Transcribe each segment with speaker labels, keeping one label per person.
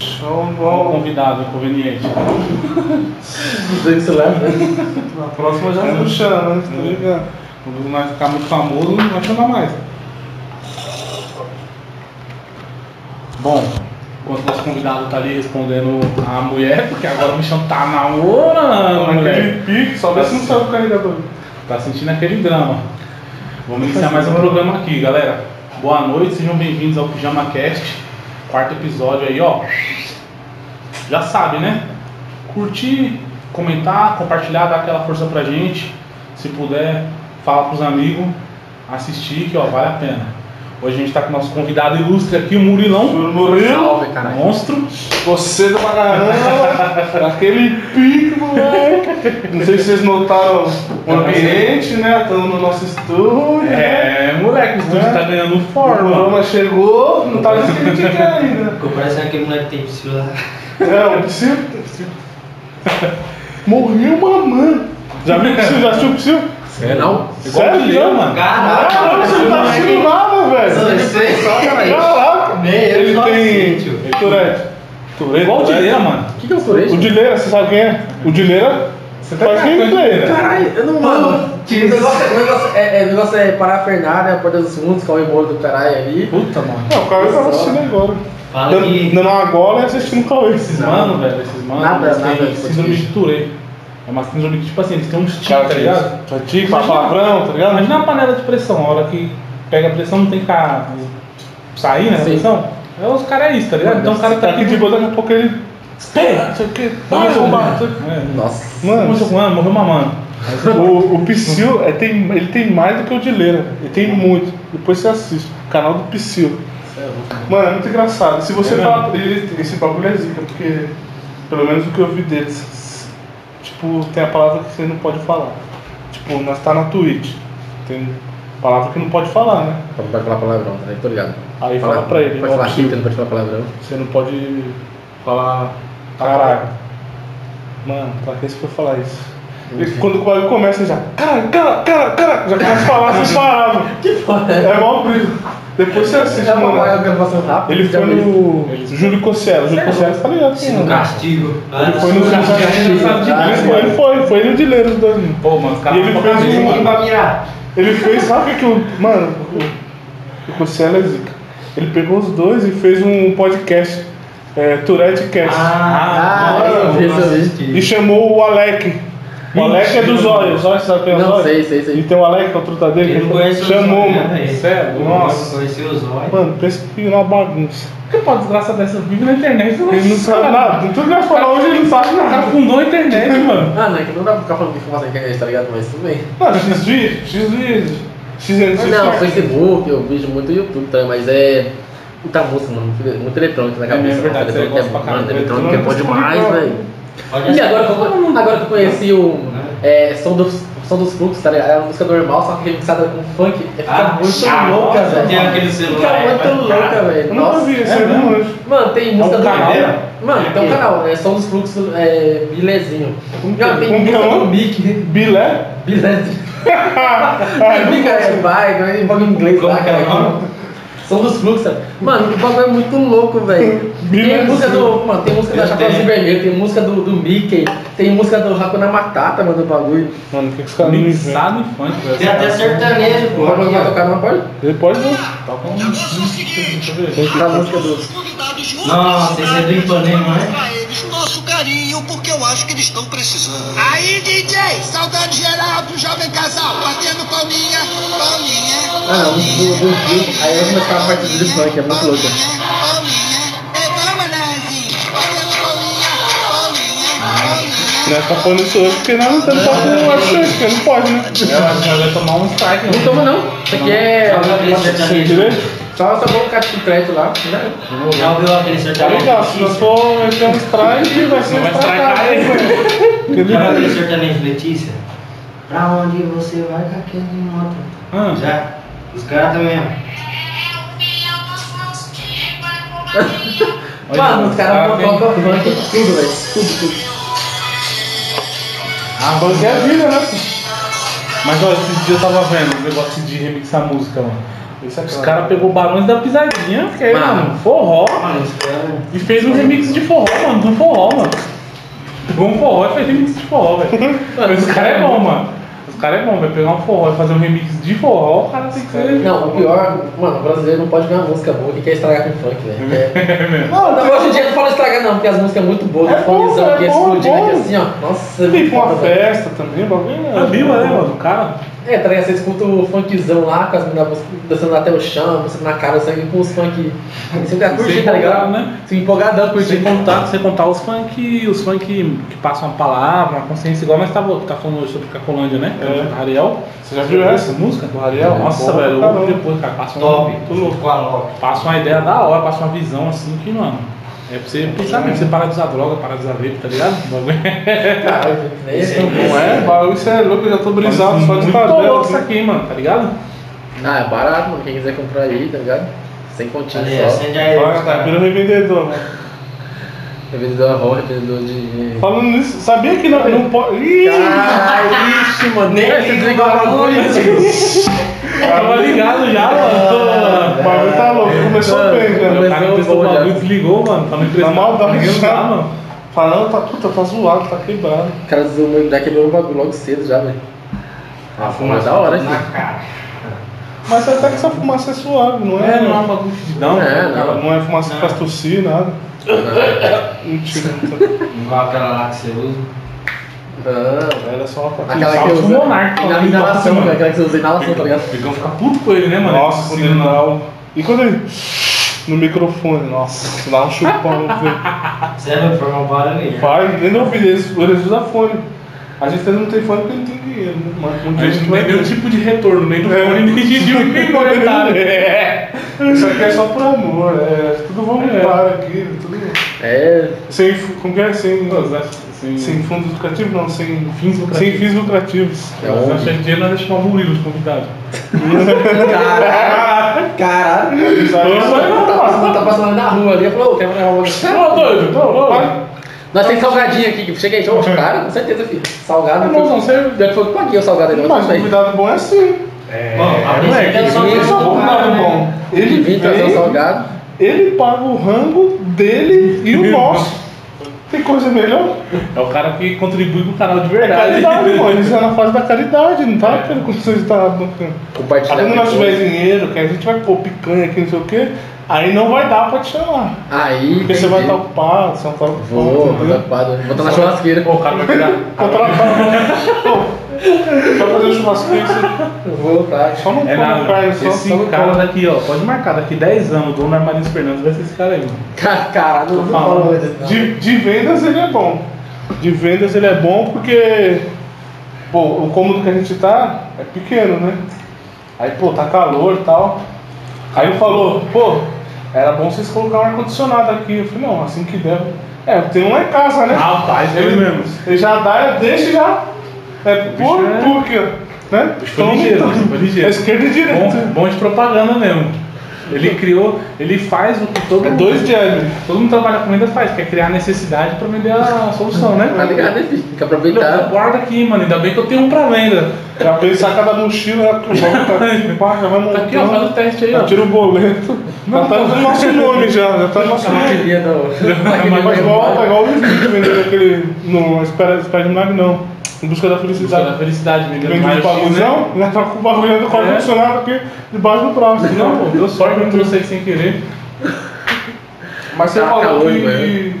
Speaker 1: Show
Speaker 2: Qual o
Speaker 1: bom.
Speaker 2: convidado inconveniente?
Speaker 3: Os dois se lembram, né?
Speaker 1: Na próxima já não chama, né? Tá ligado?
Speaker 2: Quando nós ficar muito famoso, não vai chamar mais. Bom, enquanto nosso convidado tá ali respondendo a mulher, porque agora o bichão tá namorando, né?
Speaker 1: Aquele
Speaker 2: moleque.
Speaker 1: pique, só vê se não sabe o carregador.
Speaker 2: Tá sentindo aquele drama. Vamos iniciar mais um programa aqui, galera. Boa noite, sejam bem-vindos ao Pijama Cast. Quarto episódio aí, ó. Já sabe, né? Curtir, comentar, compartilhar, dar aquela força pra gente. Se puder, fala pros amigos, assistir que ó, vale a pena. Hoje a gente tá com o nosso convidado ilustre aqui, o Murilão.
Speaker 1: Murilo,
Speaker 3: Salve, caralho.
Speaker 2: Monstro.
Speaker 1: você do Maranhão, aquele pique, moleque. Não sei se vocês notaram o ambiente, né? Estamos no nosso estúdio. né?
Speaker 2: É, moleque, o estúdio
Speaker 1: É.
Speaker 2: tá ganhando
Speaker 1: O
Speaker 2: forma.
Speaker 1: programa chegou, não tá escrito o que que é ainda.
Speaker 3: Ficou parecendo aquele moleque que tem psicula.
Speaker 1: Não, psiu, psiu. Morreu mamãe. Já viu o psiu? Já assistiu o psiu?
Speaker 2: Sério?
Speaker 3: Não?
Speaker 2: Igual
Speaker 1: Sério,
Speaker 2: o Guilherme,
Speaker 1: não?
Speaker 2: mano.
Speaker 1: Caralho,
Speaker 3: Caralho,
Speaker 1: você não tá assistindo nada, velho.
Speaker 3: só,
Speaker 1: Caraca.
Speaker 3: Nem eu
Speaker 4: é
Speaker 1: Ele
Speaker 3: não
Speaker 1: tem...
Speaker 3: assisto.
Speaker 1: Tourette. Tourette.
Speaker 2: Igual o
Speaker 1: Tourette.
Speaker 2: Dileira, mano.
Speaker 3: O que que eu furei?
Speaker 1: O Dileira, você sabe quem é? O Dileira faz gameplay, né?
Speaker 3: Caralho, eu não mano. O negócio, é- o negócio é, é, o negócio é parafernália, Porta dos Fundos, Cauê Moro do caralho ali.
Speaker 2: Puta, mano.
Speaker 1: Não, o Cauê tava assistindo agora.
Speaker 4: Fala
Speaker 1: Dando-
Speaker 4: que-
Speaker 1: Dando uma gola e assistindo o Cauê.
Speaker 2: Esses mano, velho, esses mano,
Speaker 3: Nada,
Speaker 2: eles
Speaker 3: nada
Speaker 2: têm
Speaker 3: de
Speaker 2: síndrome de Tourette. É uma síndrome que, tipo assim, eles têm uns tiques, tá ligado?
Speaker 1: Tá tique, fala palavrão, tá ligado? Mas
Speaker 2: Imagina a panela de pressão, a hora que pega a pressão não tem que ficar sair, né? A
Speaker 3: Sim.
Speaker 2: pressão. É os caras é isso, tá ligado? Então o cara
Speaker 1: Você
Speaker 2: tá
Speaker 1: tá aqui de boa, daqui a pouco ele.
Speaker 2: Espera!
Speaker 1: Não sei o que.
Speaker 2: Vamos
Speaker 1: Vai,
Speaker 2: derrubar!
Speaker 3: Nossa.
Speaker 1: Mano,
Speaker 2: Morreu uma, morreu uma mano.
Speaker 1: o, o Psyu, é, tem, ele tem mais do que o Dileira. Ele tem muito. Depois você assiste. O canal do Psyu. Mano, é muito engraçado. Se você
Speaker 2: É
Speaker 1: falar pra ele, esse bagulho é zica, porque pelo menos o que eu vi deles, tipo, tem a palavra que você não pode falar. Tipo, nós tá na Twitch. Tem palavra que não pode falar, né?
Speaker 3: Não pode falar palavrão, tá ligado? Tô ligado.
Speaker 1: Aí fala pra ele,
Speaker 3: Pode
Speaker 1: ó,
Speaker 3: falar
Speaker 1: Psyu,
Speaker 3: chita, não pode falar palavrão.
Speaker 1: você não pode falar caralho. Mano, pra que você foi falar isso? E quando o bagulho começa já, caralho, caralho, caralho, caralho, já começa a falar essas paradas.
Speaker 3: Que porra é?
Speaker 1: É mó briga. Depois você assiste,
Speaker 3: Já vou pagar a
Speaker 1: mano.
Speaker 3: gravação rápida.
Speaker 1: Ele
Speaker 3: já
Speaker 1: foi
Speaker 3: vi.
Speaker 1: no Júlio Cossielo. Júlio Cossielo tá ligado,
Speaker 4: Se no
Speaker 1: mano.
Speaker 4: castigo.
Speaker 1: Ele foi no
Speaker 2: Júlio
Speaker 1: Ele
Speaker 2: Cossielo.
Speaker 1: foi, ele foi, foi ele e o Dileiro dos dois. mano.
Speaker 2: Pô, mano, os
Speaker 1: E
Speaker 2: caras
Speaker 1: ele
Speaker 2: não
Speaker 1: fez
Speaker 2: fazem
Speaker 1: um-
Speaker 2: isso, mano.
Speaker 4: pra mirar.
Speaker 1: Ele fez, sabe o que que o. Mano, o- o Cossielo é zica. Ele pegou os dois e fez um podcast, é, Tourette Cast.
Speaker 3: Ah, eu vi, eu
Speaker 1: E
Speaker 3: vi.
Speaker 1: chamou o Alec. O Alec é do Zóio. O Zóio sabe quem é o
Speaker 3: Não,
Speaker 1: Zóio?
Speaker 3: sei, sei, sei.
Speaker 1: E tem o Alec, que é o truta dele.
Speaker 4: Ele
Speaker 1: que
Speaker 4: não conhece o
Speaker 1: Chamou,
Speaker 4: Zóio,
Speaker 1: mano. é
Speaker 4: né, velho?
Speaker 2: Sério?
Speaker 4: Ele
Speaker 1: Nossa.
Speaker 4: conheceu o Zóio.
Speaker 1: Mano, pensa que é uma bagunça.
Speaker 2: Por que pode desgraça dessa vive na internet?
Speaker 1: Ele não sabe nada. Tudo que eu falar hoje ele não sabe
Speaker 2: O cara
Speaker 1: nada.
Speaker 2: fundou a internet, mano.
Speaker 3: Ah, não, é que não dá pra ficar falando que informação na internet, tá ligado? Mas tudo bem.
Speaker 1: Mano, X-Vídeos, X-Vídeos, X-N,
Speaker 3: Mas
Speaker 1: X
Speaker 3: não, Facebook, eu vejo muito YouTube também, mas é. Muita música, mano, muito, muito eletrônico na
Speaker 2: É
Speaker 3: cabeça.
Speaker 2: mesmo, verdade,
Speaker 3: mano,
Speaker 2: você
Speaker 3: eletrônico é,
Speaker 2: gosta pra
Speaker 3: mano,
Speaker 2: caralho.
Speaker 3: eletrônico é bom demais, velho.
Speaker 4: Olha
Speaker 3: E
Speaker 4: essa-
Speaker 3: agora que eu, agora que eu conheci o é, som, dos, som dos Fluxos, tá ligado? É uma música normal, só que remixada com funk. É fica
Speaker 1: Tá,
Speaker 4: Ah,
Speaker 3: muito
Speaker 4: ah,
Speaker 3: louca,
Speaker 4: nossa,
Speaker 3: velho.
Speaker 4: tem aquele celular,
Speaker 1: é
Speaker 4: é
Speaker 3: Fica muito
Speaker 4: vai ficar.
Speaker 3: louca, velho.
Speaker 1: Eu nunca
Speaker 3: Nossa.
Speaker 1: vi esse, eu não manjo.
Speaker 3: Mano, tem música
Speaker 2: um
Speaker 3: do
Speaker 2: canal?
Speaker 3: Mano, tem um canal, é som dos Fluxos, é. Bilezinho. Não, tem
Speaker 1: como que é o
Speaker 3: música do
Speaker 1: nome?
Speaker 3: Mickey.
Speaker 1: Bilé?
Speaker 3: Bilezinho.
Speaker 1: Ah, eu
Speaker 3: Fica É, aí, vai, vai, vai em inglês
Speaker 4: Como
Speaker 3: lá,
Speaker 4: que é o
Speaker 3: cara.
Speaker 4: nome?
Speaker 3: Som dos fluxos. Mano, o bagulho é muito louco, velho.
Speaker 1: Bem
Speaker 3: Tem música
Speaker 1: assim.
Speaker 3: do. Mano, tem música da
Speaker 4: Eu
Speaker 3: Chapeuzinho
Speaker 4: tenho.
Speaker 3: Vermelho, tem música do, do Mickey, tem música do Hakuna Matata, mano, do bagulho.
Speaker 1: Mano, o que que os caras não inventam?
Speaker 2: Mixado em funk, velho.
Speaker 4: Tem até sertanejo,
Speaker 3: O
Speaker 4: pô.
Speaker 3: bagulho vai
Speaker 4: aqui,
Speaker 3: tocar não pode?
Speaker 1: Ele pode não.
Speaker 2: Toca um- Deixa eu ver.
Speaker 3: Tá a música do.
Speaker 4: Nossa, esse é do Ipanema, né?
Speaker 5: Pra eles, nosso carinho, porque eu acho que eles estão precisando. Aí, DJ, saudade geral do jovem casal, batendo palminha, palminha.
Speaker 3: Ah, não, do, do, do Aí vai começar a parte do funk, é muito louca.
Speaker 5: É,
Speaker 1: Nós tá falando isso hoje porque nós não estamos falando UFC, porque não pode, né?
Speaker 2: Eu acho que nós vai tomar um strike,
Speaker 3: Não
Speaker 2: mano.
Speaker 3: toma não, isso aqui é.
Speaker 4: Já ouviu aquele sertanejo?
Speaker 1: Direito?
Speaker 3: Só só vou colocar de crédito lá. né?
Speaker 4: Já ouviu aquele
Speaker 1: Tá
Speaker 4: sertanejo?
Speaker 1: ligado, se nós for meter um strike, vai ser
Speaker 2: Não vai
Speaker 1: strikeado,
Speaker 2: strikear ele.
Speaker 1: velho.
Speaker 4: Já ouviu
Speaker 1: Entendeu?
Speaker 4: aquele sertanejo Letícia? Pra onde você vai com aquele moto?
Speaker 2: Ah.
Speaker 4: Já? Os caras também, ó.
Speaker 2: Olha,
Speaker 3: Mano, os caras
Speaker 2: cara
Speaker 3: colocam funk em tudo, velho. Tudo, tudo.
Speaker 2: Ah,
Speaker 1: Mas é a vida, né?
Speaker 2: Mas olha, esses dias eu tava vendo um negócio de remixar música, mano.
Speaker 1: Isso é
Speaker 2: Os
Speaker 1: claro.
Speaker 2: caras pegou Barões da Pisadinha, que é,
Speaker 3: Mano.
Speaker 2: mano, forró.
Speaker 4: Mano, os caras. é
Speaker 2: E fez um remix de forró, mano, de um forró, mano. Pegou um forró e fez remix de forró, velho. Mas os caras é bom, mano. Os caras é bom, vai pegar um forró e fazer um remix de forró, o cara tem que
Speaker 1: É.
Speaker 2: ser.
Speaker 3: Não, o pior, mano, o brasileiro não pode ver uma música boa que quer estragar com funk, velho. É... Mano, não, hoje em dia não pode estragar não, porque as músicas muito boas,
Speaker 1: É
Speaker 3: o funkzão
Speaker 1: bom, é
Speaker 3: que é
Speaker 1: bom,
Speaker 3: explodindo
Speaker 1: é bom.
Speaker 3: aqui assim, ó. Nossa, é
Speaker 1: Tem
Speaker 3: muito
Speaker 1: uma
Speaker 3: foda, velho.
Speaker 1: festa também, o bagulho. é-
Speaker 2: A Bila, né, mano? O cara.
Speaker 3: É, tá ligado? Você escuta o funkzão lá, com as meninas dançando até o chão, música na cara, você com os funk. Você tá curtindo, tá ligado?
Speaker 2: né?
Speaker 3: Se empolgadão,
Speaker 2: Sem
Speaker 3: curtindo.
Speaker 2: contar, sem contar os funk, os funk que passam a palavra, uma consciência igual nós tava tá falando hoje sobre Cacolândia, né?
Speaker 1: É.
Speaker 2: Ariel.
Speaker 1: Você já viu essa?
Speaker 2: música? Do
Speaker 1: Ariel?
Speaker 2: Nossa,
Speaker 1: Boa,
Speaker 2: velho, eu
Speaker 1: caramba.
Speaker 2: ouvi depois, cara, passa um
Speaker 4: Tô louco com a Loki.
Speaker 2: passa uma ideia da hora, passa uma visão assim que, mano. É pra você pensar mesmo, você parar de usar droga, parar de usar vape, tá ligado? O bagulho é.
Speaker 3: Caralho, né? Esse é um
Speaker 1: Não
Speaker 3: bom,
Speaker 1: é?
Speaker 3: é?
Speaker 1: Bagulho, isso é louco, eu já tô brisado só de né?
Speaker 2: Muito
Speaker 1: tabela.
Speaker 2: louco isso aqui, mano, tá ligado?
Speaker 3: Ah, é barato, mano. Quem quiser comprar aí, tá ligado? Sem continho
Speaker 4: Ali,
Speaker 3: só.
Speaker 4: acende aí, os
Speaker 1: Olha,
Speaker 4: caras.
Speaker 1: Vira revendedor, mano.
Speaker 3: Revendedor ROM, revendedor de.
Speaker 1: Falando nisso, sabia que não, não pode. Ih!
Speaker 3: Caralho, ixi, mano. Nem
Speaker 4: Você desligou a luz.
Speaker 2: Eu tava ligado já,
Speaker 1: O
Speaker 2: mano.
Speaker 1: bagulho tá louco, começou bem,
Speaker 2: O
Speaker 1: né?
Speaker 2: cara que testou o bagulho desligou, mano, pra não emprestar.
Speaker 1: Na maldade,
Speaker 2: Ninguém dá, mano.
Speaker 1: Falando, tá puta, tá zoado, tá quebrado.
Speaker 3: O cara desumou, já quebrou o é bagulho logo cedo já, velho.
Speaker 4: A
Speaker 3: Mas da hora, assim. filho.
Speaker 4: Na cara.
Speaker 1: Mas até que essa fumaça é suave, não é?
Speaker 2: É, não é um bagulho de não.
Speaker 3: É, não.
Speaker 1: Ela não é fumaça que faz tossir, nada. Mentira, não tá-
Speaker 4: Igual aquela lá que você usa.
Speaker 3: Não.
Speaker 1: ela é só uma
Speaker 3: Aquela que
Speaker 2: Salto
Speaker 3: eu uso.
Speaker 2: pulmonar, que
Speaker 3: Inala-
Speaker 2: eu gosto,
Speaker 3: Inalação,
Speaker 2: mano.
Speaker 3: velho. Aquela que você usa inalação, tá ligado?
Speaker 2: O Bigão fica puto com ele, né, mano?
Speaker 1: Nossa,
Speaker 2: Ele
Speaker 1: quando ele
Speaker 2: não-
Speaker 1: dá o. E quando ele. No microfone, nossa, dá um chupão. eu falei,
Speaker 4: Você vai formar um barulho.
Speaker 1: Pai, nem no ouvido, eles, eles usam fone. A gente não tem fone porque não tem dinheiro, né? Mas um
Speaker 2: A
Speaker 1: dia a
Speaker 2: gente
Speaker 1: gente
Speaker 2: não tem
Speaker 1: vai
Speaker 2: nenhum
Speaker 1: ter.
Speaker 2: tipo de retorno, nem do
Speaker 1: É.
Speaker 2: fone, nem de nem comentário.
Speaker 1: É. Isso aqui é só por amor, é tudo voluntário aqui, tudo.
Speaker 3: É.
Speaker 1: Sem, fu- como que é? Sem,
Speaker 2: Assim,
Speaker 1: sem fundos lucrativos, não, sem
Speaker 2: Fins lucrativos.
Speaker 1: Sem fins lucrativos.
Speaker 3: É um-
Speaker 2: Nós achamos dinheiro, nós deixamos o Murilo de convidado.
Speaker 3: Caralho. Caralho. Tá passando, tá passando na rua ali. Falou, ô, quer mandar uma
Speaker 2: Ô, doido,
Speaker 1: Tá
Speaker 2: tô louco.
Speaker 3: Nós tem salgadinho aqui. que Chega aí, ô, cara, com certeza, filho.
Speaker 1: Tá
Speaker 3: Salgado.
Speaker 2: Não, não, você-
Speaker 3: Deve falar, paguei é o salgado aí,
Speaker 1: Mas
Speaker 3: não
Speaker 1: o convidado bom é assim.
Speaker 2: É,
Speaker 4: Bom, a apresentação
Speaker 1: Não é
Speaker 4: do
Speaker 1: só o
Speaker 4: cara,
Speaker 1: convidado
Speaker 4: né?
Speaker 1: bom. Ele
Speaker 3: Vim trazer o
Speaker 1: vem,
Speaker 3: salgado.
Speaker 1: ele paga o rango dele e o nosso. Tem coisa melhor?
Speaker 2: é o cara que contribui pro canal de
Speaker 1: É
Speaker 2: verdade.
Speaker 1: caridade, pô. Eles estão na fase da caridade, não tá tendo condições de estar bancando. Aí
Speaker 3: Compartilhar.
Speaker 1: quando nós
Speaker 3: depois.
Speaker 1: tiver dinheiro, que a gente vai pôr picanha aqui, não sei o quê, aí não vai dar pra te chamar.
Speaker 3: Aí.
Speaker 1: Porque você vai estar
Speaker 3: entendi.
Speaker 1: ocupado, você não tá
Speaker 3: Vou,
Speaker 1: ocupado,
Speaker 3: vou dar
Speaker 1: entendeu?
Speaker 3: quadro. Vou botar na churrasqueira.
Speaker 2: Pô, o cara vai Ah, virar.
Speaker 1: Só fazer um churrasquinho, você-
Speaker 3: Vou, tá.
Speaker 1: só não come
Speaker 2: É nada.
Speaker 1: carne, só,
Speaker 2: Esse
Speaker 1: só um não
Speaker 2: cara tá
Speaker 1: come.
Speaker 2: daqui, ó, pode marcar, daqui 10 anos, o dono da Armarinhos Fernandes vai ser esse cara aí, mano.
Speaker 3: Ca- Caralho, não
Speaker 2: falando.
Speaker 3: fala isso, não.
Speaker 1: De, de vendas ele é bom. De vendas ele é bom porque pô, o cômodo que a gente tá é pequeno, né? Aí, pô, tá calor e tal. Aí ele falou, pô, era bom vocês colocar um ar-condicionado aqui. Eu falei, não, assim que der. É, tem um lá em casa, né?
Speaker 2: Rapaz,
Speaker 1: ele,
Speaker 2: foi Ah, mesmo.
Speaker 1: ele já dá, ele deixa e já. É
Speaker 2: bicho
Speaker 1: por,
Speaker 2: é-
Speaker 1: porque, né?
Speaker 2: foi ligeiro, o bicho foi ligeiro.
Speaker 1: É esquerda e direita.
Speaker 2: Bom, bom de propaganda mesmo. Ele criou, ele faz o que todo
Speaker 1: É dois de L.
Speaker 2: Todo mundo que trabalha com venda faz, quer criar necessidade pra vender a solução, né?
Speaker 3: Tá ligado, né, filho? Tem que
Speaker 2: Meu, eu
Speaker 3: aproveitar.
Speaker 2: guardo aqui, mano. Ainda bem que eu tenho um pra venda.
Speaker 1: Já pensar cada mochila, que o bagulho tá aqui, pá, já vai montando.
Speaker 2: Tá aqui, ó, faz o teste aí, ó.
Speaker 1: Já tira o boleto. Já tá no nosso nome já, já tá no nosso nome.
Speaker 3: Queria, não.
Speaker 1: Mas igual, tá igual o vídeo vendendo aquele. No Espera, espera de Milagre, não. Em busca da
Speaker 2: Busca da
Speaker 1: felicidade.
Speaker 2: felicidade, me
Speaker 1: Vende um
Speaker 2: né?
Speaker 1: bagulhão, já tá com o bagulho do ar-condicionado aqui debaixo do braço.
Speaker 2: Não, pô, deu sorte, eu trouxe aí sem querer.
Speaker 1: Mas você
Speaker 3: Tá
Speaker 1: falou
Speaker 3: calor,
Speaker 1: que.
Speaker 3: velho.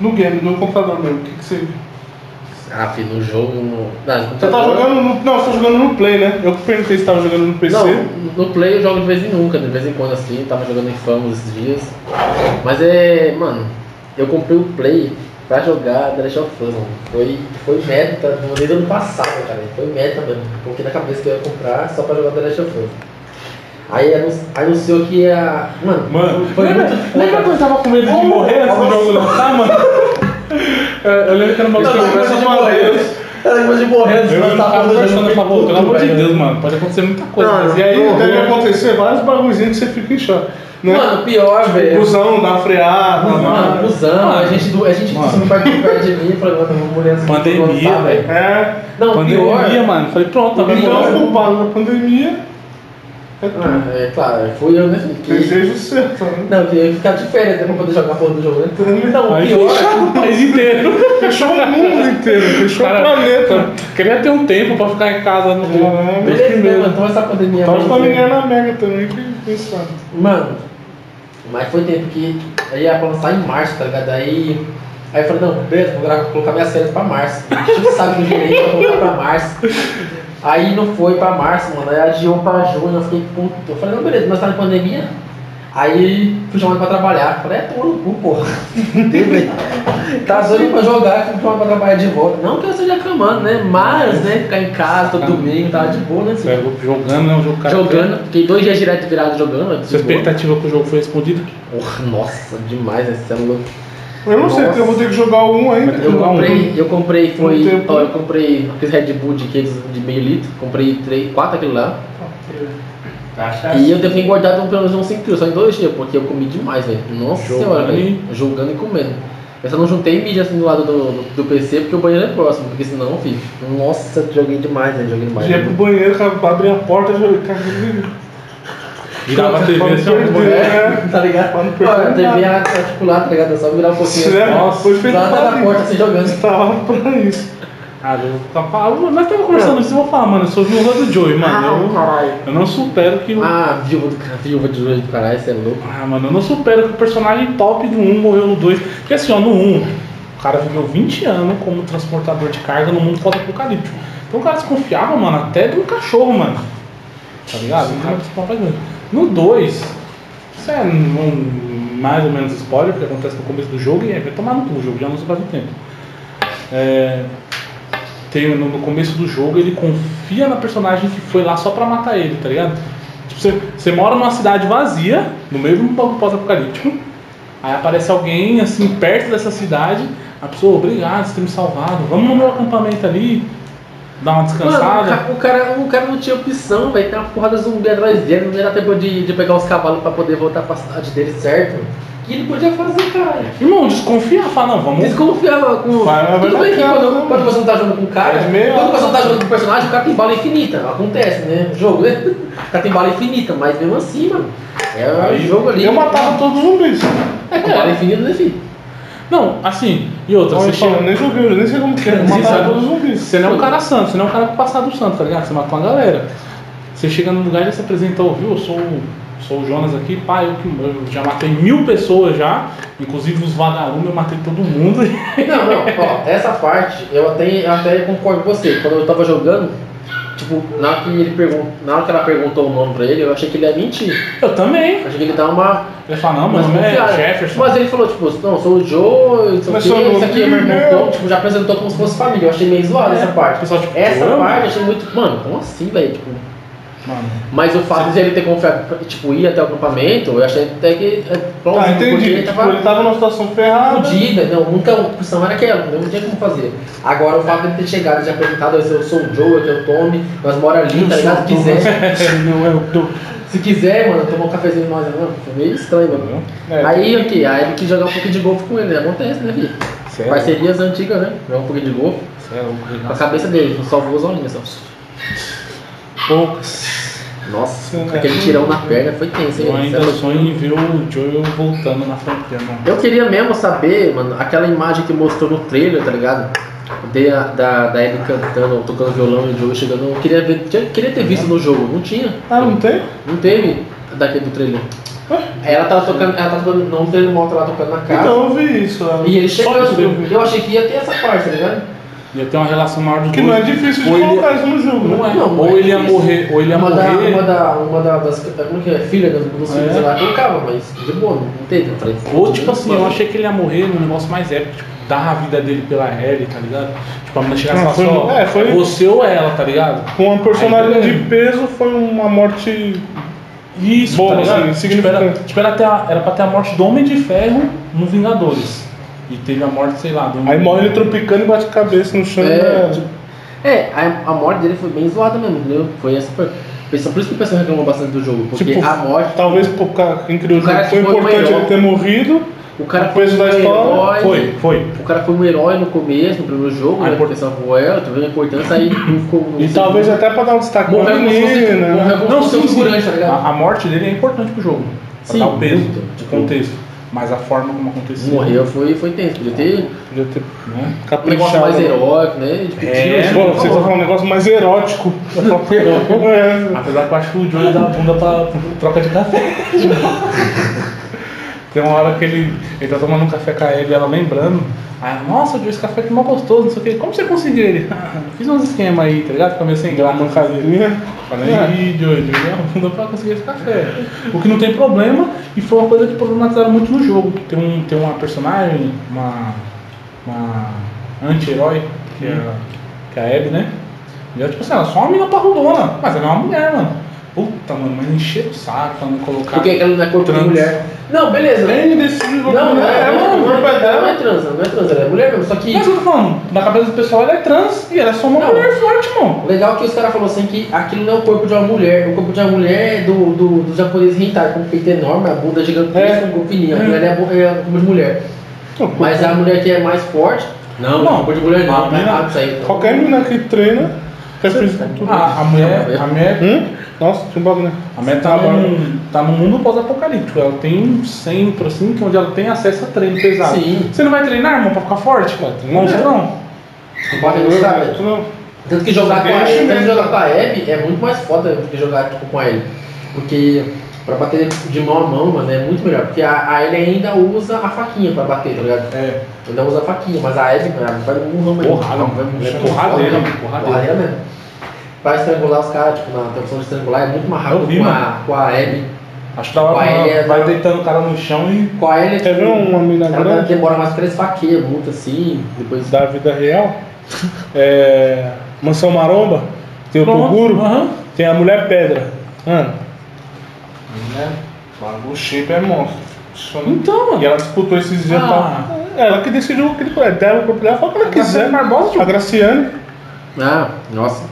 Speaker 1: No game, no computador mesmo, o que, que você.
Speaker 3: Ah, filho, no jogo. No... Não,
Speaker 1: Você tá jogando no. Não, você tá jogando no Play, né? Eu que perguntei se tava jogando no PC.
Speaker 3: Não, no Play eu jogo de vez em nunca, de vez em quando assim, tava jogando em Famous esses dias. Mas é, mano, eu comprei o Play pra jogar The Last of Us, mano. Foi, foi meta, no desde o ano passado, cara. Foi meta mesmo. Coloquei na cabeça que eu ia comprar só pra jogar The Last of Us. Aí anun- anunciou que ia. Mano,
Speaker 2: Mano,
Speaker 3: foi
Speaker 2: lembra,
Speaker 3: muito foda.
Speaker 2: lembra quando eu tava com medo de
Speaker 1: Oh,
Speaker 2: morrer antes do
Speaker 1: nossa.
Speaker 2: jogo lançar, mano? Eu, eu lembro que era uma
Speaker 3: Eu tava tá com medo de morrer. Era depois de
Speaker 1: tá
Speaker 3: morrer, antes de
Speaker 2: né? Eu
Speaker 3: lançar a
Speaker 1: um
Speaker 2: tava
Speaker 3: porra do jogo,
Speaker 2: conversando, eu
Speaker 3: fiquei
Speaker 2: falava, "Ô, pelo
Speaker 3: puto,
Speaker 2: amor de
Speaker 3: velho."
Speaker 2: Deus, mano, pode acontecer muita coisa.
Speaker 3: Não,
Speaker 2: mas
Speaker 1: E
Speaker 2: e aí?
Speaker 1: aí
Speaker 3: Não,
Speaker 1: deve
Speaker 3: não.
Speaker 1: acontecer vários bagulhozinhos que você fica em choque. Né?
Speaker 3: Mano, pior, velho.
Speaker 1: Busão, dá freada, né?
Speaker 3: Mano,
Speaker 1: mano.
Speaker 3: cuzão,
Speaker 2: Mano.
Speaker 3: a gente, do- a gente
Speaker 2: Mano.
Speaker 3: se não vai perto de mim, falando, mano, eu vou morrer assim.
Speaker 2: Pandemia,
Speaker 3: eu vou lançar,
Speaker 2: velho.
Speaker 1: É.
Speaker 3: Não, é.
Speaker 2: Pandemia,
Speaker 3: pior.
Speaker 2: mano. Falei, pronto, tá
Speaker 1: Então,
Speaker 2: vendo?
Speaker 1: culpado da pandemia,
Speaker 3: É, claro, fui eu, né? Que...
Speaker 1: Desejo seu, tá vendo?
Speaker 3: Não, que eu ia ficar de férias até pra poder jogar a porra do jogo. né? Não, o
Speaker 2: Aí
Speaker 3: pior.
Speaker 2: fecharam o país inteiro.
Speaker 1: Fechou o mundo inteiro, fechou
Speaker 2: Cara,
Speaker 1: o planeta. É,
Speaker 2: Queria ter um tempo pra ficar em casa no
Speaker 1: Caramba.
Speaker 3: Beleza, né, mano? Então essa pandemia.
Speaker 1: Tava
Speaker 3: mano,
Speaker 1: planejando tá na Mega também, que quem sabe.
Speaker 3: Mano, mas foi tempo que eu ia pra lançar em março, tá ligado? Aí, aí eu falei, não, beleza, vou gra- colocar minhas séries pra março. A gente sabe do gerente pra colocar pra março. Aí não foi pra março, mano. Aí adiou pra junho, eu fiquei puto. Eu falei, não, beleza, mas tá em pandemia. Aí fui chamado pra trabalhar. Eu Falei, é puro cu, porra. Deu, velho. tá doido pra jogar, fui chamado pra trabalhar de volta. Não que eu seja reclamando, né? Mas, né, ficar em casa todo domingo, tava de boa, né?
Speaker 2: Você Jogando, né? O jogo cara.
Speaker 3: Jogando, fiquei dois dias direto virado jogando. de
Speaker 2: Sua
Speaker 3: boa.
Speaker 2: expectativa que o jogo foi respondida?
Speaker 3: Porra, nossa, demais esse celular.
Speaker 1: Eu não sei,
Speaker 3: Nossa.
Speaker 1: porque eu vou ter que jogar um ainda.
Speaker 2: Vai ter que
Speaker 3: Eu
Speaker 2: jogar um.
Speaker 3: comprei, eu comprei,
Speaker 1: Um
Speaker 3: foi.
Speaker 1: tempo.
Speaker 3: Ó, eu comprei aqueles Red Bull de, aqueles de meio litro, comprei três, quatro aquilo lá.
Speaker 4: Cachaça.
Speaker 3: E eu devo ter engordado pelo menos uns 5 quilos, só em dois dias, porque eu comi demais, velho. Nossa
Speaker 2: Jogando
Speaker 3: senhora,
Speaker 2: e-
Speaker 3: velho. Jogando e comendo. Eu só não juntei mídia assim do lado do, do, do PC porque o banheiro é próximo, porque senão, filho. Nossa, joguei demais, né? Joguei demais.
Speaker 1: Já ia pro banheiro, cara, abri a porta, já
Speaker 2: Virava a TV assim, ó,
Speaker 1: Pode
Speaker 2: boneco.
Speaker 1: perder, né?
Speaker 3: Tá ligado?
Speaker 1: Pra não perder
Speaker 3: Olha, a TV
Speaker 1: nada.
Speaker 3: articular, tá ligado? É só virar um pouquinho.
Speaker 1: Se lembra?
Speaker 3: Nossa,
Speaker 1: Foi feito
Speaker 3: lá
Speaker 1: pra
Speaker 3: na
Speaker 1: isso.
Speaker 3: porta assim jogando.
Speaker 1: Tava pra isso.
Speaker 2: Ah, eu tava falando- nós tava conversando isso, eu vou falar, mano, eu sou viúva do Joey, mano.
Speaker 3: caralho.
Speaker 2: Eu, eu não supero que o. Ah.
Speaker 3: Ah, viúva do cara, viúva de dois do caralho, você é louco.
Speaker 2: mano, eu não supero que o personagem top do 1 morreu no 2. Porque assim, ó, no 1, o cara viveu 20 anos como transportador de carga no mundo pós-apocalíptico. Então o cara desconfiava, mano, até de um cachorro, mano. Tá ligado? O cara desconfiava de mim. No 2, isso é um- mais ou menos spoiler, porque acontece no começo do jogo e é, vai tomar no cu, o jogo já não se faz um tempo. É, tem, no, no começo do jogo ele confia na personagem que foi lá só pra matar ele, tá ligado? Tipo, você, você mora numa cidade vazia, no meio de um bagulho pós-apocalíptico, aí aparece alguém assim perto dessa cidade, a pessoa, obrigado, você tem me salvado, vamos no meu acampamento ali, dar uma descansada.
Speaker 3: Mano, o ca- o cara, o cara não tinha opção, velho. Tem uma porrada de zumbi atrás dele, não era tempo de, de pegar os cavalos pra poder voltar pra cidade dele certo. O que ele podia fazer, cara?
Speaker 2: Irmão, desconfia, fala, não, vamos
Speaker 3: Desconfiava com.
Speaker 1: Vai, vai, vai
Speaker 3: Tudo bem que
Speaker 1: dar
Speaker 3: quando,
Speaker 1: é cara,
Speaker 3: quando você não tá jogando com o cara,
Speaker 1: É meio-
Speaker 3: quando você não tá jogando com o personagem, o cara tem bala infinita. Acontece, né? O jogo, né? O cara tem bala infinita, mas mesmo assim, mano. É o
Speaker 2: Aí,
Speaker 3: jogo ali.
Speaker 1: Eu matava todos os zumbis.
Speaker 2: Então,
Speaker 3: É, com bala infinita, né, filho?
Speaker 2: Não, assim, e outra,
Speaker 1: Então,
Speaker 2: você,
Speaker 1: eu
Speaker 2: chega,
Speaker 1: falo, nem joguei, eu nem sei como que é. Eu
Speaker 2: Você
Speaker 1: matava
Speaker 2: sabe-
Speaker 1: todos os zumbis.
Speaker 2: você não é um cara santo, você não é um cara passado santo, tá ligado? Você matou uma galera. Você chega num lugar e já se apresenta, "Ô, viu? Eu sou, o- sou o Jonas aqui, pai, eu, que- eu já matei mil pessoas já, inclusive os vagalumes, eu matei todo mundo.
Speaker 3: Não, não, ó, essa parte eu até, eu até concordo com você. Quando eu tava jogando, tipo, na hora que, ele pergun na hora que ela perguntou o nome pra ele, eu achei que ele ia mentir.
Speaker 2: Eu também.
Speaker 3: Eu achei que ele ia dar uma.
Speaker 2: Ele fala, não, meu
Speaker 3: uma
Speaker 2: nome é
Speaker 3: desconfiada.
Speaker 2: Jefferson.
Speaker 3: Mas ele falou, tipo, não, sou o Joe, isso
Speaker 1: Mas
Speaker 3: aqui,
Speaker 1: seu nome
Speaker 3: isso aqui é meu irmão.
Speaker 1: é meu.
Speaker 3: Tom", tipo, já apresentou como se fosse família. Eu achei meio zoado
Speaker 2: É,
Speaker 3: essa
Speaker 2: o
Speaker 3: parte.
Speaker 2: pessoal, tipo,
Speaker 3: Essa
Speaker 2: "Pô,
Speaker 3: parte eu achei muito. Mano, como assim, velho? Tipo,
Speaker 2: Mano,
Speaker 3: mas o fato de ele ter confiado, tipo, ir até o acampamento, eu achei até que. É,
Speaker 1: Tá,
Speaker 3: plausível, porque
Speaker 1: entendi.
Speaker 3: ele
Speaker 1: Tipo, ele tava numa situação ferrada.
Speaker 3: fudida, não, um é nunca a opção era aquela, um, não tinha como fazer. Agora o fato de ter chegado e já apresentado, eu sou- eu sou o Joe, aqui é o Tommy, nós mora ali, tá ligado? Se quiser,
Speaker 1: Não é o teu.
Speaker 3: se quiser, mano, tomar um cafezinho nós, não, foi meio estranho, mano.
Speaker 2: entendeu?
Speaker 1: É.
Speaker 3: Aí, o que? Aí ele quis jogar um pouquinho de golfe com ele, né? Acontece, né, filho?
Speaker 2: Sério?
Speaker 3: Parcerias antigas, né? Jogar um pouquinho de golfe
Speaker 2: Você é louco,
Speaker 3: com a
Speaker 2: Renato.
Speaker 3: cabeça dele, só voou zoninha, só.
Speaker 2: Poucas.
Speaker 3: Nossa,
Speaker 1: Sim, né?
Speaker 3: aquele tirão na perna foi tenso, hein?
Speaker 2: Eu ainda
Speaker 3: Você é louco.
Speaker 2: sonho em ver o Joel voltando na fronteira, mano.
Speaker 3: Eu queria mesmo saber, mano, aquela imagem que mostrou no trailer, tá ligado? De, da, da Ellie cantando, tocando violão e o jogo chegando. Eu queria, ver, tinha- queria ter visto no jogo, não tinha.
Speaker 1: Ah, não tem?
Speaker 3: Não teve daquele do trailer. Ela tava tocando, ela tava tocando, não teve moto lá tocando na casa.
Speaker 1: Então eu vi isso. ah,
Speaker 3: e ele
Speaker 1: só
Speaker 3: chegando,
Speaker 1: isso que eu
Speaker 3: eu,
Speaker 1: vi.
Speaker 3: achei que ia ter essa parte, tá ligado?
Speaker 2: Ia ter uma relação maior dos
Speaker 1: Que
Speaker 2: dois.
Speaker 1: não é difícil de
Speaker 2: Ou ele-
Speaker 1: colocar isso no jogo, né?
Speaker 2: Não é.
Speaker 3: Não,
Speaker 2: ou
Speaker 3: não é
Speaker 2: ele ia
Speaker 3: difícil.
Speaker 2: morrer, ou ele ia
Speaker 3: uma da,
Speaker 2: morrer.
Speaker 3: uma da, uma da, das, como que é, filha dos
Speaker 1: Ah,
Speaker 3: dos filhos
Speaker 2: É.
Speaker 3: lá, colocava, mas de boa, não teve. Eu falei,
Speaker 2: Ou tipo assim, eu achei que ele ia morrer num negócio mais épico, tipo, dar a vida dele pela Ellie, tá ligado? Tipo, a menina chegar e
Speaker 1: Não,
Speaker 2: falar
Speaker 1: foi-
Speaker 2: só,
Speaker 1: é, foi-
Speaker 2: você ou ela, tá ligado?
Speaker 1: Com uma personagem
Speaker 2: Aí,
Speaker 1: de peso foi uma morte.
Speaker 2: Isso,
Speaker 1: Bom,
Speaker 2: tá ligado?
Speaker 1: assim,
Speaker 2: tipo, era,
Speaker 1: significante.
Speaker 2: tipo, era, até a- era pra ter a morte do Homem de Ferro no Vingadores. E teve a morte, sei lá, do...
Speaker 1: Aí morre ele tropicando e bate a cabeça no chão.
Speaker 3: É,
Speaker 1: né?
Speaker 3: tipo, é a, a morte dele foi bem zoada mesmo, entendeu? Foi essa. Por por isso que o pessoal reclamou bastante do jogo, porque
Speaker 1: Tipo,
Speaker 3: a morte.
Speaker 1: Talvez pro cara, quem criou o
Speaker 3: O cara
Speaker 1: jogo foi
Speaker 3: que foi o
Speaker 1: importante
Speaker 3: maior.
Speaker 1: ele ter morrido.
Speaker 3: O cara um
Speaker 1: O peso da história
Speaker 3: herói,
Speaker 2: Foi, foi.
Speaker 3: O cara foi um herói no começo, no primeiro jogo,
Speaker 2: Ah,
Speaker 3: né?
Speaker 2: import-
Speaker 3: Porque salvou ela, teve uma importância aí não ficou. não
Speaker 2: E
Speaker 3: sei-
Speaker 1: Talvez até pra dar um destaque pra
Speaker 3: Morreu como se fosse- morreu
Speaker 1: menina. né?
Speaker 3: como-
Speaker 2: Não,
Speaker 3: Você é um
Speaker 2: sim, sim.
Speaker 3: figurante, tá ligado?
Speaker 2: A, a morte dele é importante pro jogo. Pra
Speaker 3: Sim,
Speaker 2: dar o peso
Speaker 3: muito.
Speaker 2: de contexto. Mas a forma como aconteceu.
Speaker 3: Morreu foi, foi tenso, podia ter
Speaker 1: Podia ter
Speaker 2: Né?
Speaker 3: um negócio
Speaker 1: caprichado.
Speaker 3: mais heróico, né? Tipo,
Speaker 2: É,
Speaker 3: tira-
Speaker 1: Pô, vocês vão falar um negócio mais erótico. É.
Speaker 2: Apesar que eu acho que o Johnny dá a bunda pra pra troca de café. Tem uma hora que ele, ele tá tomando um café com a Eve, ela lembrando. Aí, nossa, Johnny, esse café aqui é mó gostoso, não sei o quê. Como você conseguiu ele? "Ah, Fiz uns esquemas aí, tá ligado? Ficou meio sem graça.
Speaker 1: Mancadinha.
Speaker 2: Falei,
Speaker 3: É.
Speaker 2: aí, Johnny, minha bunda pra conseguir esse café. O que não tem problema, e foi uma coisa que problematizaram muito no jogo. Tem, um, tem uma personagem, uma, uma anti-herói, que, é,
Speaker 3: Uhum.
Speaker 2: a- que é a Abby, né? E ela, tipo assim, ela é só uma mina parrudona, mas ela é uma mulher, mano. Puta, mano, mas encher o saco pra não colocar.
Speaker 3: Porque aquela não é corpo de
Speaker 2: Trans.
Speaker 3: mulher. Não, beleza.
Speaker 1: Tem desse jogo.
Speaker 3: Não, não é, não,
Speaker 1: mano,
Speaker 3: não,
Speaker 1: vai
Speaker 3: é,
Speaker 1: dar.
Speaker 3: não é trans, não é trans, ela é mulher mesmo, só que.
Speaker 2: Mas eu tô falando, na cabeça do pessoal ela é trans e ela é só uma
Speaker 3: Não.
Speaker 2: mulher forte, mano.
Speaker 3: O legal é que os caras falaram assim que aquilo não é o corpo de uma mulher, o corpo de uma mulher é do, do, do japonês hentai, com o peito enorme, a bunda gigantesca,
Speaker 1: É.
Speaker 3: com fininha, aquilo ali é, bo- é o corpo de mulher. Mas a mulher que é mais forte, não,
Speaker 2: Não.
Speaker 3: não, corpo de mulher não, não é
Speaker 2: Não.
Speaker 3: nada disso aí.
Speaker 1: Qualquer menina que treina, que é física.
Speaker 2: A, a
Speaker 3: É
Speaker 2: mulher, a mulher
Speaker 1: Hum? Nossa, tinha um bagulho. né?
Speaker 2: A meta tá, num, tá num mundo pós-apocalíptico. Ela tem um centro, assim, que onde ela tem acesso a treino pesado.
Speaker 3: Sim.
Speaker 2: Você não vai treinar, irmão, pra ficar forte? Cara? Um Monstrão?
Speaker 3: Bota no sabe?
Speaker 1: Tu não-
Speaker 3: Tanto que jogar com a
Speaker 1: Deixa,
Speaker 3: Abby, tanto que
Speaker 1: né?
Speaker 3: jogar com a Abby é muito mais foda do que jogar tipo, com a Ellie. Porque pra bater de mão a mão, mano, é muito melhor. Porque a, a Ellie ainda usa a faquinha pra bater, tá ligado?
Speaker 2: É.
Speaker 3: Ainda usa a faquinha, mas a Abby, mano, ela vai no murrão mesmo.
Speaker 2: Porrada,
Speaker 3: Ela
Speaker 2: mano.
Speaker 3: vai-
Speaker 2: É porradeira,
Speaker 3: vai-
Speaker 2: porradeira.
Speaker 3: Porradeira mesmo. Pra estrangular os caras, tipo, na tradução de estrangular é muito mais
Speaker 2: Eu
Speaker 3: rápido
Speaker 2: vi,
Speaker 3: com a,
Speaker 2: mano.
Speaker 3: com a Abby.
Speaker 2: Acho que tava,
Speaker 3: Vai,
Speaker 2: vai,
Speaker 3: é,
Speaker 2: vai
Speaker 3: tá.
Speaker 2: deitando o cara no chão e.
Speaker 3: Com a Ellie,
Speaker 1: Quer ver
Speaker 3: tipo,
Speaker 2: um
Speaker 1: uma mina
Speaker 3: ela
Speaker 1: grande?
Speaker 3: demora mais três faqueias, muito assim, depois
Speaker 1: da vida real. É, Mansão Maromba, tem o
Speaker 2: Pronto,
Speaker 1: Toguro,
Speaker 2: aham.
Speaker 1: tem a Mulher Pedra. Mano,
Speaker 2: Né?
Speaker 1: o shape é monstro.
Speaker 2: Então, mano.
Speaker 1: E ela disputou esses dias
Speaker 2: Ah.
Speaker 1: pra... É, Ela que decidiu o que ele é dela, o corpo dela, fala o que ela
Speaker 2: Graciane
Speaker 1: quiser.
Speaker 2: Barbosa, tio.
Speaker 1: A Graciane
Speaker 3: Ah, nossa.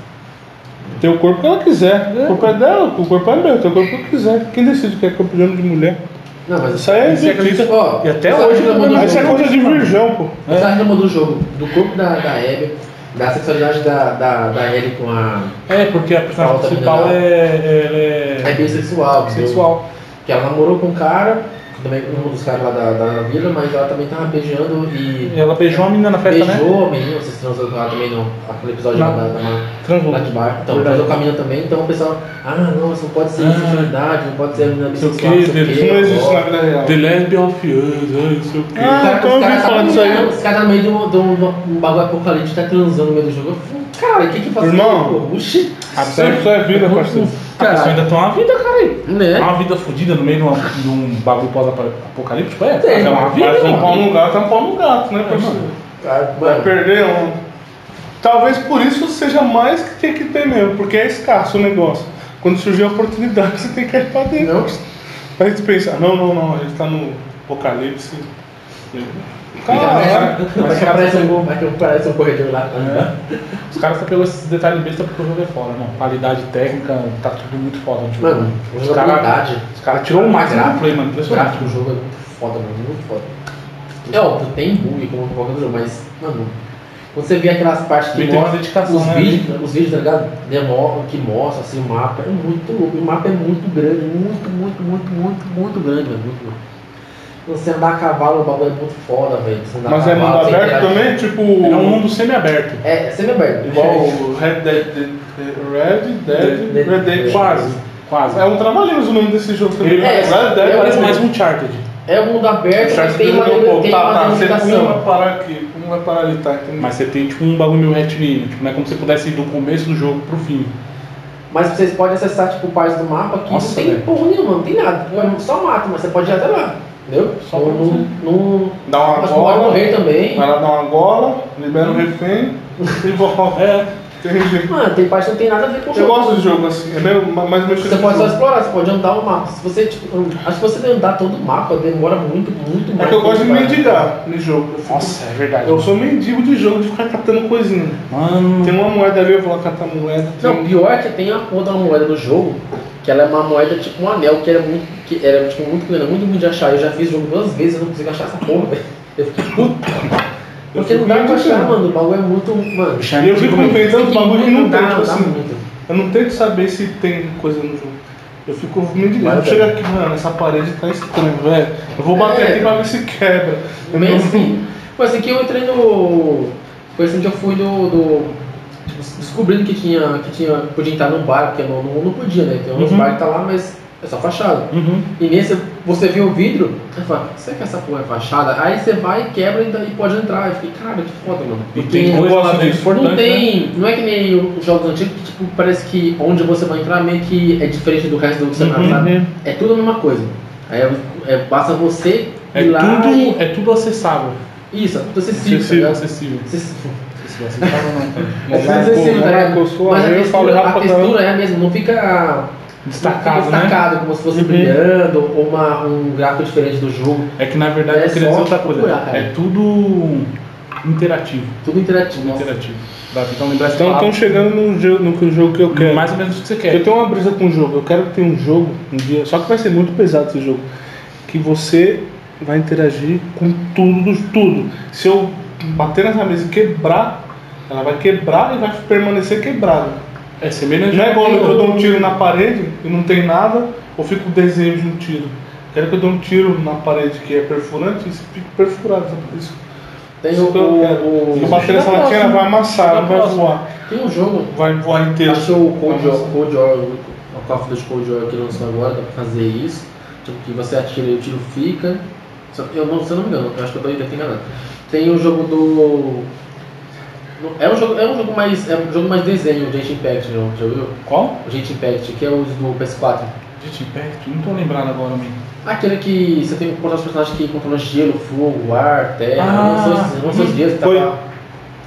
Speaker 1: tem o corpo que ela quiser. O corpo é dela, o corpo é meu, tem o corpo que eu quiser. Quem decide o que é corpo de homem e de mulher?
Speaker 3: Não, mas
Speaker 1: Isso aí é
Speaker 3: Você acredita?
Speaker 1: injustiça.
Speaker 3: Ó,
Speaker 2: E até
Speaker 3: você
Speaker 2: hoje
Speaker 3: acredita
Speaker 2: não
Speaker 3: no
Speaker 2: é
Speaker 1: Mas isso é
Speaker 3: jogo?
Speaker 1: coisa de virgão, pô.
Speaker 3: Você reclama do jogo, do corpo da, da Abby, da sexualidade da, da, da Ellie com a.
Speaker 2: É, porque a personagem
Speaker 3: Falta
Speaker 2: principal
Speaker 3: mineral.
Speaker 2: é. ela
Speaker 3: É
Speaker 2: é.
Speaker 3: bissexual. entendeu?
Speaker 2: sexual.
Speaker 3: Que ela namorou com um cara, que também com um dos caras lá da, da vila, mas ela também tava beijando e.
Speaker 1: É,
Speaker 2: Ela beijou uma menina na festa, né?
Speaker 3: beijou a menina, vocês se transou com ela também não. Aquele episódio lá
Speaker 2: Não.
Speaker 3: da, da, ma-
Speaker 1: Transou.
Speaker 3: lá de bar. Então,
Speaker 2: Verdade.
Speaker 3: transou com a menina também, então o pessoal. Ah, não, isso não pode ser
Speaker 2: Ah.
Speaker 3: sexualidade, não pode ser a menina
Speaker 2: Sei o
Speaker 3: bissexual.
Speaker 2: quê,
Speaker 3: sei o
Speaker 2: Deus,
Speaker 1: Isso
Speaker 3: quê,
Speaker 1: não existe
Speaker 3: ó.
Speaker 1: na vida real.
Speaker 2: The Land of Us, ai, não sei o quê.
Speaker 1: Ah,
Speaker 3: Cara,
Speaker 1: então
Speaker 3: os
Speaker 1: eu
Speaker 3: cara
Speaker 1: ouvi
Speaker 3: tá
Speaker 1: falar
Speaker 3: no
Speaker 1: disso aí.
Speaker 3: meio- Os caras no meio de um, de um, de um bagulho apocalipse tá transando no meio do jogo. Eu falo, Cara, o que que faz
Speaker 1: Irmão,
Speaker 3: isso, pô? Oxi.
Speaker 2: Ah,
Speaker 1: Sexo é vida, parceiro.
Speaker 2: A pessoa
Speaker 3: Cara,
Speaker 2: Ah, ainda tem uma vida, cara aí.
Speaker 3: Né?
Speaker 2: Uma vida fodida no meio de, uma, de um bagulho pós-apocalíptico, é?
Speaker 3: Tem.
Speaker 2: É uma vida,
Speaker 1: Mas um
Speaker 2: mano.
Speaker 1: pau no gato é um pau no gato, né, parceiro?
Speaker 2: mano.
Speaker 3: cara,
Speaker 1: Vai
Speaker 3: Ah, mano,
Speaker 1: perder um. Talvez por isso seja mais que tinha que ter mesmo, porque é escasso o negócio. Quando surgir a oportunidade, você tem que ir pra dentro.
Speaker 3: Não.
Speaker 1: Aí você pensa, não, não, não, a gente tá no apocalipse.
Speaker 3: cara,
Speaker 1: Caralho. É.
Speaker 3: vai que aparece um- vai que aparece um corredor lá.
Speaker 2: Os caras só pegou esses detalhes besta porque o jogo é foda, mano. Qualidade técnica, tá tudo muito foda. Tipo,
Speaker 3: Mano, um
Speaker 2: os caras
Speaker 3: jogabilidade.
Speaker 2: cara tirou um o máximo
Speaker 3: Gráfico.
Speaker 2: do play, mano.
Speaker 3: O
Speaker 2: Impressionante.
Speaker 3: gráfico do jogo é muito foda, mano. Muito foda. É óbvio, tem bug como qualquer outro jogo, mas, mano. Quando você vê aquelas partes que
Speaker 2: Tem uma
Speaker 3: mostram
Speaker 2: dedicação,
Speaker 3: os,
Speaker 2: né?
Speaker 3: vídeos, os vídeos, tá ligado? Demora, que mostra assim, o mapa é muito louco. E O mapa é muito grande, muito, muito, muito, muito, muito grande, mano. Muito grande. Você andar a cavalo, o bagulho é muito foda, velho. Você andar a
Speaker 1: Mas é mundo
Speaker 3: cavalo, você
Speaker 1: aberto
Speaker 3: interage-
Speaker 1: também? Tipo.
Speaker 2: É um mundo semi-aberto.
Speaker 3: É, semi-aberto.
Speaker 1: Igual o Red Dead. Red Dead.
Speaker 3: Dead-
Speaker 1: Red Dead.
Speaker 2: Quase, quase.
Speaker 1: É um trabalhinho o nome desse jogo também.
Speaker 2: Ele
Speaker 1: Red
Speaker 3: É,
Speaker 1: Dead.
Speaker 3: é
Speaker 2: parece
Speaker 1: Red
Speaker 2: mais
Speaker 1: Dead.
Speaker 2: um Uncharted.
Speaker 3: É um mundo aberto, mas tem uma, tem
Speaker 1: Tá,
Speaker 3: uma
Speaker 1: tá, você
Speaker 3: limitação.
Speaker 1: um vai parar aqui, um vai parar ali, tá? entendeu?
Speaker 2: Mas você tem tipo um bagulho meio retilíneo. Tipo, não é como se pudesse ir do começo do jogo pro fim.
Speaker 3: Mas vocês podem acessar, tipo, partes do mapa que
Speaker 2: Nossa,
Speaker 3: não tem
Speaker 2: velho.
Speaker 3: porra nenhuma, não tem nada. É só mato, mas você pode ir até lá. Entendeu?
Speaker 2: Só
Speaker 3: não,
Speaker 2: pra
Speaker 3: não,
Speaker 2: você.
Speaker 3: não-
Speaker 1: Dá uma
Speaker 3: Mas pode
Speaker 1: bola.
Speaker 3: morrer também.
Speaker 1: Ela dá uma gola, libera o refém e volta.
Speaker 2: É.
Speaker 1: Entendi.
Speaker 3: Mano, tem parte que não tem nada a ver com o
Speaker 1: Eu
Speaker 3: jogo.
Speaker 1: gosto de jogo assim, é meio, ma- mais mexer
Speaker 3: Você pode só explorar, você pode andar o mapa. Se você, tipo, and- acho que você andar todo o mapa demora muito, muito mais. né?
Speaker 1: É que eu gosto de
Speaker 3: tempo,
Speaker 1: mendigar no jogo. Eu fico-
Speaker 2: Nossa, é verdade.
Speaker 1: Eu sou mendigo de jogo, de ficar catando coisinha.
Speaker 2: Mano.
Speaker 1: Tem uma moeda ali, eu vou lá catar moeda.
Speaker 3: cara.
Speaker 1: Tem
Speaker 3: Não,
Speaker 1: um-
Speaker 3: pior é que tem a porra da moeda do jogo, que ela é uma moeda tipo um anel, que é muito. que era tipo, muito grande, muito ruim de achar. Eu já fiz o jogo duas vezes eu não consigo achar essa porra, velho. Eu fiquei puto. Porque não dá pra achar, mano. O bagulho é muito. Mano.
Speaker 1: E eu fico me pensando no bagulho que não tem,
Speaker 3: dá,
Speaker 1: tipo
Speaker 3: não dá
Speaker 1: assim.
Speaker 3: muito.
Speaker 1: Eu não tento saber se tem coisa no jogo. Eu fico me
Speaker 3: Vai,
Speaker 1: direto. Chega aqui, mano, essa parede tá estranha, velho. Eu vou bater
Speaker 3: É.
Speaker 1: aqui pra ver se quebra. Eu
Speaker 3: Bem
Speaker 1: não-
Speaker 3: assim. Pô, assim que eu entrei no. Foi assim que eu fui do. do- tipo, descobrindo que tinha. que tinha. Podia entrar num bar, porque não, não, não podia, né? Tem uns
Speaker 1: Uhum.
Speaker 3: bar que tá lá, mas é só fachada.
Speaker 1: Uhum.
Speaker 3: E nesse você vê o vidro, você fala, será que essa porra é fachada? Aí você vai, quebra e, dá- e pode entrar. Eu fiquei, cara, que foda, mano.
Speaker 2: E
Speaker 3: Porque
Speaker 2: tem coisa lá dentro
Speaker 3: não
Speaker 2: importante, né?
Speaker 3: tem. Não é que nem os jogos antigos que tipo, parece que onde você vai entrar meio que é diferente do resto do cenário, sabe?
Speaker 1: Uhum.
Speaker 3: É tudo a mesma coisa. Aí é, é- basta você
Speaker 2: É
Speaker 3: ir lá e-
Speaker 2: tudo, é tudo acessável.
Speaker 3: isso, é tudo acessível, tá
Speaker 2: Acessível,
Speaker 3: ligado?
Speaker 2: acessível.
Speaker 3: Acessível.
Speaker 2: Acessível, acessível né? não, cara.
Speaker 3: É tudo acessível, tá ligado?
Speaker 1: Moleque, eu sou
Speaker 3: Mas a
Speaker 1: amigo, eu falo
Speaker 3: textura, a
Speaker 1: rápido,
Speaker 3: textura é a mesma, não fica
Speaker 2: Destacado,
Speaker 3: fica
Speaker 2: né?
Speaker 3: destacado como se fosse
Speaker 2: Uhum.
Speaker 3: brilhando ou uma, um gráfico diferente do jogo.
Speaker 2: É que na verdade
Speaker 3: É
Speaker 2: eu queria dizer
Speaker 3: só
Speaker 2: outra coisa.
Speaker 3: procurar, cara.
Speaker 2: é tudo interativo.
Speaker 3: Tudo interativo. nossa.
Speaker 2: Interativo. Dá pra então lembrar essa
Speaker 1: Então estão
Speaker 2: palavra.
Speaker 1: chegando no, jo- no jogo que eu quero.
Speaker 2: mais ou menos o que você quer.
Speaker 1: É, Eu tenho uma brisa com o jogo, eu quero que tenha um jogo um dia, só que vai ser muito pesado esse jogo, que você vai interagir com tudo, do tudo. Se eu bater nessa mesa e quebrar, ela vai quebrar e vai permanecer quebrada.
Speaker 2: É semelhante
Speaker 1: Não é igual eu
Speaker 2: ao
Speaker 1: dou um tiro na parede e não tem nada, ou fico o desenho de um tiro. Quero que eu dê um tiro na parede que é perfurante e fique perfurado. só por Isso.
Speaker 3: Tem
Speaker 1: Isso
Speaker 3: o,
Speaker 1: que eu quero.
Speaker 3: o,
Speaker 1: Se
Speaker 3: o-
Speaker 1: eu bater nessa
Speaker 2: Chega
Speaker 1: latinha, ela vai
Speaker 2: próximo.
Speaker 1: amassar,
Speaker 2: Chega
Speaker 1: não vai
Speaker 2: próximo.
Speaker 1: voar.
Speaker 3: Tem um jogo,
Speaker 1: Vai voar inteiro.
Speaker 3: achou o Cold War, Cold War, é o Call of Duty Cold War que lançou agora, dá pra fazer isso. Tipo, que você atira e o tiro fica. Só- Eu não, se eu não me engano, eu acho que eu tô ainda enganado. Tem o jogo do. não, É um jogo, é um jogo mais. É um jogo mais desenho, o Genshin Impact, não, né? já viu?
Speaker 2: Qual?
Speaker 3: O Genshin Impact, que é o do PS4.
Speaker 2: Gente, perto, não tô lembrado agora, amigo.
Speaker 3: Aquele que você tem que controlar os personagens que controlam gelo, fogo, ar, terra,
Speaker 2: Ah,
Speaker 3: não sei- não sei os
Speaker 2: uhum.
Speaker 3: dias, tá?
Speaker 1: Foi.
Speaker 3: lá.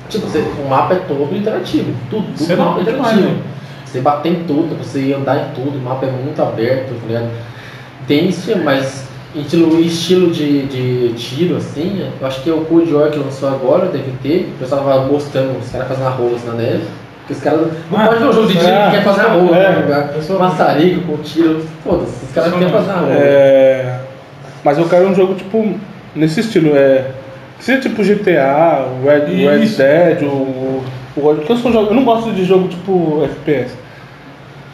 Speaker 3: Tipo, você, o mapa é todo interativo, tudo, tudo
Speaker 2: Você não
Speaker 3: mapa é
Speaker 2: é demais,
Speaker 3: interativo.
Speaker 2: né?
Speaker 3: Você bater em tudo, você ia andar em tudo, o mapa é muito aberto, tá ligado? Tem isso, mas em estilo, em estilo de, de tiro, assim, eu acho que é o Cold War que lançou agora, deve ter, o pessoal tava mostrando os caras fazendo arroz na neve. Porque os caras não
Speaker 2: Ah,
Speaker 3: pode ver um jogo de tiro
Speaker 1: é,
Speaker 3: que quer fazer arroz,
Speaker 1: é,
Speaker 3: né? lugar?
Speaker 1: eu sou-
Speaker 3: Maçarico com tiro, foda-se, os caras
Speaker 2: Sou
Speaker 3: querem
Speaker 2: mesmo.
Speaker 3: fazer arroz.
Speaker 1: É, mas eu quero um jogo tipo nesse estilo, é. Que seja tipo GTA, o Red, o Red
Speaker 2: Isso.
Speaker 1: Dead, o. o God- porque eu, sou jogo, eu não gosto de jogo tipo FPS.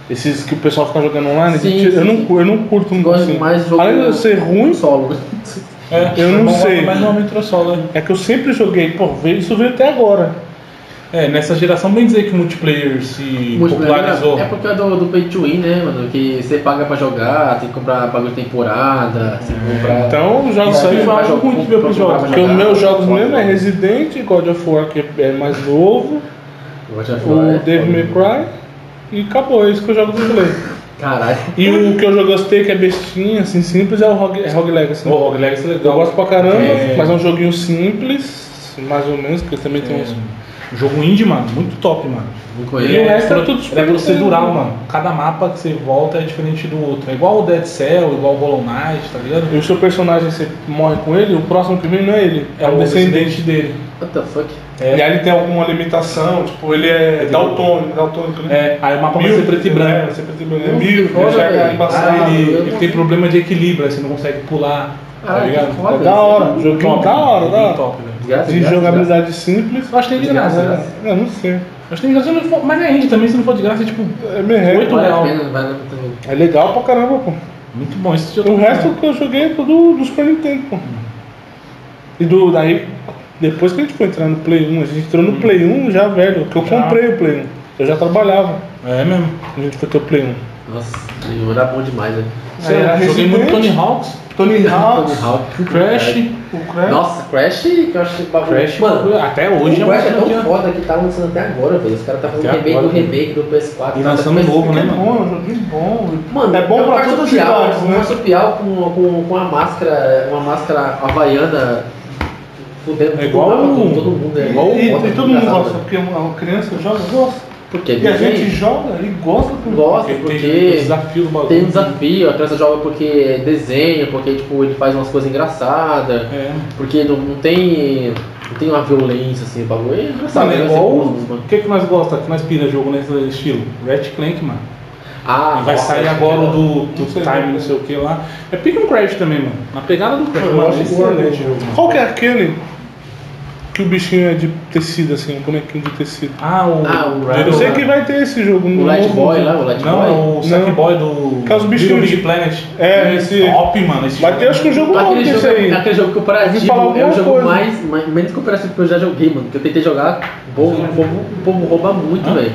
Speaker 1: Esses que o pessoal fica jogando online, de
Speaker 3: Sim,
Speaker 1: tiro, Eu,
Speaker 3: sim.
Speaker 1: não, cu- eu não curto muito
Speaker 3: Gosto
Speaker 1: assim.
Speaker 3: mais de jogo-
Speaker 1: Além de eu ser ruim,
Speaker 3: solo.
Speaker 2: É,
Speaker 1: Eu não
Speaker 2: bom,
Speaker 1: sei.
Speaker 2: Mas não entrou solo, né?
Speaker 1: é que eu sempre joguei, pô, veio- isso veio até agora.
Speaker 2: É, nessa geração, bem dizer que o multiplayer se popularizou.
Speaker 3: É porque é do, do pay to win, né, mano? Que você paga pra jogar, tem que comprar bagulho de temporada, tem que comprar.
Speaker 1: Então os jogos
Speaker 3: Isso aí é
Speaker 1: aí
Speaker 3: vai
Speaker 1: valem
Speaker 3: jogar-
Speaker 1: muito meu
Speaker 3: vai
Speaker 1: pros
Speaker 3: jogar-
Speaker 1: jogos. Porque os meus jogos mesmo é Resident, God of War que é mais novo,
Speaker 3: Eu já falei,
Speaker 1: o Devil May Cry e acabou, é isso que eu jogo do play.
Speaker 3: Caralho.
Speaker 1: E o que eu já gostei, que é bestinha, assim, simples, é o Rogue, é Rogue Legacy.
Speaker 2: O Rogue Legacy é
Speaker 1: Eu
Speaker 2: legal.
Speaker 1: gosto pra caramba,
Speaker 2: É.
Speaker 1: mas é um joguinho simples, mais ou menos, porque também tem uns...
Speaker 2: É, Jogo indie, mano, muito top, mano.
Speaker 3: Não
Speaker 1: E
Speaker 3: conheço.
Speaker 1: o resto é
Speaker 2: pro-
Speaker 1: tudo
Speaker 2: ele é procedural, mano. Cada mapa que você volta é diferente do outro. É igual o Dead Cell, igual o Hollow Knight, tá ligado?
Speaker 1: E o seu personagem, você morre com ele, o próximo que vem não é ele, é, o descendente.
Speaker 2: dele.
Speaker 3: What the fuck?
Speaker 1: E
Speaker 2: É,
Speaker 1: aí ele tem alguma limitação, tipo, ele é daltônico, daltônico, né?
Speaker 2: é, aí o mapa vai
Speaker 1: Míope,
Speaker 2: ser preto e branco.
Speaker 1: né? Vai ser preto e tá branco, é
Speaker 3: Nossa,
Speaker 1: míope,
Speaker 3: que foda,
Speaker 1: enxerga
Speaker 3: velho.
Speaker 1: embaçado.
Speaker 3: Ah,
Speaker 2: Aí
Speaker 3: eu
Speaker 2: ele
Speaker 3: não-
Speaker 2: tem problema de equilíbrio, aí você não consegue pular, tá
Speaker 3: Caralho,
Speaker 2: ligado?
Speaker 3: que foda.
Speaker 1: É da hora, um joguinho
Speaker 2: Top,
Speaker 1: da hora, da
Speaker 2: bem
Speaker 1: hora.
Speaker 2: top, velho.
Speaker 3: Desgraça,
Speaker 1: De
Speaker 3: desgraça,
Speaker 1: jogabilidade simples.
Speaker 2: Eu acho que tem de graça,
Speaker 3: Desgraça,
Speaker 2: né?
Speaker 1: Eu não sei.
Speaker 2: Eu acho que tem de graça, se não for- mas é indie também, se não for de graça, é tipo,
Speaker 1: É merreco.
Speaker 2: Oito?
Speaker 3: desgraça. Vale a
Speaker 2: real.
Speaker 3: pena, vale a pena.
Speaker 1: É legal pra caramba, pô.
Speaker 2: muito bom esse jogo.
Speaker 1: O resto que eu joguei é tudo do Super Nintendo, pô. E do, daí, depois que a gente foi entrar no Play 1, a gente entrou no Play 1 já velho, que eu
Speaker 2: Já.
Speaker 1: comprei o Play 1. Eu já trabalhava
Speaker 2: É mesmo.
Speaker 1: quando a gente foi ter o Play 1.
Speaker 3: Nossa, ele era bom demais, né?
Speaker 1: Sei lá,
Speaker 2: Joguei
Speaker 1: Resident,
Speaker 2: muito Tony Hawks,
Speaker 1: Tony
Speaker 3: Tony
Speaker 1: Hawk,
Speaker 3: Hawk.
Speaker 2: Crash,
Speaker 1: o Crash. né?
Speaker 3: Nossa, Crash, que eu acho que bagulho.
Speaker 2: Crash,
Speaker 3: mano.
Speaker 2: até
Speaker 3: É,
Speaker 1: um
Speaker 3: O
Speaker 2: hoje
Speaker 3: Crash é tão
Speaker 2: franquia.
Speaker 3: foda que tá lançando até agora, velho. Os caras tá fazendo
Speaker 2: Até
Speaker 3: remake do
Speaker 2: agora, né?
Speaker 3: remake do PS4.
Speaker 2: E
Speaker 3: tá
Speaker 2: lançando
Speaker 3: fazendo-
Speaker 2: novo,
Speaker 1: É
Speaker 2: né, mano?
Speaker 1: bom, é um joguinho bom.
Speaker 3: Mano,
Speaker 1: é bom
Speaker 3: um
Speaker 1: pra todas as
Speaker 3: marsupial,
Speaker 1: idades,
Speaker 3: Um
Speaker 1: né?
Speaker 3: marsupial com, com, com uma máscara, uma máscara havaiana fudendo
Speaker 2: É igual
Speaker 3: todo,
Speaker 1: um-
Speaker 2: o-
Speaker 3: todo mundo. É
Speaker 1: E-
Speaker 3: igual o
Speaker 1: e,
Speaker 3: Otto,
Speaker 1: e todo mundo
Speaker 3: engraçado. né? é
Speaker 1: gosta, porque uma criança joga, gosta.
Speaker 3: Por quê?
Speaker 1: E a gente joga e gosta do jogo.
Speaker 3: gosta
Speaker 2: Porque
Speaker 3: porque
Speaker 2: tem o desafio do bagulho.
Speaker 3: tem um desafio, a criança joga porque desenha, porque tipo, ele faz umas coisas engraçadas,
Speaker 2: É.
Speaker 3: porque não, não tem. Não tem uma violência assim, o bagulho. É engraçado,
Speaker 2: Mano, é
Speaker 3: né?
Speaker 2: igual.
Speaker 3: Assim,
Speaker 2: O que, que nós gosta, que nós pira jogo nesse estilo? Ratchet Clank, mano.
Speaker 3: Ah,
Speaker 2: E vai
Speaker 3: nossa, tipo
Speaker 2: sair
Speaker 3: acho que
Speaker 2: agora o
Speaker 3: era.
Speaker 2: do, do
Speaker 1: é Não sei
Speaker 2: Time,
Speaker 1: não.
Speaker 2: não sei o que lá. É pick and crash também, mano. Na pegada do crash.
Speaker 1: Eu acho
Speaker 2: mano.
Speaker 1: excelente. Qual que é aquele que o bichinho é de tecido, assim, um bonequinho de tecido?
Speaker 2: Ah, o.
Speaker 3: Ah, o Red
Speaker 1: Eu sei
Speaker 3: Bull,
Speaker 1: que
Speaker 3: né?
Speaker 1: vai ter esse jogo.
Speaker 3: O
Speaker 1: no
Speaker 3: Light
Speaker 1: novo.
Speaker 3: Boy lá, o Light
Speaker 2: Não, é
Speaker 3: Boy.
Speaker 2: o Sackboy do.
Speaker 1: Que é os bichinhos
Speaker 2: do Big
Speaker 1: de-
Speaker 2: Planet.
Speaker 1: É, esse-
Speaker 2: Top, mano. Esse
Speaker 1: Vai ter acho que um jogo novo
Speaker 3: Tá Aquele
Speaker 1: desse
Speaker 3: jogo,
Speaker 1: aí.
Speaker 3: aquele jogo
Speaker 1: Ouvi
Speaker 3: cooperativo
Speaker 1: falar
Speaker 3: é
Speaker 1: alguma
Speaker 3: o jogo
Speaker 1: coisa.
Speaker 3: mais, mais- menos cooperativo que eu já joguei, mano. Que eu tentei jogar, o povo, o povo, o povo rouba muito,
Speaker 2: Hã?
Speaker 3: velho.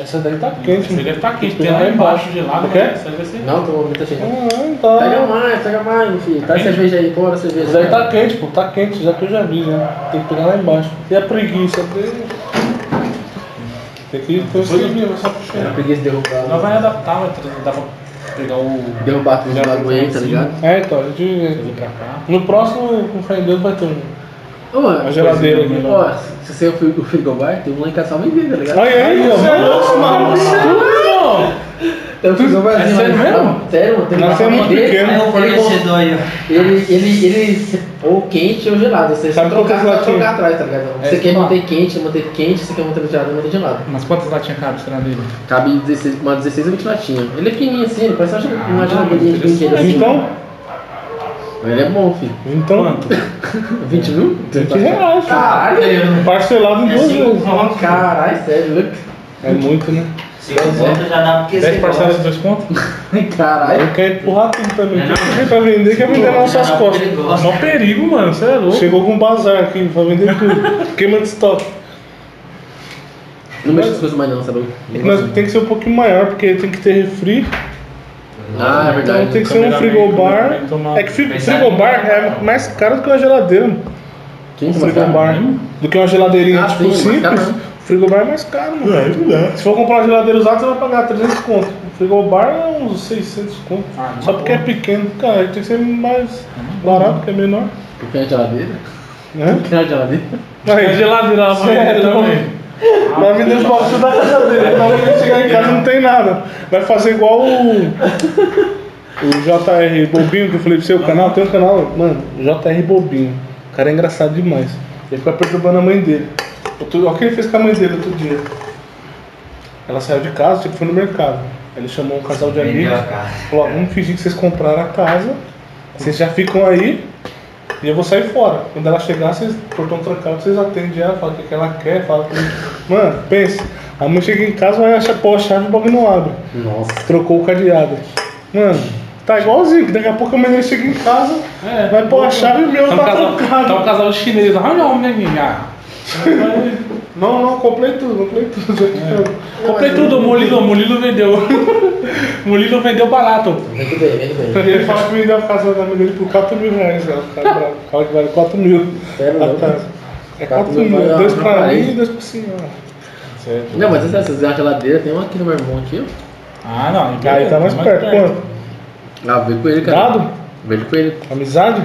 Speaker 1: Essa daí tá
Speaker 2: Quente,
Speaker 1: quente,
Speaker 2: Ele
Speaker 1: mano.
Speaker 2: deve estar quente. Tem lá embaixo de lado.
Speaker 1: tá O quê?
Speaker 2: mas Essa aí vai ser.
Speaker 3: Não, tô muito cheio.
Speaker 1: Ah, tá.
Speaker 3: Pega mais, pega mais, meu filho. Tá
Speaker 2: Tá quente?
Speaker 3: cerveja aí, toma cerveja.
Speaker 1: Isso daí tá quente, pô. Tá quente, já que eu já vi, já. Tem que pegar lá embaixo. E a preguiça? Tem que ter o serviço, só
Speaker 3: Era
Speaker 1: puxar.
Speaker 3: preguiça de
Speaker 2: Não
Speaker 3: derrubar.
Speaker 2: vai adaptar, vai tra- dá pra pegar o.
Speaker 3: Derrubar tudo
Speaker 2: Já
Speaker 3: do lado
Speaker 2: foi
Speaker 3: aí, tá
Speaker 2: assim.
Speaker 3: ligado?
Speaker 1: É, então, a gente...
Speaker 2: Fazer pra cá.
Speaker 1: No próximo, com fé em Deus, vai ter um.
Speaker 3: Ô, mano,
Speaker 1: A geladeira né? aqui.
Speaker 3: ó, se se você é o filho, o filho do Gobar, tem um lá em casa vender, tá ligado?
Speaker 1: Olha aí, é ó. é Nossa,
Speaker 3: Tem um filho do
Speaker 1: É
Speaker 3: Gobarzinho lá
Speaker 1: sério
Speaker 3: em casa.
Speaker 1: mesmo?
Speaker 3: Sério, mano. Tem
Speaker 1: Nós
Speaker 3: lá
Speaker 1: é muito
Speaker 3: dele.
Speaker 1: pequeno.
Speaker 4: É o
Speaker 3: Ele,
Speaker 4: fornecedor aí, ó.
Speaker 3: ele, ele, ele- ou quente ou gelado. Você
Speaker 1: Sabe
Speaker 3: só trocar,
Speaker 1: quantas
Speaker 3: só
Speaker 1: latinhas?
Speaker 3: trocar atrás, tá ligado?
Speaker 2: É,
Speaker 3: Você quer
Speaker 2: tá.
Speaker 3: manter quente, manter quente, você quer manter gelado, manter gelado.
Speaker 2: Mas quantas latinhas cabe será dele?
Speaker 3: Cabe 16, uma 16 ou 20 latinhas. Ele é pequenininho assim, ele parece uma gel- uma
Speaker 2: Ah,
Speaker 3: gelabinha de brinquedo assim.
Speaker 1: Então,
Speaker 3: Mas Ele é bom, filho.
Speaker 1: então...
Speaker 2: Quanto?
Speaker 3: 20 mil?
Speaker 1: 20 reais, pô.
Speaker 3: Caralho, velho.
Speaker 1: Parcelado em
Speaker 4: É
Speaker 1: duas
Speaker 4: cinco
Speaker 1: vezes.
Speaker 4: conto.
Speaker 3: Caralho, sério, velho.
Speaker 1: É muito, né?
Speaker 4: Cinco conto já dá porque você
Speaker 2: 10 parcelas de
Speaker 4: gosta.
Speaker 2: dois contos?
Speaker 3: Caralho.
Speaker 1: Ele quer empurrar tudo também. Tudo que é pra vender, quer vender nas suas
Speaker 4: Já dá porque
Speaker 1: costas.
Speaker 4: ele gosta.
Speaker 2: Mó perigo, mano. Você é louco.
Speaker 1: Chegou com um bazar aqui, vai vender tudo. Queima de estoque.
Speaker 3: Não mexe nas coisas mais não, sabe? Uhum.
Speaker 1: Mas tem que ser um pouquinho maior, porque tem que ter refri.
Speaker 3: Ah, é verdade. né?
Speaker 1: Então tem que ser um
Speaker 2: Cameraman,
Speaker 1: frigobar.
Speaker 2: cameraman tomar-
Speaker 1: É que fri-
Speaker 4: Mas
Speaker 1: frigobar
Speaker 4: sabe-
Speaker 1: é mais caro do que uma geladeira. mano.
Speaker 3: Quem que mais caro?
Speaker 1: Frigobar. Do que uma geladeirinha
Speaker 3: Ah,
Speaker 1: tipo
Speaker 3: sim, mais caro
Speaker 1: simples.
Speaker 3: né? mesmo.
Speaker 1: Frigobar é mais caro, mano. Se for comprar uma geladeira usada, você vai pagar 300 conto. Frigobar é uns 600 conto.
Speaker 2: Ah,
Speaker 1: Só
Speaker 2: uma
Speaker 1: porque é
Speaker 2: boa.
Speaker 1: pequeno. Cara, tem que ser mais barato, porque é menor.
Speaker 3: Porque é geladeira?
Speaker 1: Né?
Speaker 3: Porque é geladeira?
Speaker 1: Aí,
Speaker 2: É geladeira lá,
Speaker 1: Cê é louco. Vai vender os bagulhos da casa dele. Na hora que ele chegar em casa não tem nada. Vai fazer igual o. O JR Bobinho, que eu falei pra você, o canal, tem um canal, mano, JR Bobinho. O cara é engraçado demais. Ele fica perturbando a mãe dele. Outro, olha o que ele fez com a mãe dele outro dia. Ela saiu de casa, tipo, foi no mercado. Aí Ele chamou um casal de
Speaker 4: Vendeu
Speaker 1: amigos.
Speaker 4: a casa.
Speaker 1: Falou, ó, vamos fingir que vocês compraram a casa. Vocês já ficam aí. E eu vou sair fora. Quando ela chegar, vocês portão trancado, vocês atendem ela, falam o que que ela quer, fala que. Mano, pensa. A mãe chega em casa, vai achar, pô, a chave o bagulho não abre.
Speaker 3: Nossa.
Speaker 1: Trocou o cadeado. Mano, tá igualzinho, que daqui a pouco a mãe dele chega em casa,
Speaker 2: É.
Speaker 1: vai pôr a chave e o meu
Speaker 2: Tá um
Speaker 1: tá
Speaker 2: casal, tá um
Speaker 1: trancado.
Speaker 2: casal chinês lá. Ah, não, né, minha? Vai-
Speaker 1: Não, não, comprei tudo, comprei tudo.
Speaker 2: É. Comprei tudo, Molino, Molino vendeu. Molino vendeu barato.
Speaker 3: Muito bem, muito bem.
Speaker 1: E ele fala que vendeu a casa da mãe dele por 4 mil reais, cara. O cara bravo. Fala que vale 4 mil.
Speaker 3: Sério,
Speaker 1: A
Speaker 3: não?
Speaker 1: casa. É 4
Speaker 3: Quatro mil
Speaker 1: mil,
Speaker 3: pra-
Speaker 1: dois
Speaker 3: pra
Speaker 1: pra mim
Speaker 3: parede.
Speaker 1: e dois pro senhor.
Speaker 3: Não, mas essa, essa geladeira tem uma aqui no meu irmão aqui, ó.
Speaker 2: Ah, não. então-
Speaker 1: Aí tá mais perto. Quanto?
Speaker 3: Ah, veio com ele, cara.
Speaker 1: Dado?
Speaker 3: Veio com ele.
Speaker 1: Amizade?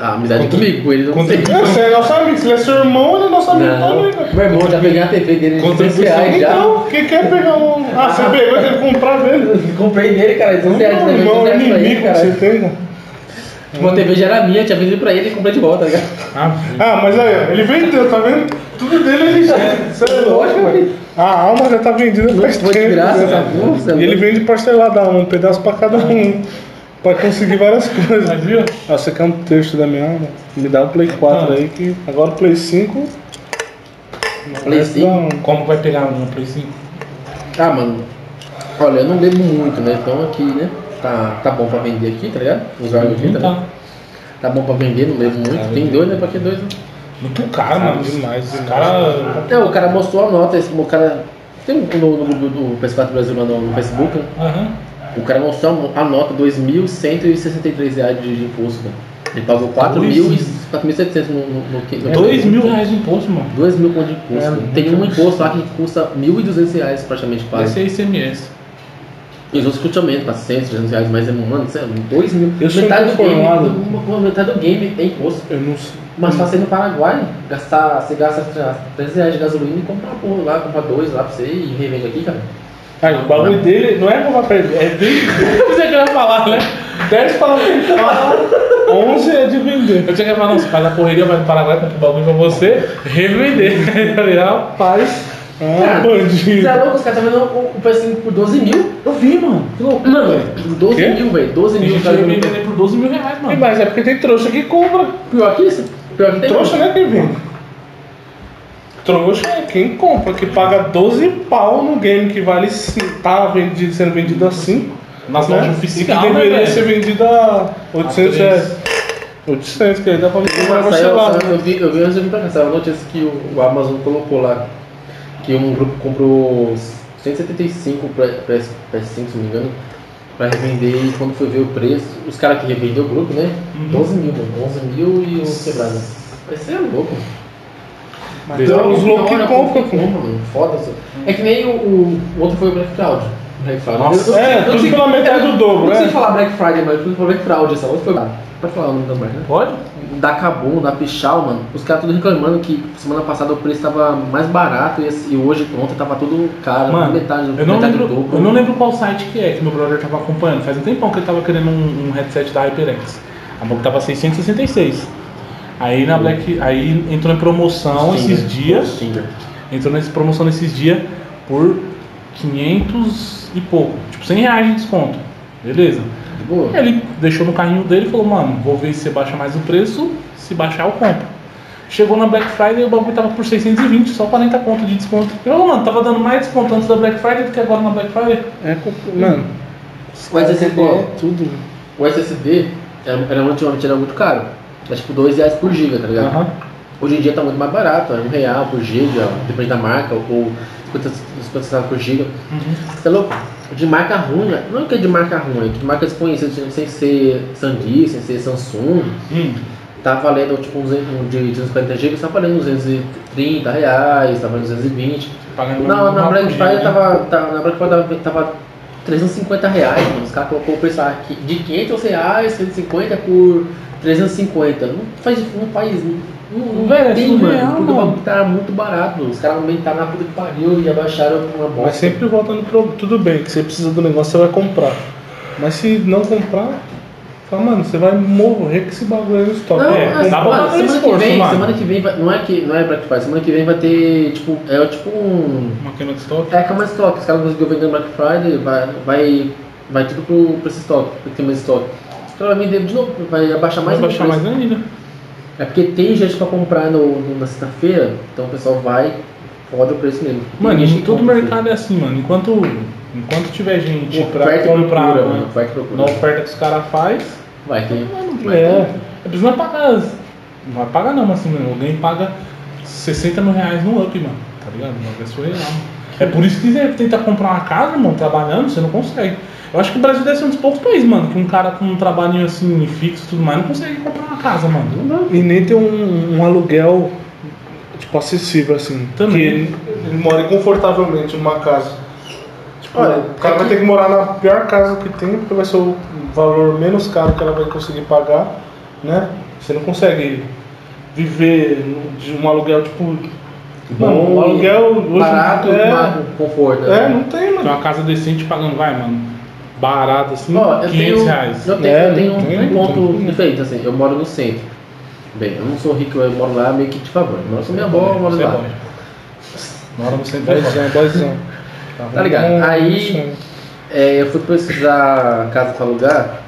Speaker 3: Ah, amizade comigo, com ele, não sei.
Speaker 1: Contribuição. Você é nosso amigo, se ele é seu irmão, ele é nosso amigo
Speaker 3: Não,
Speaker 1: também,
Speaker 3: meu
Speaker 1: cara.
Speaker 3: irmão já peguei a TV dele de 200 reais já.
Speaker 1: Então, quem quer pegar um. Ah, você pegou, tem que comprar dele.
Speaker 3: Comprei nele, cara, 200 reais.
Speaker 1: Meu irmão, é inimigo que você tem, né? cara.
Speaker 3: Uma TV já era minha, tinha vendido pra ele e comprei de volta, tá ligado?
Speaker 2: Ah,
Speaker 1: Ah, mas aí, ó, ele vendeu, tá vendo? Tudo dele ele já. Você é louco,
Speaker 3: Lógico,
Speaker 1: mano.
Speaker 3: velho.
Speaker 1: A alma já tá vendida
Speaker 3: Não
Speaker 1: faz
Speaker 3: foi de
Speaker 1: tempo,
Speaker 3: graça,
Speaker 1: né?
Speaker 3: tá bom, você é
Speaker 1: E ele
Speaker 3: louco.
Speaker 1: vende parcelada a alma, um pedaço pra cada um. Pra conseguir várias coisas.
Speaker 2: mas viu?
Speaker 1: Ah, você quer um texto da minha alma? Me dá o Play
Speaker 2: É,
Speaker 1: 4 aí que. Agora o Play 5.
Speaker 3: Play
Speaker 1: Esse dá
Speaker 3: 5?
Speaker 1: um.
Speaker 2: Hum, Como vai pegar no Play 5?
Speaker 3: assim, Ah, mano. Olha, eu não bebo muito, né? Então aqui, né? Tá, tá bom pra vender aqui, tá ligado? Os órgãos aqui, tá ligado?
Speaker 2: Tá.
Speaker 3: Tá bom pra vender, não bebo muito. Tem dois, né? Pra que dois? Né?
Speaker 2: Muito caro,
Speaker 1: Caro
Speaker 2: mano.
Speaker 1: demais,
Speaker 2: Os
Speaker 1: demais.
Speaker 2: caras.
Speaker 3: É, o cara mostrou a nota, esse o cara. Tem um no, no grupo do PS4 Brasil lá no, no Facebook, né?
Speaker 2: Aham.
Speaker 3: O cara mostrou a nota, R$ 2.163 reais de, de imposto, cara. Ele pagou 4.700 no, no, no,
Speaker 1: É
Speaker 3: no, no
Speaker 2: 2 É mil reais de imposto, mano.
Speaker 3: 2 mil conto de imposto. Tem um imposto lá que custa 1.200 reais praticamente quase.
Speaker 2: Esse é ICMS.
Speaker 3: E os outros custam menos, 400, 300 reais, mas é, mano, sério, 2 mil.
Speaker 1: Eu sou
Speaker 3: do game,
Speaker 1: inconformado.
Speaker 3: uma, uma- metade do game é imposto.
Speaker 1: Eu não sei.
Speaker 3: Mas pra você ir no Paraguai, gastar, você gasta 300 reais de gasolina e compra uma porra lá, compra dois lá pra você e revende aqui, cara.
Speaker 1: Aí, o bagulho dele não é comprar pra ele, é vender.
Speaker 2: Você que vai falar, né?
Speaker 1: 10 pra comprar, 11 é de vender.
Speaker 2: Eu tinha que falar, não, você faz a correria, vai no Paraguai, compra o bagulho pra você, revender. Tá ligado? tá
Speaker 1: Rapaz, Ah,
Speaker 3: Você
Speaker 1: bandido.
Speaker 3: é louco, os caras estão vendendo o o PS5 por 12 mil?
Speaker 2: Eu vi, mano. Que louco.
Speaker 3: Mano, velho, 12
Speaker 1: Quê?
Speaker 3: mil, velho. 12
Speaker 2: Tem
Speaker 3: mil,
Speaker 2: gente
Speaker 3: cara.
Speaker 2: que vende ele por 12 mil reais,
Speaker 1: E
Speaker 2: mano.
Speaker 1: mais é porque tem trouxa que compra.
Speaker 2: né?
Speaker 3: Pior que isso? Pior que tem.
Speaker 1: Trouxa não é quem vende. Trouxa é quem compra, que paga 12 pau no game que vale 5. Tá vendido, sendo vendido a 5.
Speaker 2: Nas
Speaker 1: né?
Speaker 2: lojas
Speaker 1: E
Speaker 2: oficiais,
Speaker 1: que
Speaker 2: né,
Speaker 1: deveria
Speaker 2: velho?
Speaker 1: ser vendido a 800
Speaker 2: A três.
Speaker 1: reais. 800, que aí dá pra vender mais
Speaker 3: Saiu-
Speaker 1: parcelado.
Speaker 3: saiu- eu vi, eu vi antes de vir pra cá, saiu a notícia que o, o Amazon colocou lá que um grupo comprou 175 pra- PS- PS5, se não me engano, pra revender e quando foi ver o preço, os caras que revendeu o grupo, né?
Speaker 1: Uhum.
Speaker 3: 12 mil, mano. 11 mil e uns quebrados. Vai ser é louco.
Speaker 1: Mas Então, os loucos que
Speaker 3: Não,
Speaker 1: compram.
Speaker 3: não, compra, um, mano. Foda-se. É que nem o, o- o outro foi o Black Fraud. Black Fraud.
Speaker 1: Nossa, é, tudo
Speaker 3: sei-
Speaker 1: pela metade
Speaker 3: eu-
Speaker 1: do dobro,
Speaker 3: Eu não
Speaker 1: é.
Speaker 3: sei falar Black Friday, mas tudo foi Black Fraud. Essa outra foi. Pode falar o nome da marca, né?
Speaker 2: Pode?
Speaker 3: da Kabum, da Pichal, mano, os caras tudo reclamando que semana passada o preço tava mais barato e, esse- e hoje, ontem, tava tudo caro,
Speaker 2: Mano,
Speaker 3: metade,
Speaker 2: Eu não,
Speaker 3: metade
Speaker 2: lembro,
Speaker 3: do dobro.
Speaker 2: eu não lembro qual site que é que meu brother tava acompanhando. Faz um tempão que ele tava querendo um, um headset da HyperX. A boca tava 666. Aí na Black. Aí entrou em promoção
Speaker 3: Stinger.
Speaker 2: esses dias.
Speaker 3: Stinger.
Speaker 2: Entrou nessa promoção nesses dias por 500 e pouco. Tipo, 100 reais de desconto. Beleza.
Speaker 3: De boa.
Speaker 1: É,
Speaker 2: Ele deixou no carrinho dele e falou, mano, vou ver se baixa mais o preço, se baixar eu compro. Chegou na Black Friday e o bagulho tava por 620, só 40 conto de desconto. Ele falou, mano, tava dando mais desconto antes da Black Friday do que agora na Black Friday.
Speaker 1: É, compra- mano.
Speaker 3: O SSD,
Speaker 1: É tudo.
Speaker 3: o SSD era, era, ultimamente era muito caro. Era tipo 2 reais por giga, tá ligado?
Speaker 2: Aham.
Speaker 3: Hoje em dia tá muito mais barato, é um real por giga, depende da marca, ou 50 50 centavos por giga.
Speaker 2: Uhum.
Speaker 3: Você é louco? De marca ruim, né? não é que é de marca ruim, é de marca desconhecida, sem ser SanDisk, sem ser Samsung,
Speaker 2: Hum.
Speaker 3: tá valendo tipo uns, um de 240 GB, tá valendo 230 reais, tá valendo 220.
Speaker 2: Pagando
Speaker 3: Na, na
Speaker 2: uma
Speaker 3: Black
Speaker 2: coxinha,
Speaker 3: Friday
Speaker 2: É um né?
Speaker 3: tava, tava, na Black Friday tava, tava 350 reais, mano. Os caras colocou o preço aqui de 500 reais, 150 por 350. Não faz, não faz, não, não
Speaker 2: Velho,
Speaker 3: tem,
Speaker 2: é
Speaker 3: mano.
Speaker 2: surreal,
Speaker 3: porque o
Speaker 2: mano.
Speaker 3: bagulho tá muito barato, mano. Os caras aumentaram na puta que pariu e abaixaram uma bosta.
Speaker 1: Mas sempre voltando pro. Tudo bem, que você precisa do negócio, você vai comprar. Mas se não comprar, fala, mano, você vai morrer com esse bagulho aí no estoque.
Speaker 3: Não,
Speaker 1: É,
Speaker 3: é,
Speaker 2: dá pra
Speaker 3: mano,
Speaker 2: fazer
Speaker 3: semana
Speaker 2: esforço,
Speaker 3: que vem,
Speaker 2: mano.
Speaker 3: semana que vem, vai- não é que não é Black Friday, semana que vem vai ter tipo, é tipo um
Speaker 2: Uma queima de estoque.
Speaker 3: É, calma estoque. Os caras conseguiu vender no Black Friday, vai, vai, vai tudo pro, pra esse estoque, pro tema de estoque. Os caras vão vender de novo, vai abaixar mais
Speaker 2: Vai baixar
Speaker 3: o
Speaker 2: mais né?
Speaker 3: preço.
Speaker 2: ainda.
Speaker 3: É porque tem gente pra comprar no, no- na sexta-feira, então o pessoal vai, foda o preço mesmo. Tem
Speaker 2: Mano,
Speaker 3: gente
Speaker 2: em
Speaker 3: que
Speaker 2: todo
Speaker 3: compra,
Speaker 2: mercado é assim, mano. Enquanto, enquanto tiver gente
Speaker 3: Oferta
Speaker 2: pra
Speaker 3: e
Speaker 2: comprar
Speaker 3: procura,
Speaker 2: né,
Speaker 3: mano. Oferta e
Speaker 2: na
Speaker 3: procura.
Speaker 2: oferta que os caras fazem,
Speaker 3: Vai ter. Vai
Speaker 2: É,
Speaker 3: ter.
Speaker 2: eu preciso não pagar. Não vai pagar não, mas assim, mano, alguém paga 60 mil reais no up, mano. Tá ligado? Uma pessoa real. É por isso que você tenta comprar uma casa, mano, trabalhando, você não consegue. Eu acho que o Brasil deve ser um dos poucos países, mano, que um cara com um trabalhinho assim fixo e tudo mais não consegue comprar uma casa, mano. Não dá.
Speaker 1: E nem tem um, um aluguel, tipo, acessível, assim.
Speaker 2: Também.
Speaker 1: Que ele, ele more confortavelmente numa casa. Tipo,
Speaker 3: Olha, é
Speaker 1: o cara vai ter que morar na pior casa que tem, porque vai ser o valor menos caro que ela vai conseguir pagar, né? Você não consegue viver de um aluguel, tipo... Mano,
Speaker 3: Bom
Speaker 1: o
Speaker 3: e
Speaker 1: aluguel hoje
Speaker 3: Barato,
Speaker 1: é,
Speaker 3: barato, conforto.
Speaker 1: é,
Speaker 3: né?
Speaker 1: não tem, mano.
Speaker 2: Tem uma casa decente pagando, vai, mano. Barato, assim,
Speaker 3: Ó, é eu
Speaker 2: 500
Speaker 3: tenho,
Speaker 2: reais.
Speaker 3: Eu tenho,
Speaker 1: É,
Speaker 3: eu tenho um,
Speaker 1: não tem,
Speaker 3: um ponto
Speaker 1: não tem.
Speaker 3: diferente, assim, eu moro no centro. Bem, eu não sou rico, eu moro lá meio que de favor. Eu moro com minha avó, eu moro
Speaker 2: Você é
Speaker 3: lá.
Speaker 2: pode. Mora no centro da loja.
Speaker 1: Dozão, dozão.
Speaker 3: Tá ligado?
Speaker 1: É,
Speaker 3: Aí- É, eu fui pesquisar casa pra alugar,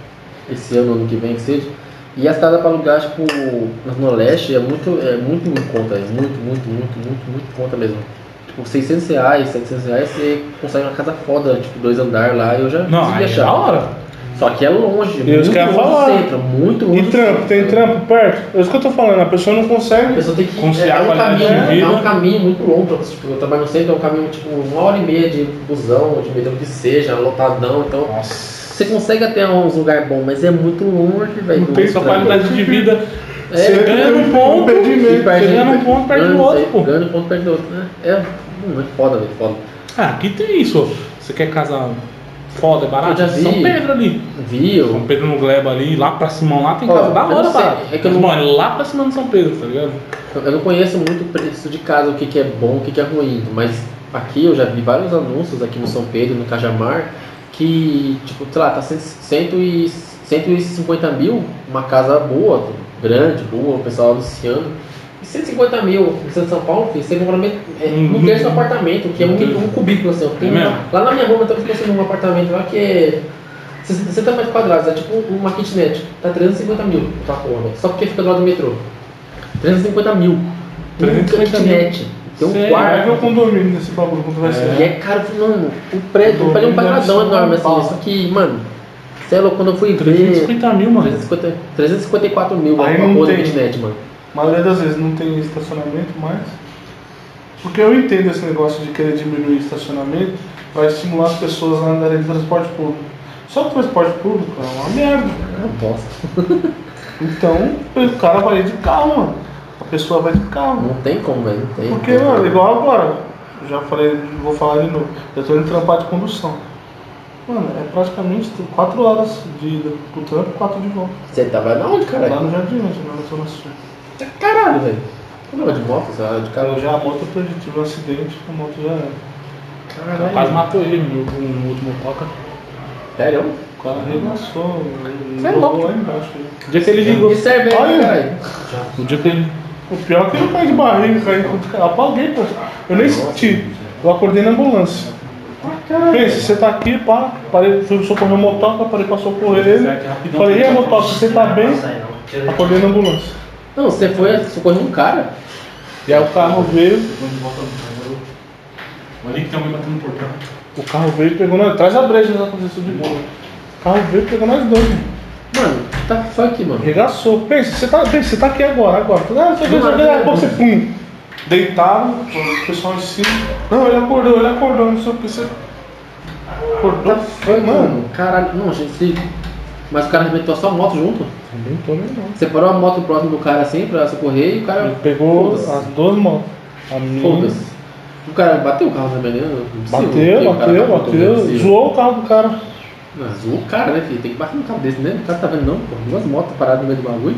Speaker 3: esse ano, ano que vem que seja, e as casas pra alugar, tipo, no leste é muito, é muito em conta, é muito, muito, muito, muito, muito em conta mesmo. Tipo, 600 reais, 700 reais, você consegue uma casa foda, tipo, dois andares lá, eu já
Speaker 2: Não,
Speaker 3: consegui
Speaker 2: aí é da hora.
Speaker 3: Só que é longe,
Speaker 1: E os
Speaker 3: muito
Speaker 1: caras
Speaker 3: longe
Speaker 1: falaram.
Speaker 3: do centro, muito longe
Speaker 1: E
Speaker 3: do
Speaker 1: trampo,
Speaker 3: centro.
Speaker 1: tem trampo perto? É isso que eu tô falando, a pessoa não
Speaker 3: A
Speaker 1: consegue.
Speaker 3: pessoa tem que
Speaker 2: Conciliar
Speaker 3: é,
Speaker 2: a
Speaker 3: um
Speaker 2: qualidade
Speaker 3: caminho,
Speaker 2: de vida.
Speaker 3: é um caminho muito longo. pra- Tipo, eu trabalho no centro, é um caminho tipo uma hora e meia de busão, de metrô que seja, lotadão. Então
Speaker 2: Nossa.
Speaker 3: você consegue até uns lugares bons, mas é muito longe, velho.
Speaker 1: Não
Speaker 3: do
Speaker 1: tem
Speaker 2: Sua
Speaker 3: trampo.
Speaker 2: qualidade de vida
Speaker 3: É,
Speaker 1: Você
Speaker 2: ganha um
Speaker 1: tem
Speaker 2: ponto,
Speaker 1: impedimento,
Speaker 3: e perde-
Speaker 1: você
Speaker 2: Você
Speaker 1: ganha
Speaker 2: ganha um ponto, perde o outro, pô.
Speaker 3: Ganha um ponto, perde o outro, né? É, hum, é foda, velho, foda.
Speaker 2: Ah, aqui tem isso. ó. Você quer casa foda,
Speaker 3: Eu
Speaker 2: barata?
Speaker 3: já vi.
Speaker 2: São Pedro ali.
Speaker 3: Viu?
Speaker 2: São Pedro no Gleba ali, lá pra Simão lá tem
Speaker 3: Ó,
Speaker 2: casa da
Speaker 3: eu não
Speaker 2: hora,
Speaker 3: sei,
Speaker 2: barata.
Speaker 3: é que eu não-
Speaker 2: Mano, lá pra cima de São Pedro, tá ligado?
Speaker 3: Eu não conheço muito o preço de casa, o que, que é bom, o que, que é ruim, mas aqui eu já vi vários anúncios aqui no São Pedro, no Cajamar, que, tipo, sei lá, tá cento- cento e- 150 mil, uma casa boa, grande, boa, o pessoal anunciando, e 150 mil no centro de São Paulo, filho, você compra met- é,
Speaker 1: Uhum.
Speaker 3: um terço do apartamento, que é um,
Speaker 2: Entendi.
Speaker 3: um cubículo assim. ó. Tem
Speaker 2: É
Speaker 3: uma-
Speaker 2: mesmo?
Speaker 3: lá na minha rua eu tava conseguindo um apartamento lá que é 60 60 metros quadrados, é tipo uma kitnet. Tá 350 mil tá porra, velho. Só porque fica do lado do metrô. 350 mil.
Speaker 1: 350
Speaker 3: uma
Speaker 1: mil. É,
Speaker 3: kitnet. Tem um
Speaker 2: Sei,
Speaker 1: Vai ver o
Speaker 3: quarto.
Speaker 1: condomínio desse bagulho quando vai ser.
Speaker 3: E é caro, mano, o prédio, o prédio é um quadradão enorme assim, só que, mano, sei lá, quando eu fui ver.
Speaker 2: 350 mil, mano.
Speaker 3: 350, 354 mil,
Speaker 1: Aí
Speaker 3: uma
Speaker 1: não
Speaker 3: porra da
Speaker 1: tem.
Speaker 3: kitnet, mano. É
Speaker 1: A maioria das vezes não tem estacionamento mais. Porque eu entendo esse negócio de querer diminuir estacionamento para estimular as pessoas a andarem de transporte público. Só que o transporte público é uma merda.
Speaker 3: Ah, bosta.
Speaker 1: Então o cara vai de carro, mano. A pessoa vai de carro.
Speaker 3: Não tem como, velho. Não tem.
Speaker 1: Porque,
Speaker 3: Não tem
Speaker 1: mano,
Speaker 3: como.
Speaker 1: igual agora. Eu já falei, vou falar de novo. Eu tô indo trampar de condução. Mano, é praticamente 4 horas de ida pro trampo e 4 de volta.
Speaker 3: Você tá vai na onde,
Speaker 1: Lá
Speaker 3: caralho?
Speaker 1: no Jardim, né, na Zona Sul.
Speaker 3: Caralho, velho. Você não vai de moto, você vai de
Speaker 1: Cara,
Speaker 3: carro.
Speaker 1: já a moto eu perdi, tive um acidente, a moto já era.
Speaker 2: Quase matou ele no, no último toca.
Speaker 3: Sério?
Speaker 1: O cara arregaçou, ele
Speaker 3: Você é
Speaker 1: jogou
Speaker 3: louco.
Speaker 1: lá embaixo.
Speaker 2: O dia que ele ligou.
Speaker 3: E serve aí,
Speaker 1: Olha.
Speaker 3: caralho.
Speaker 2: O dia que ele.
Speaker 1: O pior é que eu caí de barriga, caí com o cara. Apaguei, pô. Eu nem senti. Eu acordei na ambulância. Pensa, você tá aqui, pá, parei, fui socorrer o motoca, parei pra socorrer ele.
Speaker 2: Certo, rapidão.
Speaker 1: Falei, e aí, motoca, você tá bem?
Speaker 4: Não,
Speaker 1: Acordei na ambulância.
Speaker 3: Não, você foi socorrer um cara.
Speaker 1: E aí o carro veio,
Speaker 2: Olha que tem alguém batendo no portão.
Speaker 1: o carro veio e pegou nós. Traz a né, breja já aconteceu de boa. O carro veio e pegou nós dois, mano.
Speaker 3: Mano, tá fuck, mano.
Speaker 1: Arregaçou. Pensa, você tá, pensa, você tá aqui agora, agora. Ah, você
Speaker 3: Não,
Speaker 1: vai daqui a
Speaker 3: não.
Speaker 1: pouco você pum. Deitaram, o pessoal em cima. Não, ele acordou, ele acordou, não sei o que você. Acordou.
Speaker 3: Tá fuck, mano. Caralho. Não, gente, se... Mas o cara arrebentou a sua moto junto.
Speaker 1: Nem tô nem não.
Speaker 3: Você parou a moto próximo do cara assim pra socorrer e o cara.
Speaker 1: Ele pegou
Speaker 3: Foda-se.
Speaker 1: as duas mãos. A minha.
Speaker 3: Foda-se. O cara bateu o carro também, né? Não é possível.
Speaker 1: Bateu, bateu,
Speaker 3: O cara tá com
Speaker 1: bateu.
Speaker 3: cotovelo,
Speaker 1: Zoou o carro do cara.
Speaker 3: Não, Zoou o cara, né, filho? Tem que bater no cara desse, né? O cara tá vendo, não, pô. Duas motos paradas no meio do bagulho.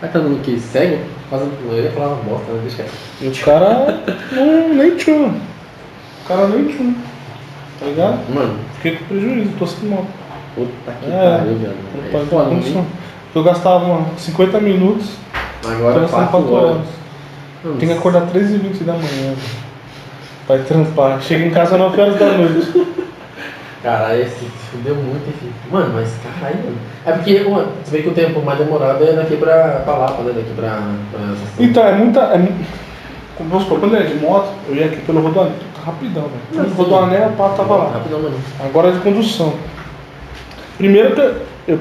Speaker 3: Vai tá dando o quê? Cego? Fazendo. Eu ia falar uma bosta, né? Deixa
Speaker 1: E
Speaker 3: eu-
Speaker 1: o cara não, nem tinha. O cara nem tinha. Tá ligado?
Speaker 3: Mano,
Speaker 1: Fiquei com prejuízo, tô sem moto.
Speaker 3: puta que
Speaker 1: É,
Speaker 3: pariu,
Speaker 1: Não
Speaker 3: velho.
Speaker 1: tá
Speaker 3: É
Speaker 1: em
Speaker 3: foda,
Speaker 1: condição.
Speaker 3: né?
Speaker 1: Eu gastava mano, 50 minutos,
Speaker 3: Agora
Speaker 1: são
Speaker 3: 4 horas. Mano,
Speaker 1: Tem que acordar 3h20 da manhã. Vai trampar. Chega em casa 9 horas da noite.
Speaker 3: Caralho, esse se fudeu muito, hein, filho. Mano, mas caralho, mano. É porque, mano, você vê que o tempo mais demorado é daqui pra, pra Lapa, né? Daqui pra. pra estação.
Speaker 1: Então, é muita. É, mu- como vamos supor, quando eu era de moto, eu ia aqui pelo Rodoanel. Puta, Rapidão,
Speaker 3: Não,
Speaker 1: velho.
Speaker 3: sim.
Speaker 1: Pelo Rodoanel, o pato tava lá.
Speaker 3: Rapidão, mano.
Speaker 1: Agora é de condução. Primeiro que eu, eu,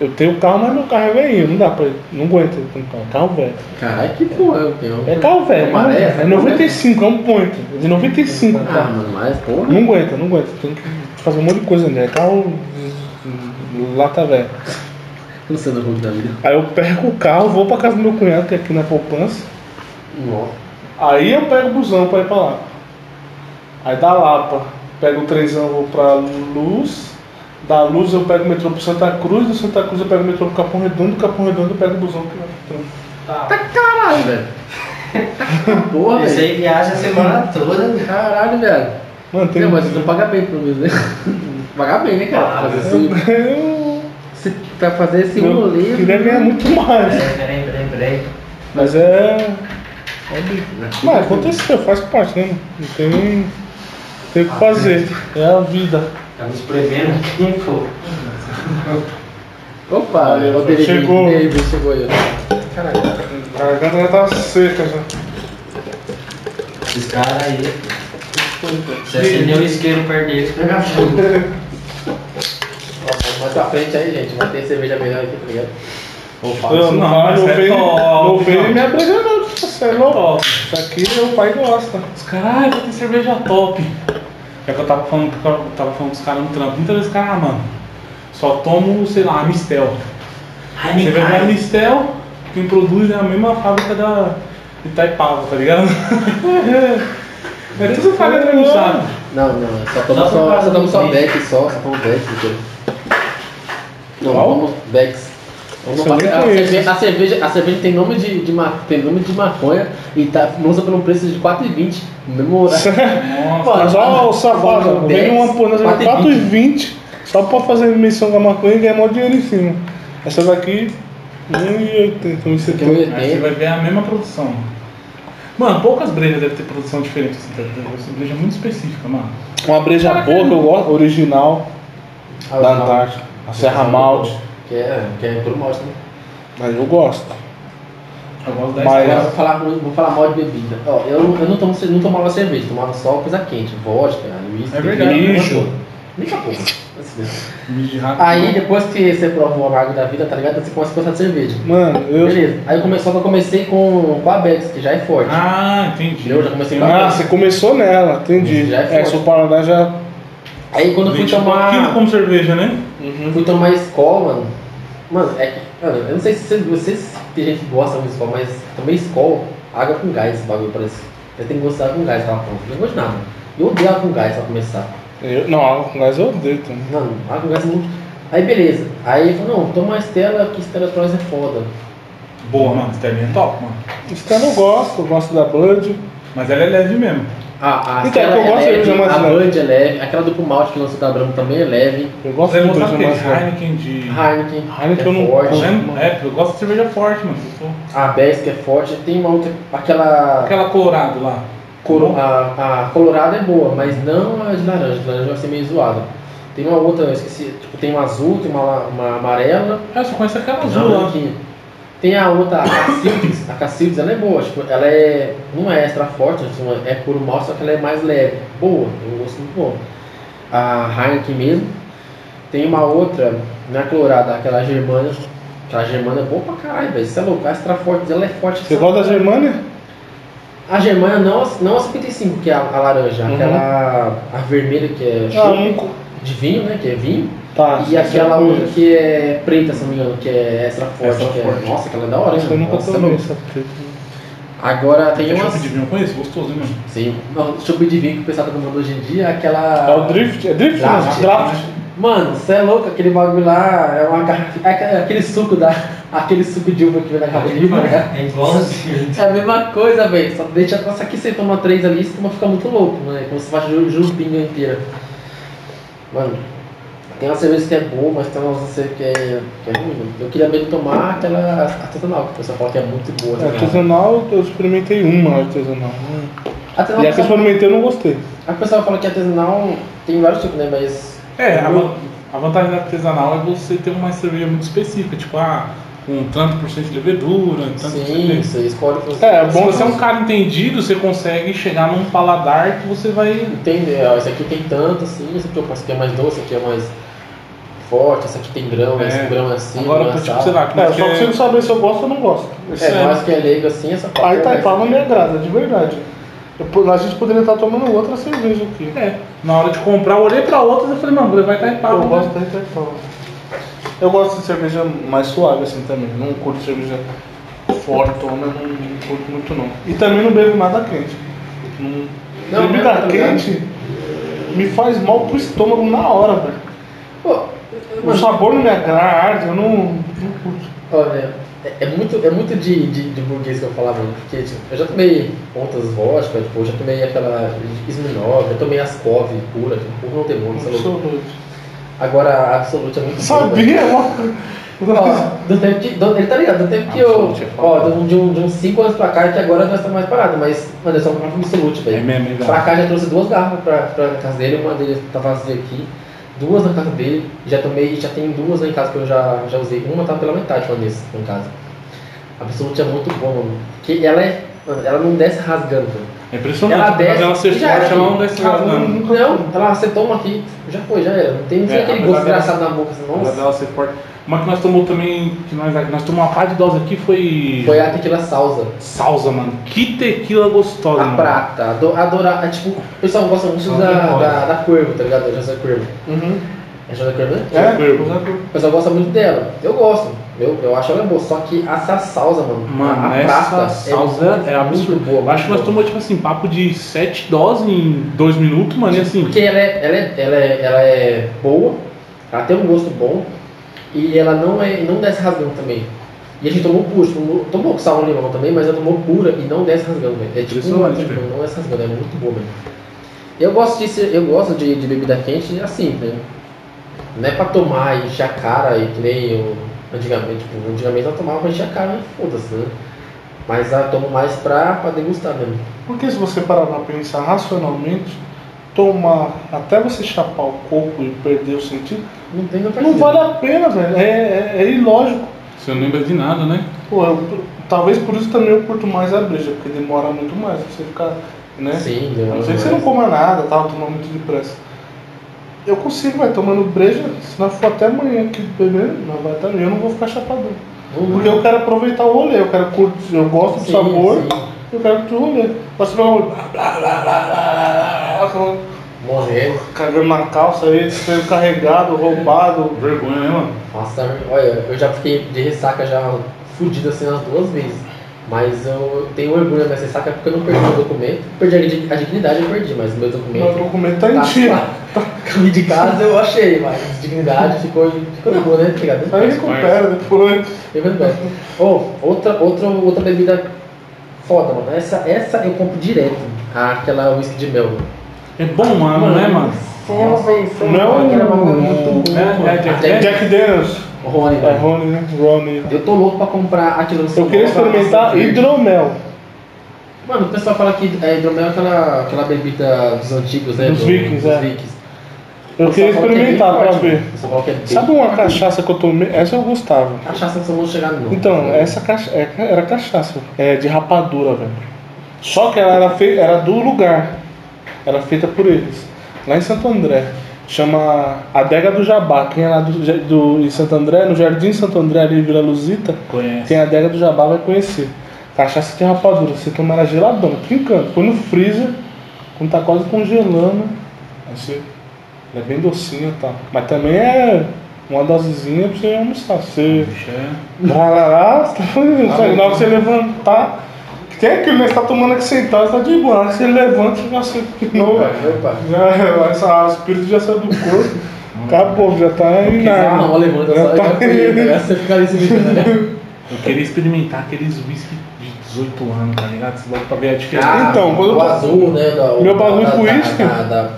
Speaker 1: eu tenho carro, mas meu carro é velhinho. Não dá pra. Não aguento com carro. Carro velho.
Speaker 3: Caralho, que porra, eu tenho.
Speaker 1: É carro velho.
Speaker 3: Uma
Speaker 1: mas
Speaker 3: dessa,
Speaker 1: É 95, é um point. É de 95.
Speaker 3: Ah, mano, mas porra.
Speaker 1: Não aguenta, não aguenta. Tem que fazer um monte de coisa, né? Carro. hum, Lata velha.
Speaker 3: Não sei do ruim da vida.
Speaker 1: Aí eu perco o carro, vou pra casa do meu cunhado, que é aqui na poupança.
Speaker 3: Nossa.
Speaker 1: Aí eu pego o busão pra ir pra lá. Aí da Lapa, pego o trenzão, vou pra Luz. Da Luz eu pego o metrô pro Santa Cruz, do Santa Cruz eu pego o metrô pro Capão Redondo, do Capão Redondo eu pego o busão pro Capão
Speaker 3: Caralho, velho. Tá porra,
Speaker 4: Esse
Speaker 3: velho.
Speaker 4: aí viaja a semana toda, meu.
Speaker 3: Caralho, velho.
Speaker 1: Mano, tem... um-
Speaker 3: Não, mas você não paga bem, pelo menos, né? Paga bem, né, cara? Fazer esse,
Speaker 1: Eu...
Speaker 3: se tá fazer esse
Speaker 1: eu
Speaker 3: rolê. né?
Speaker 1: queria ganhar muito mais.
Speaker 4: Peraí, peraí, peraí, peraí.
Speaker 1: Mas é... É bico. Mas aconteceu, faz parte, né? Não tem... Tem o que fazer. É a vida.
Speaker 4: Tá nos prevendo quem for.
Speaker 3: Opa,
Speaker 1: Valeu,
Speaker 3: o dele
Speaker 1: chegou.
Speaker 3: E aí, bicho, chegou aí.
Speaker 1: A garganta já tá seca já.
Speaker 4: Esses caras aí. Você acendeu o isqueiro perto deles, pega fogo.
Speaker 3: Ó, Mais pra frente aí, gente. Vai ter cerveja melhor aqui, tá ligado?
Speaker 2: Opa,
Speaker 1: Eu
Speaker 2: isso
Speaker 1: não, não,
Speaker 2: isso é
Speaker 1: ofende, não
Speaker 2: top,
Speaker 1: ofende
Speaker 2: mano.
Speaker 1: minha briga não, você é louco. Isso aqui meu pai gosta.
Speaker 2: Os Caralho, tem cerveja top. É que eu tava falando, pro cara- eu tava falando com os caras no trampo. Muitas vezes, cara, ah, mano, só tomo, sei lá, Mistel. Você vai ver a
Speaker 4: Ai,
Speaker 2: Mistel, quem produz é a mesma fábrica da Itaipava, tá ligado? é tudo farinha granulada.
Speaker 3: Não, não. eu Só tomo
Speaker 4: Só por
Speaker 3: só,
Speaker 4: causa
Speaker 3: só, tomo
Speaker 4: do
Speaker 3: só
Speaker 4: Beck.
Speaker 3: Beck só. Só tomo Beck, entendeu? Não,
Speaker 2: Qual?
Speaker 3: tomo Becks. Eu não
Speaker 1: Isso eu
Speaker 3: faço-
Speaker 1: nem
Speaker 3: a,
Speaker 1: conheço.
Speaker 3: cerveja, a, cerveja, a cerveja tem nome de, de, ma- tem nome de maconha e tá, lança pelo preço de 4,20 no mesmo horário.
Speaker 2: Nossa,
Speaker 3: Mano,
Speaker 1: Só o safado,
Speaker 3: Mano,
Speaker 1: vem
Speaker 3: dez,
Speaker 1: uma porra,
Speaker 3: quatro e
Speaker 1: 4 e 20 só pra fazer menção da maconha e ganhar maior dinheiro em cima. Essa daqui, 1,80,
Speaker 3: Porque eu
Speaker 1: 1,70.
Speaker 3: ia
Speaker 2: aí você
Speaker 3: ter-
Speaker 2: vai ver a mesma produção. Mano, poucas brejas devem ter produção diferente. Assim, tá ligado? Essa breja é muito específica, mano.
Speaker 1: Uma breja boa que eu gosto, original,
Speaker 3: Ah,
Speaker 1: é da
Speaker 3: não.
Speaker 1: Antártica. A Serra Malte.
Speaker 3: Que é, que é puro malte, né?
Speaker 1: Mas eu gosto.
Speaker 2: Eu gosto da
Speaker 1: Mas-
Speaker 2: Mas...
Speaker 1: É.
Speaker 3: Agora vou falar, com- vou falar mal de bebida. Ó, eu, não- eu não, tomo, ce- não tomava cerveja, tomava só coisa quente, vodka, uísque.
Speaker 2: É verdade,
Speaker 1: né?
Speaker 3: vinho,
Speaker 2: lixo.
Speaker 3: porra. Lixa, porra. Aí depois que você prova o amargo da vida, tá ligado? Você começa a gostar de cerveja.
Speaker 1: Mano, eu.
Speaker 3: Beleza. Aí eu come- só que eu comecei com, com a Bex, que já é forte.
Speaker 2: Ah, entendi.
Speaker 3: Eu já comecei com
Speaker 1: Ah,
Speaker 3: a Bex.
Speaker 1: você começou nela, entendi.
Speaker 3: Já é
Speaker 1: É,
Speaker 3: forte.
Speaker 1: seu Paraná já.
Speaker 3: Aí quando eu fui
Speaker 1: um
Speaker 2: 24 quilos
Speaker 3: tomar.
Speaker 2: tipo como cerveja, né?
Speaker 3: Fui tomar escola, mano. Mano, é que. Mano, eu não sei se vocês, vocês tem gente que gosta de escola, mas também escola, água com gás, esse bagulho parece. Você tem que gostar com gás, tá pronto. Eu não gosto de nada. Eu odeio água com gás pra começar.
Speaker 1: Eu, não, água com gás eu odeio também.
Speaker 3: Mano, água com gás é muito. Aí beleza. Aí ele falou, não, toma a Estela, que Estela pra nós é foda.
Speaker 2: Boa, mano. Sterling é top, mano.
Speaker 1: Isso que eu não gosto, eu gosto da Bud.
Speaker 2: Mas ela é leve mesmo.
Speaker 3: Ah, a
Speaker 1: Então,
Speaker 3: Stella
Speaker 1: eu gosto de
Speaker 3: é leve,
Speaker 1: cerveja mais
Speaker 3: a
Speaker 1: leve.
Speaker 3: Bud é leve, aquela do Pumalte que lançou o Cabrão também é leve.
Speaker 1: Eu gosto
Speaker 2: Você
Speaker 1: de
Speaker 2: gosta
Speaker 1: Bud,
Speaker 2: daquele
Speaker 1: mas.
Speaker 2: Heineken de.
Speaker 3: Heineken,
Speaker 1: Heineken
Speaker 3: que
Speaker 1: eu não
Speaker 3: é forte.
Speaker 2: Né? É, eu gosto de cerveja forte, mano. Eu sou-
Speaker 3: A Bex que é forte, tem uma outra, aquela
Speaker 2: Aquela colorado lá.
Speaker 3: coro- a, a colorada é boa, mas não a de laranja, a de laranja vai ser meio zoada. Tem uma outra, eu esqueci, tipo, tem uma azul, tem uma, la- uma amarela,
Speaker 2: Ah, eu só conheço aquela azul
Speaker 3: azul
Speaker 2: lá.
Speaker 3: aqui. Tem a outra, a Cacildes, a Cacildes ela é boa, tipo, ela é, não é extra forte, tipo, é puro mal, só que ela é mais leve, boa, eu gosto muito bom. A Heineken mesmo, tem uma outra, na colorada, aquela germana, aquela germana é boa pra caralho, velho, você é louco, a extra forte, ela é forte.
Speaker 1: Você
Speaker 3: pra
Speaker 1: gosta da Germânia?
Speaker 3: a Germana não, a- não a 55, que é a, a laranja,
Speaker 1: Uhum.
Speaker 3: aquela a vermelha que é
Speaker 1: Ah,
Speaker 3: chopp
Speaker 1: nunca.
Speaker 3: de vinho, né? Que é vinho.
Speaker 1: Tá.
Speaker 3: e aquela
Speaker 1: eu-
Speaker 3: outra que é preta, se não me engano, que é extra forte.
Speaker 2: Extra
Speaker 3: que é-
Speaker 2: forte.
Speaker 3: nossa, aquela é da hora, hein?
Speaker 1: Acho que eu nunca
Speaker 3: Nossa,
Speaker 1: tomei é
Speaker 3: não.
Speaker 1: essa preta.
Speaker 3: Agora tem
Speaker 2: Deixa eu
Speaker 3: umas.
Speaker 2: pedir vinho com isso, gostoso, né? hein, mano?
Speaker 3: Sim, não, chopp de vinho que o pessoal tá tomando hoje em dia, aquela.
Speaker 1: É o Drift? É Drift? não?
Speaker 3: Draft.
Speaker 1: Draft.
Speaker 3: Mano, você é louco, aquele bagulho lá é uma garrafa. É aque- aquele suco da. Aquele suco de uva que vem na garrafa de uva, né?
Speaker 4: É igualzinho.
Speaker 3: É a mesma coisa, velho. Só deixa. Nossa, aqui você toma três ali, você toma fica muito louco, né? Como se faz ju- jurupinga inteira. Mano, tem uma cerveja que é boa, mas tem uma cerveja que é, que é ruim, mano. Eu queria mesmo tomar aquela artesanal, que o pessoal fala que é muito boa.
Speaker 1: É,
Speaker 3: Né?
Speaker 1: Artesanal, eu experimentei uma artesanal.
Speaker 3: Artesanal,
Speaker 1: E
Speaker 3: o
Speaker 1: a que eu
Speaker 3: pessoal-
Speaker 1: experimentei eu não gostei.
Speaker 3: a pessoa fala que artesanal tem vários tipos, né? Mas.
Speaker 2: É, a, van- a vantagem da artesanal é você ter uma cerveja muito específica, tipo, ah, com tanto por cento de levedura, um tanto por cento
Speaker 3: Sim,
Speaker 2: de...
Speaker 3: você escolhe o que você
Speaker 1: É,
Speaker 2: Se
Speaker 1: bom
Speaker 2: você é um cara entendido, você consegue chegar num paladar que você vai.
Speaker 3: Entender, ó, esse aqui tem tanto assim, esse aqui eu posso que é mais doce, esse aqui é mais forte, esse aqui tem grama,
Speaker 2: É.
Speaker 3: esse grama é assim.
Speaker 2: Agora,
Speaker 3: não é
Speaker 2: tipo,
Speaker 3: assado.
Speaker 2: sei lá, como
Speaker 1: É,
Speaker 2: é
Speaker 1: eu
Speaker 2: que
Speaker 1: só
Speaker 2: é-
Speaker 1: consigo saber se eu gosto ou não gosto.
Speaker 3: É, nós que é leigo assim, essa
Speaker 1: A
Speaker 3: parte.
Speaker 1: Itaipava me agrada, é de verdade. Eu po- a gente poderia estar tomando outra cerveja aqui.
Speaker 2: É, na hora de comprar, eu olhei pra outras e falei, mano, vou levar Itaipava.
Speaker 1: eu
Speaker 2: né?
Speaker 1: gosto da Itaipava. Tá Eu gosto de cerveja mais suave assim também. Não curto cerveja fortona, não, não curto muito não. E também não bebo nada quente. Não,
Speaker 3: Não,
Speaker 1: bebida
Speaker 3: não, tá ligado?
Speaker 1: quente me faz mal pro estômago na hora, velho.
Speaker 3: Pô,
Speaker 1: O
Speaker 3: mano,
Speaker 1: sabor não me agrada, eu não, não curto.
Speaker 3: olha, é, é muito, é muito de, de, de burguês que eu falava, mano, porque tipo, eu já tomei outras vodka, tipo, eu já tomei aquela Smirnoff, eu tomei Ascov pura, tipo, pura não tem nome, sei lá.
Speaker 1: Absoluto.
Speaker 3: Agora a Absolute é muito boa,
Speaker 1: Sabia,
Speaker 3: Ó,
Speaker 1: mano.
Speaker 3: do tempo que. do- ele tá ligado? Do tempo que eu.
Speaker 2: Absolute é foda.
Speaker 3: Ó, de um- de um- de uns 5 anos pra cá, que agora nós estamos mais parados, mas, mano, eu só comprava Absolute, velho.
Speaker 2: É mesmo, é
Speaker 3: Pra
Speaker 2: verdade.
Speaker 3: cá já trouxe duas garrafas pra, pra casa dele, uma dele tá vazia aqui, duas na casa dele, já tomei, já tem duas lá em casa que eu já, já usei, uma tá pela metade falando isso em casa. A Absolute é muito bom, mano. Porque ela é. mano, ela não desce rasgando, mano.
Speaker 2: É impressionante,
Speaker 3: Ela
Speaker 2: ela
Speaker 3: desce
Speaker 2: ela ser
Speaker 3: e já
Speaker 2: forte,
Speaker 3: era.
Speaker 2: ela não desce
Speaker 1: Cara,
Speaker 2: nada, não.
Speaker 3: Não, ela você toma aqui, já foi, já era. Não tem, não tem
Speaker 2: É,
Speaker 3: aquele
Speaker 2: apesar
Speaker 3: gosto
Speaker 2: dela-
Speaker 3: engraçado na boca, assim,
Speaker 2: Apesar
Speaker 3: nossa.
Speaker 2: dela ser forte. Uma que nós tomamos também, que nós, nós tomamos uma par de dose aqui foi.
Speaker 3: Foi a tequila é salsa,
Speaker 2: Salsa, mano. Que tequila gostosa,
Speaker 3: a
Speaker 2: mano.
Speaker 3: prata, a do- a dourada, a, tipo, o pessoal gosta muito
Speaker 4: Não
Speaker 3: da,
Speaker 4: tem nome.
Speaker 3: da, da Cuervo, tá ligado? Da José Cuervo.
Speaker 1: Uhum.
Speaker 3: É José Cuervo, né?
Speaker 1: É,
Speaker 2: Superbo.
Speaker 1: Superbo.
Speaker 3: O pessoal gosta muito dela. Eu gosto. Eu, eu acho ela boa. Só que essa salsa, mano.
Speaker 2: Mano,
Speaker 3: a
Speaker 2: essa
Speaker 3: prata
Speaker 2: salsa
Speaker 3: muito-
Speaker 2: é absurda.
Speaker 3: muito boa.
Speaker 2: Eu acho que nós
Speaker 3: muito boa.
Speaker 2: tomamos, tipo assim, papo de 7 doses em 2 minutos, mano. E assim,
Speaker 3: Porque ela é, ela, é, ela, é, ela é boa, ela tem um gosto bom. E ela não, é, não desce rasgando também. E a gente tomou puro, tomou, tomou com sal e limão também, mas ela tomou pura e não desce rasgando, velho. É tipo uma,
Speaker 2: Impressionante, velho.
Speaker 3: não desce rasgando, é muito boa, velho. Eu gosto de, ser- eu gosto de, de bebida quente assim, velho. Não é pra tomar e encher a cara e que nem eu, antigamente, tipo, antigamente eu tomava pra encher a cara, né? Foda-se, né? Mas ah, tomo mais pra, pra degustar mesmo.
Speaker 1: Porque se você parar pra pensar racionalmente, tomar até você chapar o coco e perder o sentido,
Speaker 3: Não tem outra
Speaker 1: não
Speaker 3: coisa.
Speaker 1: vale a pena, velho. É, é, é ilógico.
Speaker 2: Você não lembra de nada, né?
Speaker 1: Pô, eu- talvez por isso também eu curto mais a breja, porque demora muito mais pra você ficar, né?
Speaker 3: Sim,
Speaker 1: A
Speaker 3: demora
Speaker 1: não ser que você não
Speaker 3: mais.
Speaker 1: coma nada, tal, tomar muito depressa. Eu consigo, vai tomando breja, se nós for até amanhã aqui bebendo, nós vai até amanhã, eu não vou ficar chapadão.
Speaker 3: Não-
Speaker 1: Porque eu quero aproveitar o rolê, eu quero curtir, eu gosto do
Speaker 3: Sim,
Speaker 1: sabor,
Speaker 3: sim.
Speaker 1: eu quero curtir o rolê. Mas se pegar um blá blá blá blá blá blá, blá,
Speaker 3: Morrendo.
Speaker 1: cagando na calça aí, sendo carregado, roubado.
Speaker 2: Vergonha, né, mano?
Speaker 3: Nossa, olha, eu já fiquei de ressaca já fudido assim umas duas vezes. Mas eu tenho orgulho da minha ressaca porque eu não perdi meu documento. Perdi a dig- a dignidade, eu perdi, mas meu
Speaker 1: Meu
Speaker 3: documento.
Speaker 1: documento tá em
Speaker 3: tá
Speaker 1: dia.
Speaker 3: lá. Caminho de casa eu achei, mas dignidade ficou, ficou de boa, né? Obrigado.
Speaker 1: Aí recupera depois.
Speaker 3: Bebendo bem. Oh, outra, outra, outra bebida foda, mano. Essa, essa eu compro direto. Ah, Aquela whisky de mel, mano.
Speaker 2: É bom, mano, né, mano?
Speaker 3: Céu, velho. céu,
Speaker 1: Não,
Speaker 3: aquela bagulho muito boa,
Speaker 2: é-
Speaker 3: mano.
Speaker 2: é Jack
Speaker 3: Até
Speaker 1: Jack Daniels.
Speaker 3: Rony,
Speaker 1: É
Speaker 3: velho.
Speaker 1: Rony, né? Rony.
Speaker 3: Eu tô louco pra comprar aquilo no
Speaker 1: Eu queria experimentar hidromel.
Speaker 3: Mano, o pessoal fala que é, hidromel é aquela, aquela bebida dos antigos, né?
Speaker 1: Dos vikings,
Speaker 3: dos
Speaker 1: é.
Speaker 3: vikings.
Speaker 1: Eu queria
Speaker 3: Só fala que é bem
Speaker 1: experimentar pra
Speaker 3: forte,
Speaker 1: ver.
Speaker 3: mano. Só fala que é bem-
Speaker 1: Sabe uma cachaça que eu tomei? Essa eu gostava.
Speaker 3: Cachaça que vocês vão chegar não.
Speaker 1: Então, essa cacha... é, era cachaça, é de rapadura, velho. Só que ela era, fei... era do lugar. Era feita por eles. Lá em Santo André. Chama Adega do Jabá. Quem é lá do, Ja- do... em Santo André, no Jardim Santo André, ali em Vila Luzita,
Speaker 2: Conhece.
Speaker 1: tem a Adega do Jabá, vai conhecer. Cachaça de rapadura. Você toma ela geladona, trincando. Põe no freezer, quando tá quase congelando. Aí você... Ela é bem docinha e tal. Mas também é uma dosezinha pra você almoçar. Você...
Speaker 2: Bicho, é-
Speaker 1: Lá, lá, lá, você tá fazendo, sabe? Na hora que você levantar. que Tem aquilo, né? Você tá tomando aqui sentado, você tá de boa. Na hora que você levanta, você já sente de novo.
Speaker 3: Opa.
Speaker 1: Já, essa, o espírito já saiu do corpo. Acabou, já tá em
Speaker 3: Ah, não,
Speaker 1: nada.
Speaker 3: levanta só.
Speaker 1: Já
Speaker 3: já
Speaker 1: tá
Speaker 3: foi,
Speaker 1: aí.
Speaker 3: né? Você fica ali se mexendo, né?
Speaker 2: Eu queria experimentar aqueles whisky de 18 anos, tá ligado? Você logo pra ver a
Speaker 1: Ah,
Speaker 2: diferença.
Speaker 1: então, quando eu
Speaker 3: o
Speaker 1: tô-
Speaker 3: azul, né? da- o-
Speaker 1: Meu bagulho
Speaker 3: da-
Speaker 1: com
Speaker 3: da-
Speaker 1: uísque?
Speaker 3: da- da- da-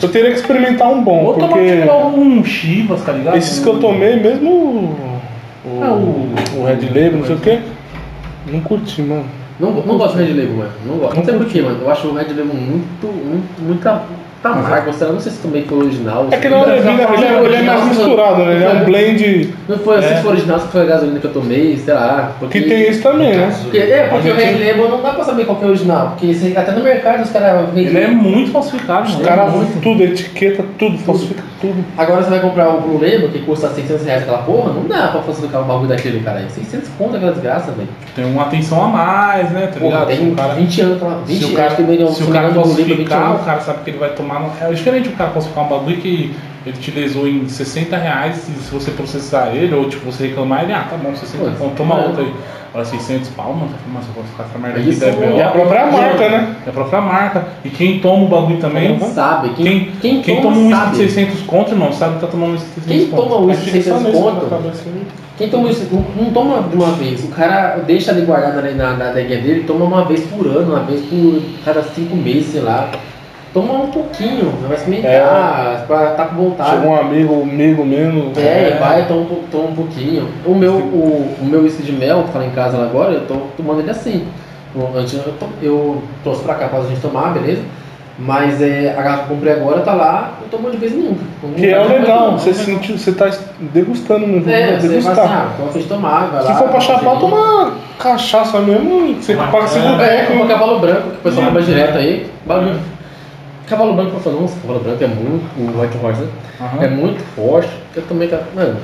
Speaker 1: Eu teria que experimentar um bom,
Speaker 2: Ou tomar
Speaker 1: porque
Speaker 2: tipo um Chivas, tá ligado?
Speaker 1: esses que eu tomei, mesmo o- o,
Speaker 2: Ah, o-
Speaker 1: o Red Label, não sei o que, não curti, mano.
Speaker 3: Não, não gosto do Red Label, mano. Não gosto. Não sei por quê, mano. Eu acho o Red Label muito, muito, muito amargo. Sei lá, não sei se também foi original.
Speaker 1: É que não, ele, ele, ele, é- ele é mais misturado, né? Ele é um blend
Speaker 3: Não foi, assim
Speaker 2: É.
Speaker 3: se foi original, se foi a gasolina que eu tomei, sei lá. Porque...
Speaker 1: que tem isso também, né?
Speaker 4: Tá
Speaker 3: Porque, é, porque o Red Label não dá pra saber qual que é o original. Porque esse- até no mercado os caras vendem.
Speaker 2: Ele é muito falsificado,
Speaker 1: Os
Speaker 2: mano. é
Speaker 1: caras tudo, etiqueta, tudo, falsifica tudo.
Speaker 3: Agora você vai comprar o Blue Label, que custa 600 reais aquela porra, não dá pra falsificar o bagulho daquele, cara. 600 conto é aquela desgraça, velho.
Speaker 2: Tem uma atenção a mais, né? Tá
Speaker 3: Porra,
Speaker 2: ligado?
Speaker 3: tem
Speaker 2: O cara-
Speaker 3: 20 anos pra lá. 20
Speaker 2: se o
Speaker 3: anos
Speaker 2: cara,
Speaker 3: que ele ganhou
Speaker 2: se o cara
Speaker 3: ganhou um livro, 20
Speaker 2: falsificar,
Speaker 3: anos.
Speaker 2: o cara sabe que ele vai tomar. no- É diferente o cara falsificar um bagulho que ele te lesou em 60 reais e se você processar ele ou tipo você reclamar, ele, ah, tá bom, 60
Speaker 3: Pô,
Speaker 2: então toma
Speaker 3: é.
Speaker 2: outra aí. Agora 600 pau, mano, tá falando, se eu falsificar essa merda aqui,
Speaker 3: Isso
Speaker 2: deve
Speaker 3: é
Speaker 1: E a própria
Speaker 2: Ó,
Speaker 1: marca, né?
Speaker 2: É a própria marca. E quem toma o bagulho também. é
Speaker 3: Quem sabe?
Speaker 2: Quem,
Speaker 3: Quem, quem, toma,
Speaker 2: um whisky de
Speaker 3: sabe.
Speaker 2: 600 conto, irmão, sabe que tá tomando um whisky de 600
Speaker 3: Quem toma
Speaker 2: conto.
Speaker 3: um whisky de
Speaker 1: Achei só tá
Speaker 3: 600
Speaker 1: nesse
Speaker 3: conto?
Speaker 1: pra cabeça aí.
Speaker 3: Quem toma isso, não, não toma de uma vez. O cara deixa ali guardado ali na, na adeguinha dele, toma uma vez por ano, uma vez por cada cinco meses, sei lá. Toma um pouquinho, vai experimentar, pra tá com vontade.
Speaker 1: Chegou um amigo, amigo mesmo.
Speaker 3: É, vai, toma, um pou- toma um pouquinho. O meu, o, o meu whisky de mel, que tá lá em casa lá agora, eu tô tomando ele assim. O- Antes eu, to- eu trouxe pra cá pra gente tomar, beleza? Mas é, a garrafa que eu comprei agora tá lá, eu tomo de vez em nunca.
Speaker 1: Que é o legal, você sentiu, você tá degustando mesmo.
Speaker 3: um É,
Speaker 1: vai
Speaker 3: você vai assim,
Speaker 1: degustar.
Speaker 3: ah, tô afim de tomar, vai lá.
Speaker 1: Se for pra chapar,
Speaker 3: assim.
Speaker 1: toma cachaça mesmo, você paga
Speaker 3: É,
Speaker 1: cinco
Speaker 3: é, como o
Speaker 1: becos.
Speaker 3: cavalo branco, que o
Speaker 1: É.
Speaker 3: pessoal compra direto aí.
Speaker 1: Uhum.
Speaker 3: Bagulho. Cavalo branco, eu falo, nossa, cavalo branco é muito. O White Horse, né?
Speaker 2: Aham.
Speaker 3: É muito forte. Eu tomei. ca- Mano.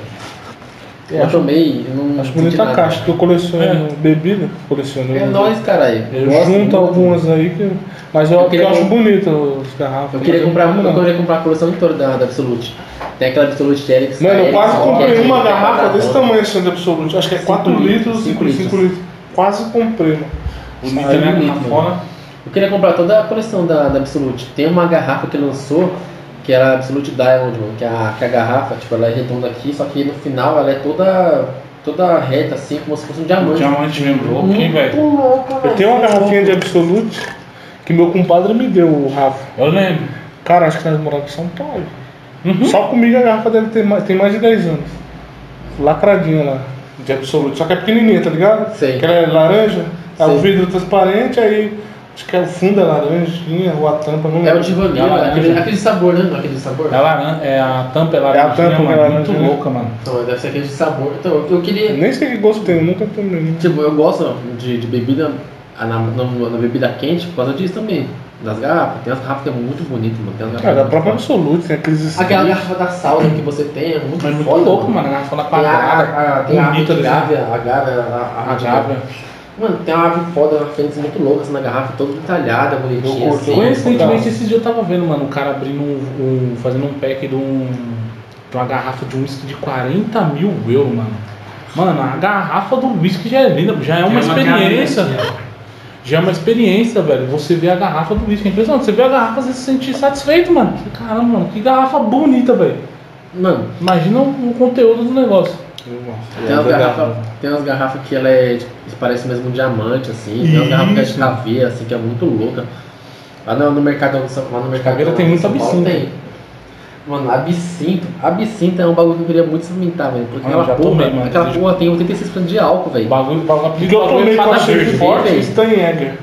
Speaker 3: Eu tomei. eu Não
Speaker 1: Acho
Speaker 3: senti
Speaker 1: bonita a
Speaker 3: nada.
Speaker 1: caixa, que eu
Speaker 2: É.
Speaker 1: coleciono bebida, coleciono.
Speaker 3: É nóis, caralho.
Speaker 1: Eu
Speaker 3: Gosto
Speaker 1: junto
Speaker 3: muito.
Speaker 1: algumas aí, que, mas eu,
Speaker 3: Eu
Speaker 1: porque
Speaker 3: queria
Speaker 1: eu acho
Speaker 3: com-
Speaker 1: bonito as garrafas.
Speaker 3: Eu queria
Speaker 1: mas
Speaker 3: comprar
Speaker 1: não
Speaker 3: uma, eu
Speaker 1: compro, não.
Speaker 3: queria comprar a coleção inteira da, da Absolute. Tem aquela Absolute Helix.
Speaker 1: Mano, eu
Speaker 3: Helix,
Speaker 1: quase comprei
Speaker 3: que é
Speaker 1: uma
Speaker 3: que é
Speaker 1: garrafa desse
Speaker 3: quadradona.
Speaker 1: tamanho, Sandra Absolute. Acho que é
Speaker 3: Cinco
Speaker 1: 4
Speaker 3: litros,
Speaker 1: litros,
Speaker 3: cinco
Speaker 1: 5 litros.
Speaker 3: litros.
Speaker 1: Quase comprei, mano.
Speaker 2: Bonito,
Speaker 1: Aí,
Speaker 2: né?
Speaker 3: bonito,
Speaker 2: Lá
Speaker 3: mano.
Speaker 2: fora.
Speaker 3: Eu queria comprar toda a coleção da, da Absolute. Tem uma garrafa que lançou, que era a Absolute Diamond, mano, que é a, que a garrafa, tipo, ela é redonda aqui, só que no final ela é toda, toda reta, assim, como se fosse um
Speaker 2: O
Speaker 3: diamante.
Speaker 2: diamante mesmo, louco, hein, velho?
Speaker 1: Eu tenho uma garrafinha de Absolute que meu compadre me deu, o Rafa.
Speaker 2: Eu lembro.
Speaker 1: Cara, acho que nós moramos em São Paulo. Só comigo a garrafa deve ter mais, tem mais de 10 anos. Lacradinha lá, de Absolute. Só que é pequenininha, tá ligado?
Speaker 3: Sei.
Speaker 1: Que ela é laranja. É o
Speaker 3: Sim.
Speaker 1: vidro transparente, aí acho que é o fundo é laranjinha, ou a tampa, não
Speaker 3: É o
Speaker 1: lembro.
Speaker 3: de
Speaker 2: É
Speaker 3: vanilla,
Speaker 2: laranja.
Speaker 3: aquele, aquele sabor, né? Não é aquele sabor?
Speaker 2: É, laran... é a tampa, né? é laranjinha,
Speaker 1: tampa,
Speaker 2: mano.
Speaker 1: é
Speaker 2: muito
Speaker 1: laranjinha.
Speaker 2: louca, mano.
Speaker 3: Não, mas deve ser aquele de sabor. Então, eu- eu queria.
Speaker 1: Nem sei que gosto tem, eu nunca tomei. né?
Speaker 3: Tipo, eu gosto de, de bebida ah, na, na- na bebida quente por causa disso também. Das garrafas. Tem umas garrafas que é muito bonito, mano. Tem umas
Speaker 1: Cara, a
Speaker 3: garrafas
Speaker 1: própria
Speaker 3: muito
Speaker 1: Absolute, tem aqueles.
Speaker 3: foda. Aquela garrafa da sauna que você tem é muito
Speaker 2: Mas muito
Speaker 3: foda,
Speaker 2: louco, mano. A garrafa lá
Speaker 3: Tem a,
Speaker 2: quadrada,
Speaker 3: a, a, tem né? a ave
Speaker 2: bonita
Speaker 3: de
Speaker 2: desse-
Speaker 3: gávea, a gávea, a, a,
Speaker 2: a gávea.
Speaker 3: Mano, tem uma ave foda na frente, muito louca, assim, na garrafa, toda detalhada, bonitinha,
Speaker 1: Eu curto.
Speaker 3: assim.
Speaker 2: Coincidentemente, esses dias eu tava vendo, mano, um cara abrindo um. um- fazendo um pack de um. de uma garrafa de um whisky de 40 mil euros, mano. Mano, a garrafa do whisky já é linda, já é uma experiência. Já é uma experiência, velho. Você vê a garrafa do whisky. É impressionante. Você vê a garrafa, você se sente satisfeito, mano. Caramba, mano, que garrafa bonita, velho.
Speaker 3: Mano,
Speaker 2: Imagina o, o conteúdo do negócio.
Speaker 1: Eu gosto.
Speaker 3: tem
Speaker 2: tipo
Speaker 3: umas, garrafas, tem umas garrafas que ela é, tipo, que parece mesmo um diamante, assim. Tem umas garrafas que é de
Speaker 2: Isso.
Speaker 3: caveira, assim, que é muito louca. Lá no, no mercado, lá no mercado
Speaker 2: Caveira tem muito
Speaker 3: São Paulo
Speaker 2: absinto.
Speaker 3: Tem. Mano, absinto, absinto é um bagulho que eu queria muito experimentar, velho. Porque
Speaker 2: Ah, eu
Speaker 3: aquela
Speaker 2: já
Speaker 3: porra,
Speaker 2: tomei, mano.
Speaker 3: aquela porra tem um 86% de álcool,
Speaker 2: O
Speaker 3: velho.
Speaker 2: bagulho, o bagulho,
Speaker 1: O que eu
Speaker 2: bagulho
Speaker 1: tomei
Speaker 2: é
Speaker 1: que eu
Speaker 2: fada
Speaker 1: achei
Speaker 2: verde.
Speaker 1: forte
Speaker 3: velho.
Speaker 1: Stanjäger.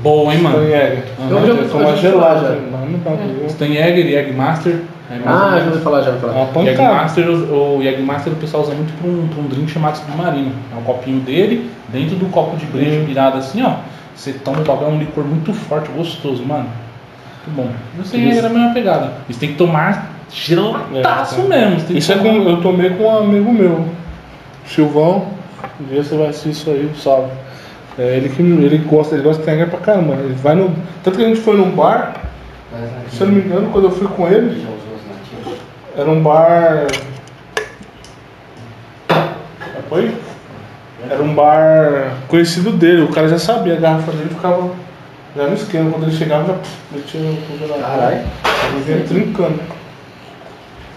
Speaker 2: Boa, hein, mano.
Speaker 1: Stanjäger.
Speaker 2: Eu
Speaker 3: já-
Speaker 1: Eu
Speaker 3: eu
Speaker 1: tomo
Speaker 3: já
Speaker 1: uma
Speaker 3: ouvi falar, já. É.
Speaker 1: gelada. Mano, bagulho.
Speaker 2: Stanjäger e Eggmaster. Eggmaster
Speaker 3: Ah, já
Speaker 2: mesmo.
Speaker 3: ouvi falar, já ouvi
Speaker 1: É
Speaker 3: falar.
Speaker 1: uma
Speaker 2: O
Speaker 1: pancada.
Speaker 2: Jägermaster, o o Jägermaster o pessoal usa muito pra um, pra um drink chamado submarino. É um copinho dele, dentro do copo de breja virado assim, ó. Você toma o bagulho, é um licor muito forte, gostoso, mano. Muito bom. Não sei,
Speaker 3: Isso.
Speaker 2: era é a mesma pegada. Isso tem que tomar geladaço
Speaker 1: É, tá.
Speaker 2: mesmo. Você tem que
Speaker 1: Isso é
Speaker 2: tomar-
Speaker 1: com, eu tomei com um amigo meu, Silvão. Um dia você vai assistir isso aí, salve. É, ele que ele gosta, ele gosta de Stanjäger pra caramba. Ele vai no, tanto que a gente foi num bar, se eu não me engano, quando eu fui com ele, Era um bar. Foi? Era um bar conhecido dele, o cara já sabia, a garrafa dele ficava já no esquema, quando ele chegava já metia o tudo na
Speaker 3: Caralho.
Speaker 1: Eu vinha trincando.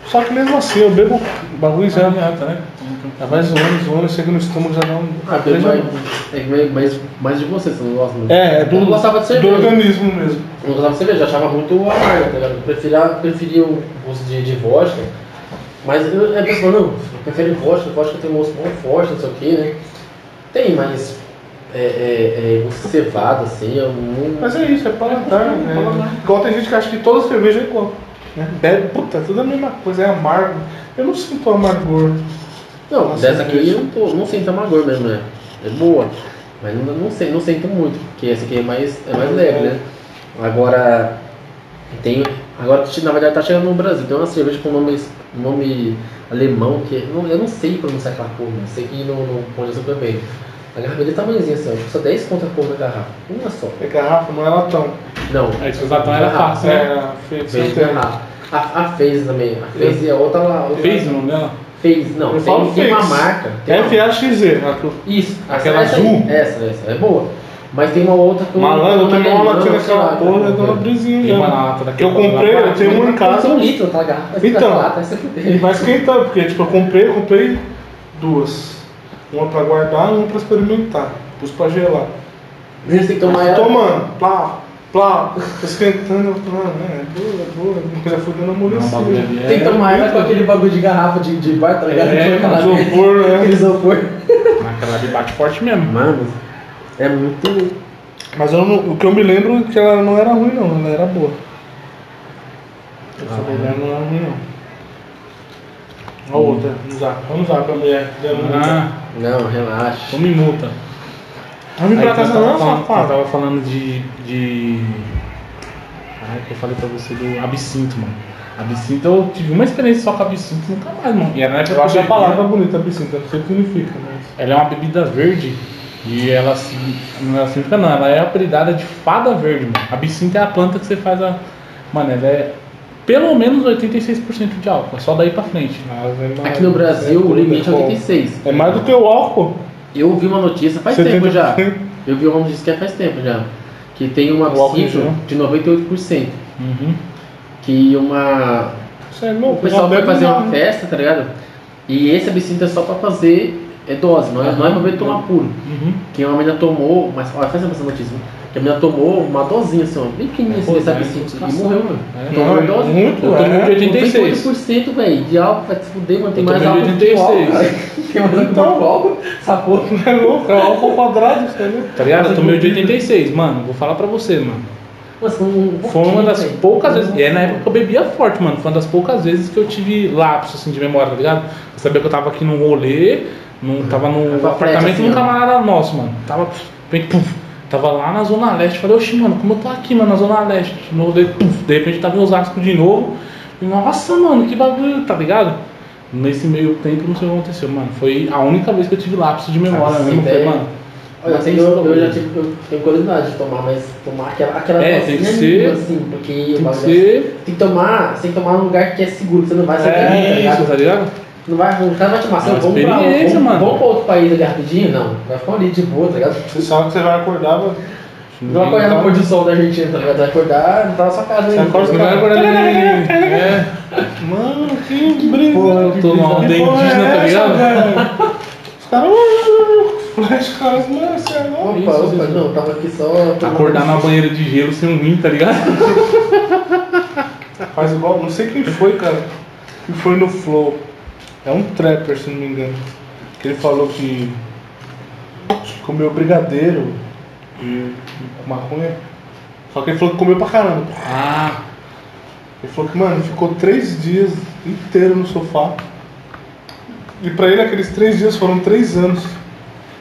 Speaker 1: Só que mesmo assim, eu bebo o bagulho já,
Speaker 2: Não adianta, né?
Speaker 1: já vai zoando, zoando, chega no estômago já dá um.
Speaker 3: Ah, porque mais, é que mais, mais, mais de você, você não gosta muito.
Speaker 1: É, é do,
Speaker 3: Eu não gostava de
Speaker 1: do
Speaker 3: cerveja.
Speaker 1: organismo mesmo.
Speaker 3: Eu não gostava de cerveja, eu achava muito amarga, tá ligado? Eu preferia, preferia o gosto de, de vodka. Mas eu, a pessoa fala, não, eu prefiro vodka, vodka tem um gosto muito forte, não sei o que, né? Tem, mas é, é, é gosto de cevada, assim, é muito.
Speaker 1: Mas é isso, é paladar, né? Igual tem gente que acha que toda cerveja é igual. Né? Bebe, puta, é tudo a mesma coisa, é amargo. Eu não sinto amargor.
Speaker 3: Não,
Speaker 1: Nossa,
Speaker 3: dessa aqui
Speaker 1: cerveja.
Speaker 3: eu não, tô, não sinto amargor mesmo, né? É boa. Mas não, não, sei, não sinto muito, porque essa aqui é mais, é
Speaker 1: Uhum.
Speaker 3: mais leve, né? Agora. Tem. Agora, na verdade, tá chegando no Brasil. Tem uma cerveja com nome, nome alemão que. Eu não, eu não sei pronunciar aquela porra, mas sei que no, no Pão de Açúcar vem. A garrafa dele é tamanhozinha assim, ó. Custa 10 conto a porra da garrafa. Uma só.
Speaker 1: É garrafa, não é latão.
Speaker 3: Não.
Speaker 2: É, isso exatão era fácil, né?
Speaker 1: É feito
Speaker 3: Fez
Speaker 1: sem
Speaker 3: de garrafa. A, a Fez também. A Fez é outra lá. outra-
Speaker 2: Fez né? o nome dela?
Speaker 3: Fez, não.
Speaker 1: Eu
Speaker 3: Tem,
Speaker 1: falo É
Speaker 3: tem uma
Speaker 1: Fez.
Speaker 3: marca. Tem uma
Speaker 1: FAXZ, né? Que eu-
Speaker 3: Isso,
Speaker 2: Aquela
Speaker 3: essa,
Speaker 2: azul?
Speaker 3: Essa, essa, é boa. Mas tem uma outra que
Speaker 1: Malandro, eu tomei uma
Speaker 3: lembro,
Speaker 1: latinha
Speaker 3: sei lá,
Speaker 1: daquela porra, eu dou uma
Speaker 2: Tem
Speaker 1: brisinha.
Speaker 2: uma
Speaker 1: já.
Speaker 2: lata
Speaker 1: Eu
Speaker 2: daquela.
Speaker 1: comprei, eu tenho uma em
Speaker 3: Mas é
Speaker 1: casa.
Speaker 3: um litro, tá garrafa. essa
Speaker 1: Então.
Speaker 3: lata, essa
Speaker 1: E
Speaker 3: aqui.
Speaker 1: vai esquentando, porque tipo, eu comprei, eu comprei duas. Uma pra guardar e uma pra experimentar. Pus pra gelar.
Speaker 3: Você tem que tomar ela.
Speaker 1: Tomando, plá, plá, esquentando, plá, né? Boa, boa. Já fui dando
Speaker 2: Não, o
Speaker 1: amolecida.
Speaker 2: bagulho ali é-
Speaker 3: Tem que tomar ela com aquele bagulho de garrafa de, de bar, tá ligado?
Speaker 2: É,
Speaker 3: Aquela-
Speaker 1: isopor, né?
Speaker 3: Aquele isopor.
Speaker 2: Aquela de bate forte mesmo.
Speaker 3: Mano, é muito.
Speaker 1: Mas eu não- o que eu me lembro é que ela não era ruim não, ela era boa. Eu só me lembro, não era ruim não. A
Speaker 2: Hum.
Speaker 1: outra, vamos usar. Vamos usar pra mulher.
Speaker 2: Ah,
Speaker 3: Não, relaxa.
Speaker 2: tome multa.
Speaker 1: Não vim
Speaker 2: Aí, tá,
Speaker 1: pra casa
Speaker 2: eu tava
Speaker 1: não,
Speaker 2: falando- Eu
Speaker 1: safado.
Speaker 2: tava falando de. de... Caralho, que eu falei pra você do absinto, mano. Absinto, eu tive uma experiência só com absinto nunca mais, mano. E era na época
Speaker 1: Eu
Speaker 2: que
Speaker 1: acho é
Speaker 2: eu
Speaker 1: a
Speaker 2: bebia.
Speaker 1: palavra bonita, então, absinta, não sei o que significa, mas...
Speaker 2: Ela é uma bebida verde e ela se. Não ela significa não, ela é apelidada de fada verde, mano. Absinto é a planta que você faz a. Mano, ela é pelo menos 86% de álcool, é só daí pra frente.
Speaker 3: Aqui no Brasil o limite é 86.
Speaker 1: É mais do que o álcool.
Speaker 3: Eu vi uma notícia faz tempo já.
Speaker 1: 70%.
Speaker 3: Eu vi uma notícia que é faz tempo já. Que tem uma
Speaker 1: O álcool em
Speaker 3: absinto
Speaker 1: gel.
Speaker 3: de 98%.
Speaker 2: Uhum.
Speaker 3: Que uma
Speaker 1: Isso é louco.
Speaker 3: O pessoal
Speaker 1: já
Speaker 3: vai
Speaker 1: bebe
Speaker 3: fazer
Speaker 1: na-
Speaker 3: uma festa, tá ligado? E esse absinto é só pra fazer é dose, não é, não é pra beber tomar puro.
Speaker 2: Uhum.
Speaker 3: Que uma menina tomou, mas olha, faz essa notícia, né? Que a menina tomou uma dosinha assim, ó, bem pequenininha, assim,
Speaker 2: Pô,
Speaker 3: sabe
Speaker 2: mas
Speaker 3: assim,
Speaker 2: isso
Speaker 3: e
Speaker 2: caçou.
Speaker 3: morreu, mano.
Speaker 2: É.
Speaker 3: Tomou
Speaker 1: Não,
Speaker 3: uma
Speaker 1: é
Speaker 3: dose,
Speaker 1: muito,
Speaker 3: eu tomei
Speaker 1: é.
Speaker 3: de
Speaker 2: 86.
Speaker 3: 88%, velho, de álcool, vai se fuder, mano, tem
Speaker 2: Eu
Speaker 3: mais
Speaker 2: tomei
Speaker 3: álcool
Speaker 2: de
Speaker 3: que o
Speaker 2: 86.
Speaker 3: álcool. Tem mais álcool que o álcool, essa porra.
Speaker 1: É louco, é o álcool quadrado, isso aí, né?
Speaker 2: Tá ligado? Eu tomei o de 86, mano. Vou falar pra você, mano.
Speaker 3: Mas foi um
Speaker 2: Foi uma
Speaker 3: pouquinho,
Speaker 2: das
Speaker 3: velho.
Speaker 2: poucas vezes. E é na época que eu bebia forte, mano. Foi uma das poucas vezes que eu tive lapso assim, de memória, tá ligado? Eu sabia que eu tava aqui num rolê, num, tava
Speaker 3: Vai
Speaker 2: num
Speaker 3: pra frente,
Speaker 2: apartamento de
Speaker 3: Uhum. assim,
Speaker 2: um
Speaker 3: ó.
Speaker 2: camarada nosso, mano. Tava. Pum, pum, tava lá na Zona Leste. Falei, oxi, mano, como eu tô aqui, mano, na Zona Leste? De novo, daí, pum, de repente tava em Osasco de novo. E, nossa, mano, que bagulho, tá ligado? Nesse meio tempo, não sei o que aconteceu, mano. Foi a única vez que eu tive lapso de memória
Speaker 3: Ah,
Speaker 2: mesmo.
Speaker 3: sim,
Speaker 2: Foi,
Speaker 3: velho.
Speaker 2: mano.
Speaker 3: Olha,
Speaker 2: não tem
Speaker 3: eu,
Speaker 2: esse
Speaker 3: eu
Speaker 2: problema.
Speaker 3: já tive, eu tenho curiosidade de tomar, mas tomar aquela, aquela
Speaker 2: É, tem
Speaker 3: dosinha
Speaker 2: que ser-
Speaker 3: mínima, assim, porque o
Speaker 2: Tem que
Speaker 3: bagulho é-
Speaker 2: ser.
Speaker 3: tem que tomar, tem que tomar num lugar que é seguro, que você não vai ser
Speaker 2: É isso,
Speaker 3: ligado?
Speaker 2: tá ligado?
Speaker 3: Não vai, o cara vai um, te
Speaker 2: É
Speaker 3: amassar,
Speaker 2: uma
Speaker 3: vamos pra
Speaker 2: experiência,
Speaker 3: vamos,
Speaker 2: mano.
Speaker 3: vamos pra outro país ali rapidinho, não. Vai ficar ali de boa, tá ligado?
Speaker 1: Você sabe que você vai acordar, vai-
Speaker 3: Não vai acordar no pôr do sol da Argentina, tá ligado? Vai acordar tá na sua casa
Speaker 1: Você
Speaker 3: ainda.
Speaker 1: acorda
Speaker 2: Você
Speaker 1: com
Speaker 2: vai acordar ali. É.
Speaker 1: Mano, que brisa.
Speaker 2: Pô, eu tô numa aldeia indígena, tá ligado?
Speaker 1: Os caras. "Uh, Flash, caras, mano, você é louco.
Speaker 3: Opa,
Speaker 2: Isso,
Speaker 3: opa,
Speaker 2: isso.
Speaker 3: não, tava aqui só. um
Speaker 2: Acordar na banheira de gelo sem um rim, tá ligado?
Speaker 1: Faz igual, não sei quem foi, cara, que foi no Flow. É um trapper, se não me engano. Que ele falou que que comeu brigadeiro e e maconha. Só que ele falou que comeu pra caramba.
Speaker 2: Ah,
Speaker 1: Ele falou que, mano, ficou três dias inteiro no sofá. E pra ele aqueles três dias foram três anos.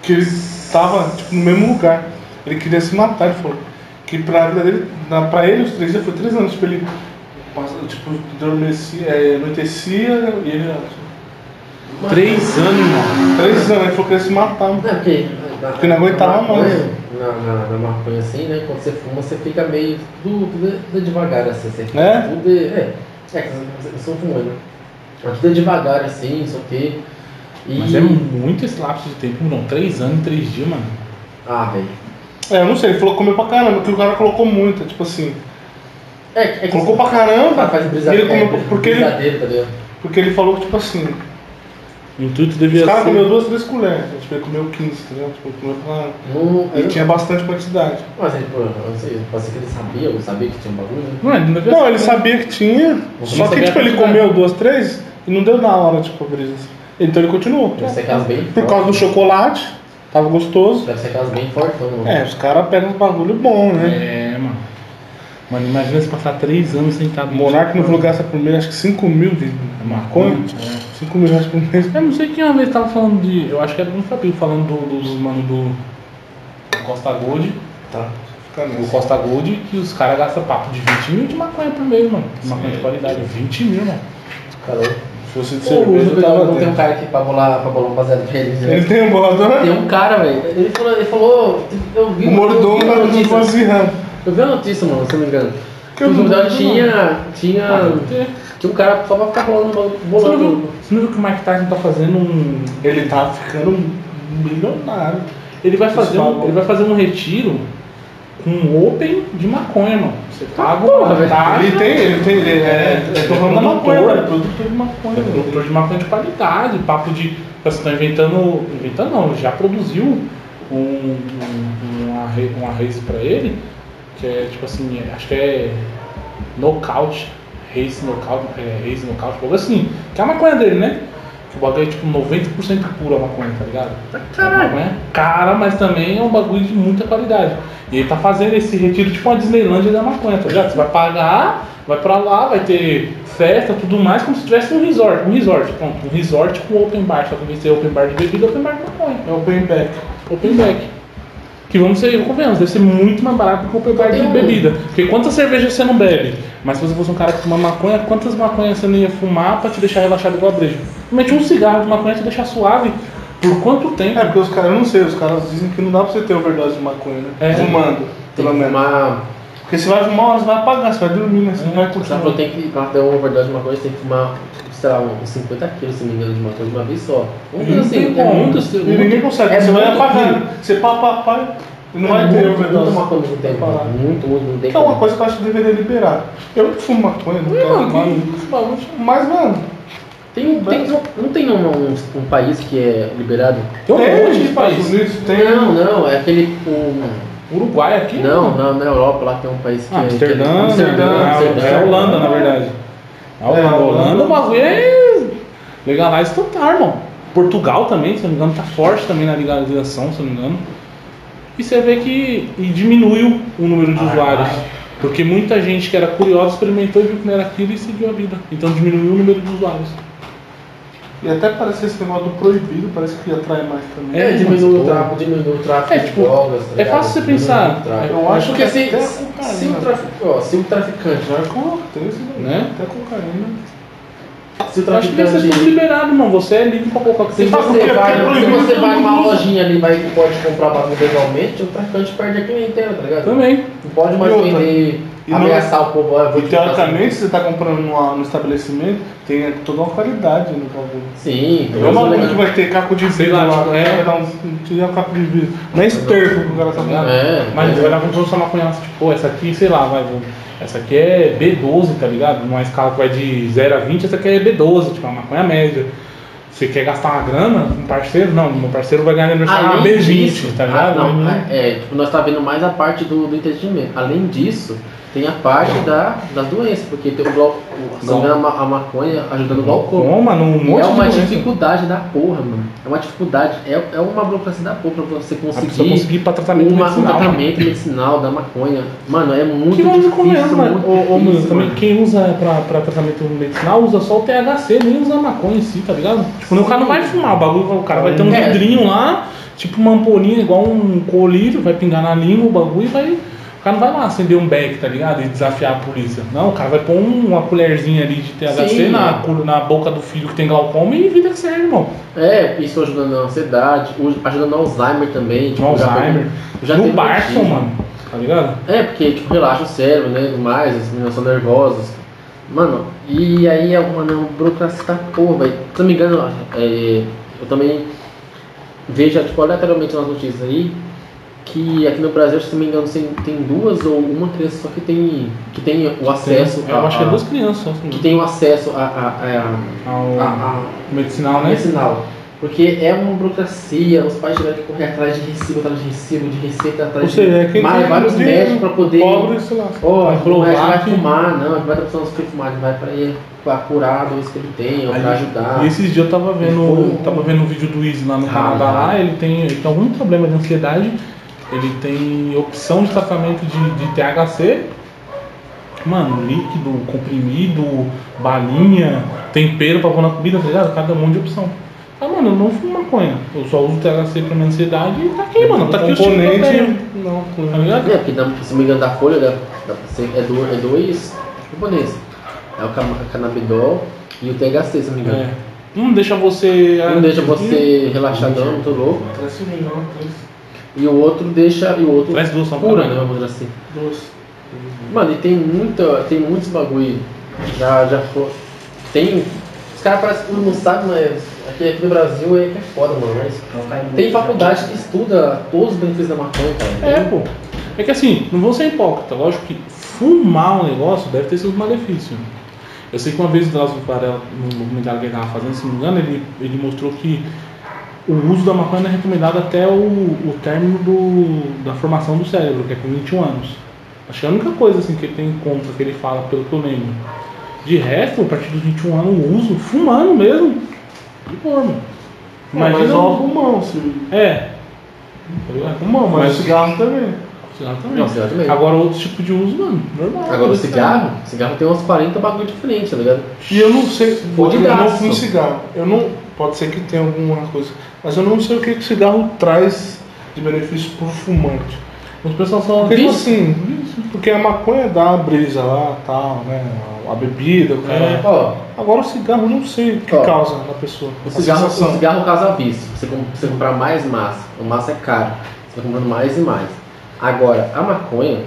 Speaker 1: Que ele tava tipo, no mesmo lugar. Ele queria se matar, ele falou. Que pra vida dele, na, pra ele os três dias foi três anos. Tipo, ele passa- tipo, adormecia, é, anoitecia e ele. ah,
Speaker 2: três anos, mano.
Speaker 1: Três anos, ele falou que ia se matar. mano.
Speaker 3: É, porque. na-
Speaker 1: Porque não aguentava
Speaker 3: na maconha,
Speaker 1: mais.
Speaker 3: Na, na, na maconha assim, né? Quando você fuma, você fica meio. Tudo, tudo, é- tudo é devagar assim. Você fica
Speaker 1: É?
Speaker 3: Tudo é. É, é que eu- eu sou fumando, né? Mas tudo é devagar assim, não sei o quê. E.
Speaker 2: Mas é muito esse lapso de tempo, não. Três anos, e três dias, mano.
Speaker 3: Ah, velho.
Speaker 1: É, eu não sei, ele falou que comeu pra caramba, que o cara colocou muito. Tipo assim,
Speaker 3: É, é que
Speaker 1: colocou pra
Speaker 3: Faz-
Speaker 1: caramba,
Speaker 3: faz
Speaker 1: e
Speaker 3: brisa-
Speaker 1: ele
Speaker 3: é,
Speaker 1: comeu porque ele,
Speaker 3: brisadeiro, tá ligado?
Speaker 1: porque ele falou que, tipo assim,
Speaker 2: O intuito
Speaker 1: Os
Speaker 2: devia
Speaker 1: caras comeu
Speaker 2: ser.
Speaker 1: duas, três colheres. Tipo, ele comeu 15, tá ligado? Tipo, ele comeu pra...
Speaker 3: Não,
Speaker 1: E
Speaker 3: eu-
Speaker 1: tinha bastante quantidade.
Speaker 3: Mas ele, pô, eu não sei, pode ser que ele sabia, eu sabia que tinha um bagulho, né?
Speaker 2: Mano, não devia
Speaker 1: Não,
Speaker 2: ser.
Speaker 1: ele sabia que tinha.
Speaker 2: Você
Speaker 1: Só
Speaker 2: não
Speaker 1: que,
Speaker 2: sabia
Speaker 1: tipo,
Speaker 2: a
Speaker 1: ele
Speaker 2: quantidade.
Speaker 1: comeu duas, três e não deu na hora, tipo, a brisa. Então ele continuou.
Speaker 3: Deve ser aquelas bem
Speaker 1: Por causa do chocolate, tava gostoso.
Speaker 3: Deve ser aquelas bem fortão, né? mano.
Speaker 1: É, os caras pegam uns bagulho bom, né?
Speaker 2: É, mano. Mano, imagina se passar três anos sentado
Speaker 1: O Monark não vou lugar essa primeira, acho que 5 mil de
Speaker 2: É
Speaker 1: maconha.
Speaker 2: maconha?
Speaker 1: 5 mil reais por mês.
Speaker 2: Eu não sei quem uma vez tava falando de. Eu acho que era um Fabinho falando do- dos, mano, do. Costa Gold.
Speaker 1: Tá. Fica
Speaker 2: O
Speaker 1: nessa.
Speaker 2: Costa Gold, que os caras gastam papo de 20 mil de maconha por mês, mano. Maconha de qualidade, 20 mil, mano.
Speaker 1: É.
Speaker 3: Cara,
Speaker 1: Se fosse de
Speaker 3: o
Speaker 1: cerveja,
Speaker 3: Uso
Speaker 1: eu tava
Speaker 3: não tem um
Speaker 1: dentro.
Speaker 3: cara aqui pra bolar, pra bolar um baseado pra ele, né?
Speaker 1: Ele tem um bolador?
Speaker 3: Tem um cara, velho. Ele falou, ele falou, eu vi
Speaker 1: O um
Speaker 3: eu vi
Speaker 1: mordomo
Speaker 3: uma
Speaker 1: tava no
Speaker 3: notícia.
Speaker 1: cozinhão.
Speaker 3: Eu vi a notícia, mano, se eu não me engano.
Speaker 1: Que
Speaker 3: Que
Speaker 1: eu
Speaker 3: o
Speaker 1: não
Speaker 3: Zubdal
Speaker 1: vi,
Speaker 3: tinha.
Speaker 1: Ah,
Speaker 3: Tinha. Tinha um cara só pra ficar bolando
Speaker 2: Você não, viu,
Speaker 3: bolando.
Speaker 2: você não viu que o Mike Tyson tá fazendo um.
Speaker 1: Ele tá ficando milionário.
Speaker 2: Ele vai fazer,
Speaker 1: Isso,
Speaker 2: um, ele vai fazer um retiro com um open de maconha, mano. Você tá paga
Speaker 3: porra,
Speaker 2: uma
Speaker 3: velho.
Speaker 2: taxa.
Speaker 1: Ele tem, ele tem, ele é, é, é torrão da maconha,
Speaker 2: produtor.
Speaker 1: velho, produtor de maconha.
Speaker 2: É produtor de maconha de qualidade, papo de. Você tá inventando. Inventando não, já produziu um, um, uma, re- uma race pra ele, que é tipo assim, é- acho que é nocaute, race nocaute, é, race nocaute, algo assim, que é a maconha dele, né? Que o bagulho é tipo 90% pura a maconha, tá ligado? É uma maconha cara, mas também é um bagulho de muita qualidade. E ele tá fazendo esse retiro tipo uma Disneylândia da maconha, tá ligado? Você vai pagar, vai pra lá, vai ter festa, tudo mais, como se tivesse um resort, um resort, pronto, um resort com open bar, só que vai ser open bar de bebida, open bar de maconha,
Speaker 1: É o payback.
Speaker 2: open back. Que vamos ser, convenhamos, deve ser muito mais barato que o open bar de
Speaker 3: Tem um-
Speaker 2: bebida. Porque quantas cervejas você não bebe? Mas se você fosse um cara que fuma maconha, quantas maconhas você não ia fumar pra te deixar relaxado igual a breja? Mete um cigarro de maconha te deixar suave por quanto tempo?
Speaker 1: É, porque os caras, eu não sei, os caras dizem que não dá pra você ter overdose de maconha, né?
Speaker 2: É.
Speaker 1: Fumando,
Speaker 3: Tem
Speaker 1: pelo
Speaker 3: que
Speaker 1: menos.
Speaker 3: fumar.
Speaker 1: Porque você vai fumar, você vai apagar, você vai dormir, né? Você não vai
Speaker 3: O cara
Speaker 1: continuar.
Speaker 3: falou tem que. Pra ter uma overdose de uma coisa, tem que fumar, sei lá, uns 50 quilos, se não me engano, de uma coisa de uma vez só. Um
Speaker 2: Não
Speaker 3: quilo assim,
Speaker 2: tem
Speaker 3: é
Speaker 2: como.
Speaker 3: muito.
Speaker 1: E ninguém consegue,
Speaker 3: é
Speaker 1: você vai
Speaker 3: muito
Speaker 1: apagando. Você pá, pá, pá, e não vai ter
Speaker 3: muito, muito
Speaker 1: overdose.
Speaker 3: maconha no tempo, mano. Muito, muito, não tem
Speaker 2: Então,
Speaker 1: Que é uma
Speaker 3: como.
Speaker 1: coisa que eu acho que deveria liberar. Eu que fumo maconha, não quero fumar. Mas, mano,
Speaker 3: Tem, tem, não tem um, um- um país que é liberado?
Speaker 2: Tem um monte de
Speaker 1: nos
Speaker 2: país. né?
Speaker 1: Estados Unidos, tem.
Speaker 3: Não, não, é aquele. Um,
Speaker 2: Uruguai aqui?
Speaker 3: Não, na, na Europa lá tem um país que
Speaker 2: Ah,
Speaker 3: é. que é-
Speaker 2: Amsterdã,
Speaker 3: Amsterdã,
Speaker 2: né?
Speaker 1: um-
Speaker 3: Amsterdã.
Speaker 2: É a Holanda, na verdade. A Holanda,
Speaker 1: É, a
Speaker 2: a
Speaker 1: Holanda.
Speaker 2: Holanda, o bagulho é legalize total, irmão. Portugal também, se eu não me engano, tá forte também na legalização, se eu não me engano. E você vê que e diminuiu o número de usuários. Porque muita gente que era curiosa experimentou e viu que não era aquilo e seguiu a vida. Então diminuiu o número de usuários.
Speaker 1: E até parece que esse negócio do proibido parece que atrai mais também.
Speaker 3: É,
Speaker 2: É,
Speaker 3: diminui o
Speaker 2: mas-
Speaker 3: tráfico, diminui o tráfico
Speaker 2: É,
Speaker 3: de
Speaker 2: tipo,
Speaker 3: drogas. tá
Speaker 2: é
Speaker 3: ligado?
Speaker 2: fácil você
Speaker 3: Diminui o
Speaker 2: pensar.
Speaker 3: tráfico.
Speaker 1: Eu acho
Speaker 3: Porque
Speaker 1: que
Speaker 3: se,
Speaker 2: é
Speaker 1: até
Speaker 3: se-
Speaker 1: com
Speaker 3: se o
Speaker 1: carinho.
Speaker 3: trafic- ó, se o traficante, né?
Speaker 1: Já é coloquei isso daí.
Speaker 2: Né?
Speaker 1: Até cocaína.
Speaker 3: se o
Speaker 2: Eu acho que deve ser tudo
Speaker 3: traficante,
Speaker 2: liberado, mano. Você é livre pra colocar o que
Speaker 3: se
Speaker 2: você quiser.
Speaker 3: você tá
Speaker 1: porque
Speaker 3: vai,
Speaker 1: é
Speaker 3: se
Speaker 1: proibido,
Speaker 3: você
Speaker 1: todo
Speaker 3: vai
Speaker 1: mundo
Speaker 3: numa
Speaker 1: usa.
Speaker 3: lojinha ali vai e pode comprar bagulho legalmente, o traficante perde a clientela, tá ligado?
Speaker 2: Também.
Speaker 3: Não pode mais
Speaker 1: E outra.
Speaker 3: vender,
Speaker 1: E
Speaker 2: é
Speaker 1: não-
Speaker 3: ameaçar o povo. ó, eu vou
Speaker 1: E
Speaker 3: te passar-
Speaker 1: teoricamente, se você tá comprando numa- num estabelecimento, tem toda uma qualidade no bagulho.
Speaker 3: Sim,
Speaker 1: É uma
Speaker 3: mas-
Speaker 1: luta que vai ter caco de
Speaker 2: né? Sei
Speaker 1: vidro
Speaker 2: lá,
Speaker 1: lá,
Speaker 2: tipo,
Speaker 1: o
Speaker 2: é.
Speaker 1: cara vai dar um, tirar um caco de vidro. Não é esterco que o cara tá dando.
Speaker 3: É,
Speaker 2: Mas
Speaker 3: mas-
Speaker 2: vai dar pra produção maconha, tipo, pô, essa aqui, sei lá, vai, vou- essa aqui é B12, tá ligado? Uma escala que vai de 0 a 20, essa aqui é B12, tipo, uma maconha média. Você quer gastar uma grana com um parceiro? Não, meu parceiro vai ganhar aniversário uma
Speaker 3: Além
Speaker 2: B20,
Speaker 3: disso,
Speaker 2: tá ligado?
Speaker 3: ah, não, é, tipo, nós tá vendo mais a parte do, do entendimento. Além disso, tem a parte da, das doenças, porque tem o glauco, sangrando a, ma- a maconha ajudando o glaucoma.
Speaker 2: Como, mano? Um
Speaker 3: E
Speaker 2: monte
Speaker 3: é uma
Speaker 2: de doença.
Speaker 3: dificuldade da porra, mano. É uma dificuldade, é, é uma burocracia da porra pra você
Speaker 2: A pessoa
Speaker 3: conseguir
Speaker 2: conseguir ir pra tratamento
Speaker 3: uma, um
Speaker 2: medicinal.
Speaker 3: tratamento medicinal da maconha. Mano, é muito
Speaker 2: Que vamos
Speaker 3: difícil,
Speaker 2: comendo, mano.
Speaker 3: muito
Speaker 2: Ô, ô, mano,
Speaker 3: difícil,
Speaker 2: também
Speaker 3: mano.
Speaker 2: quem usa pra, pra tratamento medicinal usa só o THC, nem usa a maconha em si, tá ligado? Tipo, o cara não vai fumar o bagulho, o cara vai ter um
Speaker 3: É.
Speaker 2: vidrinho lá, tipo uma ampolinha, igual um colírio, vai pingar na língua o bagulho e vai. O cara não vai lá acender um beck, tá ligado? E desafiar a polícia. Não, o cara vai pôr um- uma colherzinha ali de THC
Speaker 3: Sim.
Speaker 2: na, col- na boca do filho que tem glaucoma e vida que serve, irmão.
Speaker 3: É, isso ajudando na ansiedade, o- ajudando no Alzheimer também.
Speaker 2: No
Speaker 3: tipo, já-
Speaker 2: Alzheimer.
Speaker 3: já
Speaker 2: no
Speaker 3: teve
Speaker 2: Barson,
Speaker 3: notícia.
Speaker 2: mano. Tá ligado?
Speaker 3: É, porque tipo, relaxa o cérebro, né? Tudo mais, as meninas são nervosas. Mano, e aí é uma, uma burocracia da porra, velho. Se não me engano, é, eu também vejo, tipo, aleatoriamente nas notícias aí, que aqui no Brasil, se não me engano, tem, tem duas ou uma criança só que tem, que tem o acesso
Speaker 2: Eu acho que é duas
Speaker 3: ah.
Speaker 2: crianças só,
Speaker 3: que
Speaker 2: assim,
Speaker 3: tem o acesso a, a,
Speaker 2: ao
Speaker 3: a, a, a
Speaker 2: medicinal, né?
Speaker 3: é sinal. Porque é uma burocracia, os pais tiveram que correr atrás de recibo, atrás de recibo, de receita, atrás
Speaker 1: Ou seja, é
Speaker 3: de
Speaker 1: quem
Speaker 3: mais,
Speaker 1: tem
Speaker 3: vários
Speaker 1: dinheiro,
Speaker 3: médicos para poder.
Speaker 1: Pobre, sei lá. é
Speaker 3: Ó,
Speaker 2: Vai provar
Speaker 3: mas vai
Speaker 2: que-
Speaker 3: fumar, não, vai dar pessoa não vai fumar, ele vai pra ir pra curar a doença que ele tem, ou pra
Speaker 2: Ali-
Speaker 3: ajudar.
Speaker 2: E esses dias eu tava vendo, tava vendo um vídeo do Easy lá no
Speaker 3: Ah,
Speaker 2: Canadá,
Speaker 3: ah.
Speaker 2: lá, ele tem, ele tem algum problema de ansiedade, ele tem opção de tratamento de, de THC, mano, líquido, comprimido, balinha, tempero pra pôr na comida, tá ligado? Cada um monte de opção. Ah, mano, eu não fumo maconha, eu só uso THC pra minha ansiedade e tá aqui, mano, tá aqui o tipo que eu tenho,
Speaker 1: componente. Não,
Speaker 2: tá
Speaker 1: com-
Speaker 2: ligado?
Speaker 3: É, porque dá- se não me engano da folha dá, dá pra ser- é, do, é dois componentes. É o cam- canabidol e o THC, se não me engano.
Speaker 2: É. Não deixa você...
Speaker 1: É.
Speaker 3: Um deixa você relaxadão, muito louco,
Speaker 1: Parece um milhão, três,
Speaker 3: e o outro deixa. E o outro
Speaker 2: Parece duas são
Speaker 3: cura,
Speaker 2: pra
Speaker 3: né?
Speaker 2: mim.
Speaker 3: Vamos dizer assim.
Speaker 1: dois.
Speaker 3: Mano, e tem muita. Tem muitos bagulho. Já, já foi. Tem. Os caras parece que todo mundo sabe, mas aqui, aqui no Brasil é que é foda, mano. Mas tem faculdade que estuda todos os benefícios da maconha, cara.
Speaker 2: É, pô. É que assim, não vou ser hipócrita. Lógico que fumar um negócio deve ter seus malefícios. Eu sei que uma vez o Drauzio Varela, num documentário que ele estava fazendo, se não me engano, ele, ele mostrou que o uso da maconha é recomendado até o, o término do- da formação do cérebro, que é com 21 anos. Acho que é a única coisa assim, que ele tem contra, que ele fala, pelo que eu lembro. De resto, a partir dos 21 anos, o uso, fumando mesmo, de boa, mano.
Speaker 1: Mas
Speaker 2: Imagina-
Speaker 1: não fumão, se.
Speaker 2: É.
Speaker 1: Fumão, mas,
Speaker 2: Mas-
Speaker 1: assim. Um cigarro também.
Speaker 2: Cigarro também.
Speaker 3: Não, cigarro também.
Speaker 2: Agora outro tipo de uso, mano, normal.
Speaker 3: Agora o
Speaker 2: Isso
Speaker 3: cigarro, o cigarro tem uns 40 bagulho diferentes, tá ligado?
Speaker 1: E eu não sei.
Speaker 3: Ou de
Speaker 1: eu não
Speaker 3: gasto.
Speaker 1: fumo cigarro. Eu não. Pode ser que tenha alguma coisa. Mas eu não sei o que que cigarro traz de benefício pro fumante.
Speaker 2: aí. Os pessoal só
Speaker 1: Porque, tipo
Speaker 2: vício.
Speaker 1: assim, porque a maconha dá uma brisa lá tal, né? A bebida, o cara.
Speaker 2: É.
Speaker 3: Ó,
Speaker 1: Agora o cigarro, eu não sei o que
Speaker 3: Ó,
Speaker 1: causa na pessoa.
Speaker 3: o
Speaker 1: a
Speaker 3: cigarro, o
Speaker 1: sensação.
Speaker 3: cigarro causa vício. Você, com- você comprar mais massa, o massa é caro. Você vai comprando mais e mais. Agora, a maconha,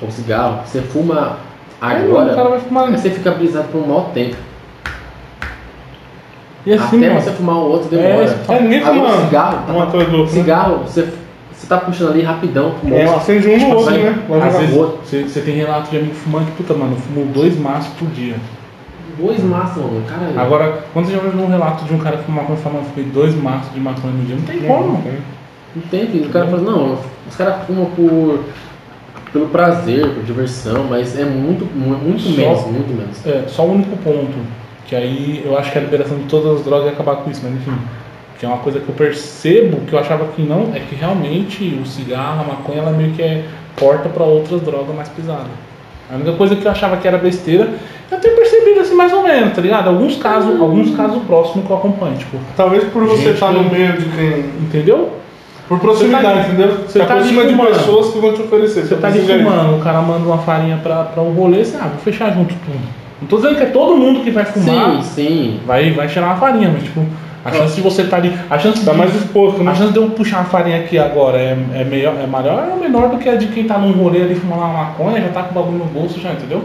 Speaker 3: o cigarro, você fuma
Speaker 2: Aí, mano, o cara
Speaker 3: agora,
Speaker 2: vai fumar.
Speaker 3: você fica brisado por um mau tempo.
Speaker 2: E assim,
Speaker 3: Ah, Até
Speaker 2: mano,
Speaker 3: você fumar o outro demora.
Speaker 2: É,
Speaker 1: É ninguém
Speaker 3: Agora,
Speaker 1: fumando.
Speaker 3: cigarro,
Speaker 1: um atrás do outro, né?
Speaker 3: Cigarro, você, você tá puxando ali rapidão.
Speaker 1: É, acende um no outro,
Speaker 3: assim,
Speaker 1: né? Vai
Speaker 2: às
Speaker 1: jogar.
Speaker 2: vezes
Speaker 3: outro.
Speaker 2: você, você tem relato de amigo fumante, puta, mano, eu fumo dois maços por dia.
Speaker 3: Dois maços, mano. Caralho.
Speaker 2: Agora, quando você já ouviu um relato de um cara que fumava maconha e fala, mano, eu fumei dois maços de maconha no dia, não tem como.
Speaker 3: Não tem, filho. O cara fala, não, os caras fumam por. pelo prazer, por diversão, mas é muito, mu- muito
Speaker 2: Só-
Speaker 3: menos, muito menos.
Speaker 2: É, só o único ponto, que aí eu acho que a liberação de todas as drogas ia acabar com isso, mas enfim. Que é uma coisa que eu percebo, que eu achava que não, é que realmente o cigarro, a maconha, ela meio que é porta pra outras drogas mais pesadas. A única coisa que eu achava que era besteira, eu tenho percebido assim mais ou menos, tá ligado? Alguns casos, alguns casos próximos que eu acompanho, tipo,
Speaker 1: Talvez por você
Speaker 2: Gente,
Speaker 1: estar
Speaker 2: eu-
Speaker 1: no meio de quem.
Speaker 2: entendeu?
Speaker 1: Por proximidade,
Speaker 2: Você tá ali-
Speaker 1: entendeu?
Speaker 2: você
Speaker 1: Você
Speaker 2: tá
Speaker 1: tá
Speaker 2: ali
Speaker 1: aproxima de
Speaker 2: fumando.
Speaker 1: pessoas que vão te oferecer.
Speaker 2: Você tá ali fumando, o cara manda uma farinha pra, pra um rolê, você, ah, vou fechar junto tudo. Não tô dizendo que é todo mundo que vai fumar.
Speaker 3: Sim, sim.
Speaker 2: Vai, vai cheirar uma farinha, mas tipo, a chance de você estar ali. A chance
Speaker 1: Tá
Speaker 2: de-
Speaker 1: mais exposto, né?
Speaker 2: A chance de eu puxar uma farinha aqui agora é, é, melhor, é maior ou menor do que a de quem tá num rolê ali fumando uma maconha, já tá com o bagulho no bolso, já, entendeu?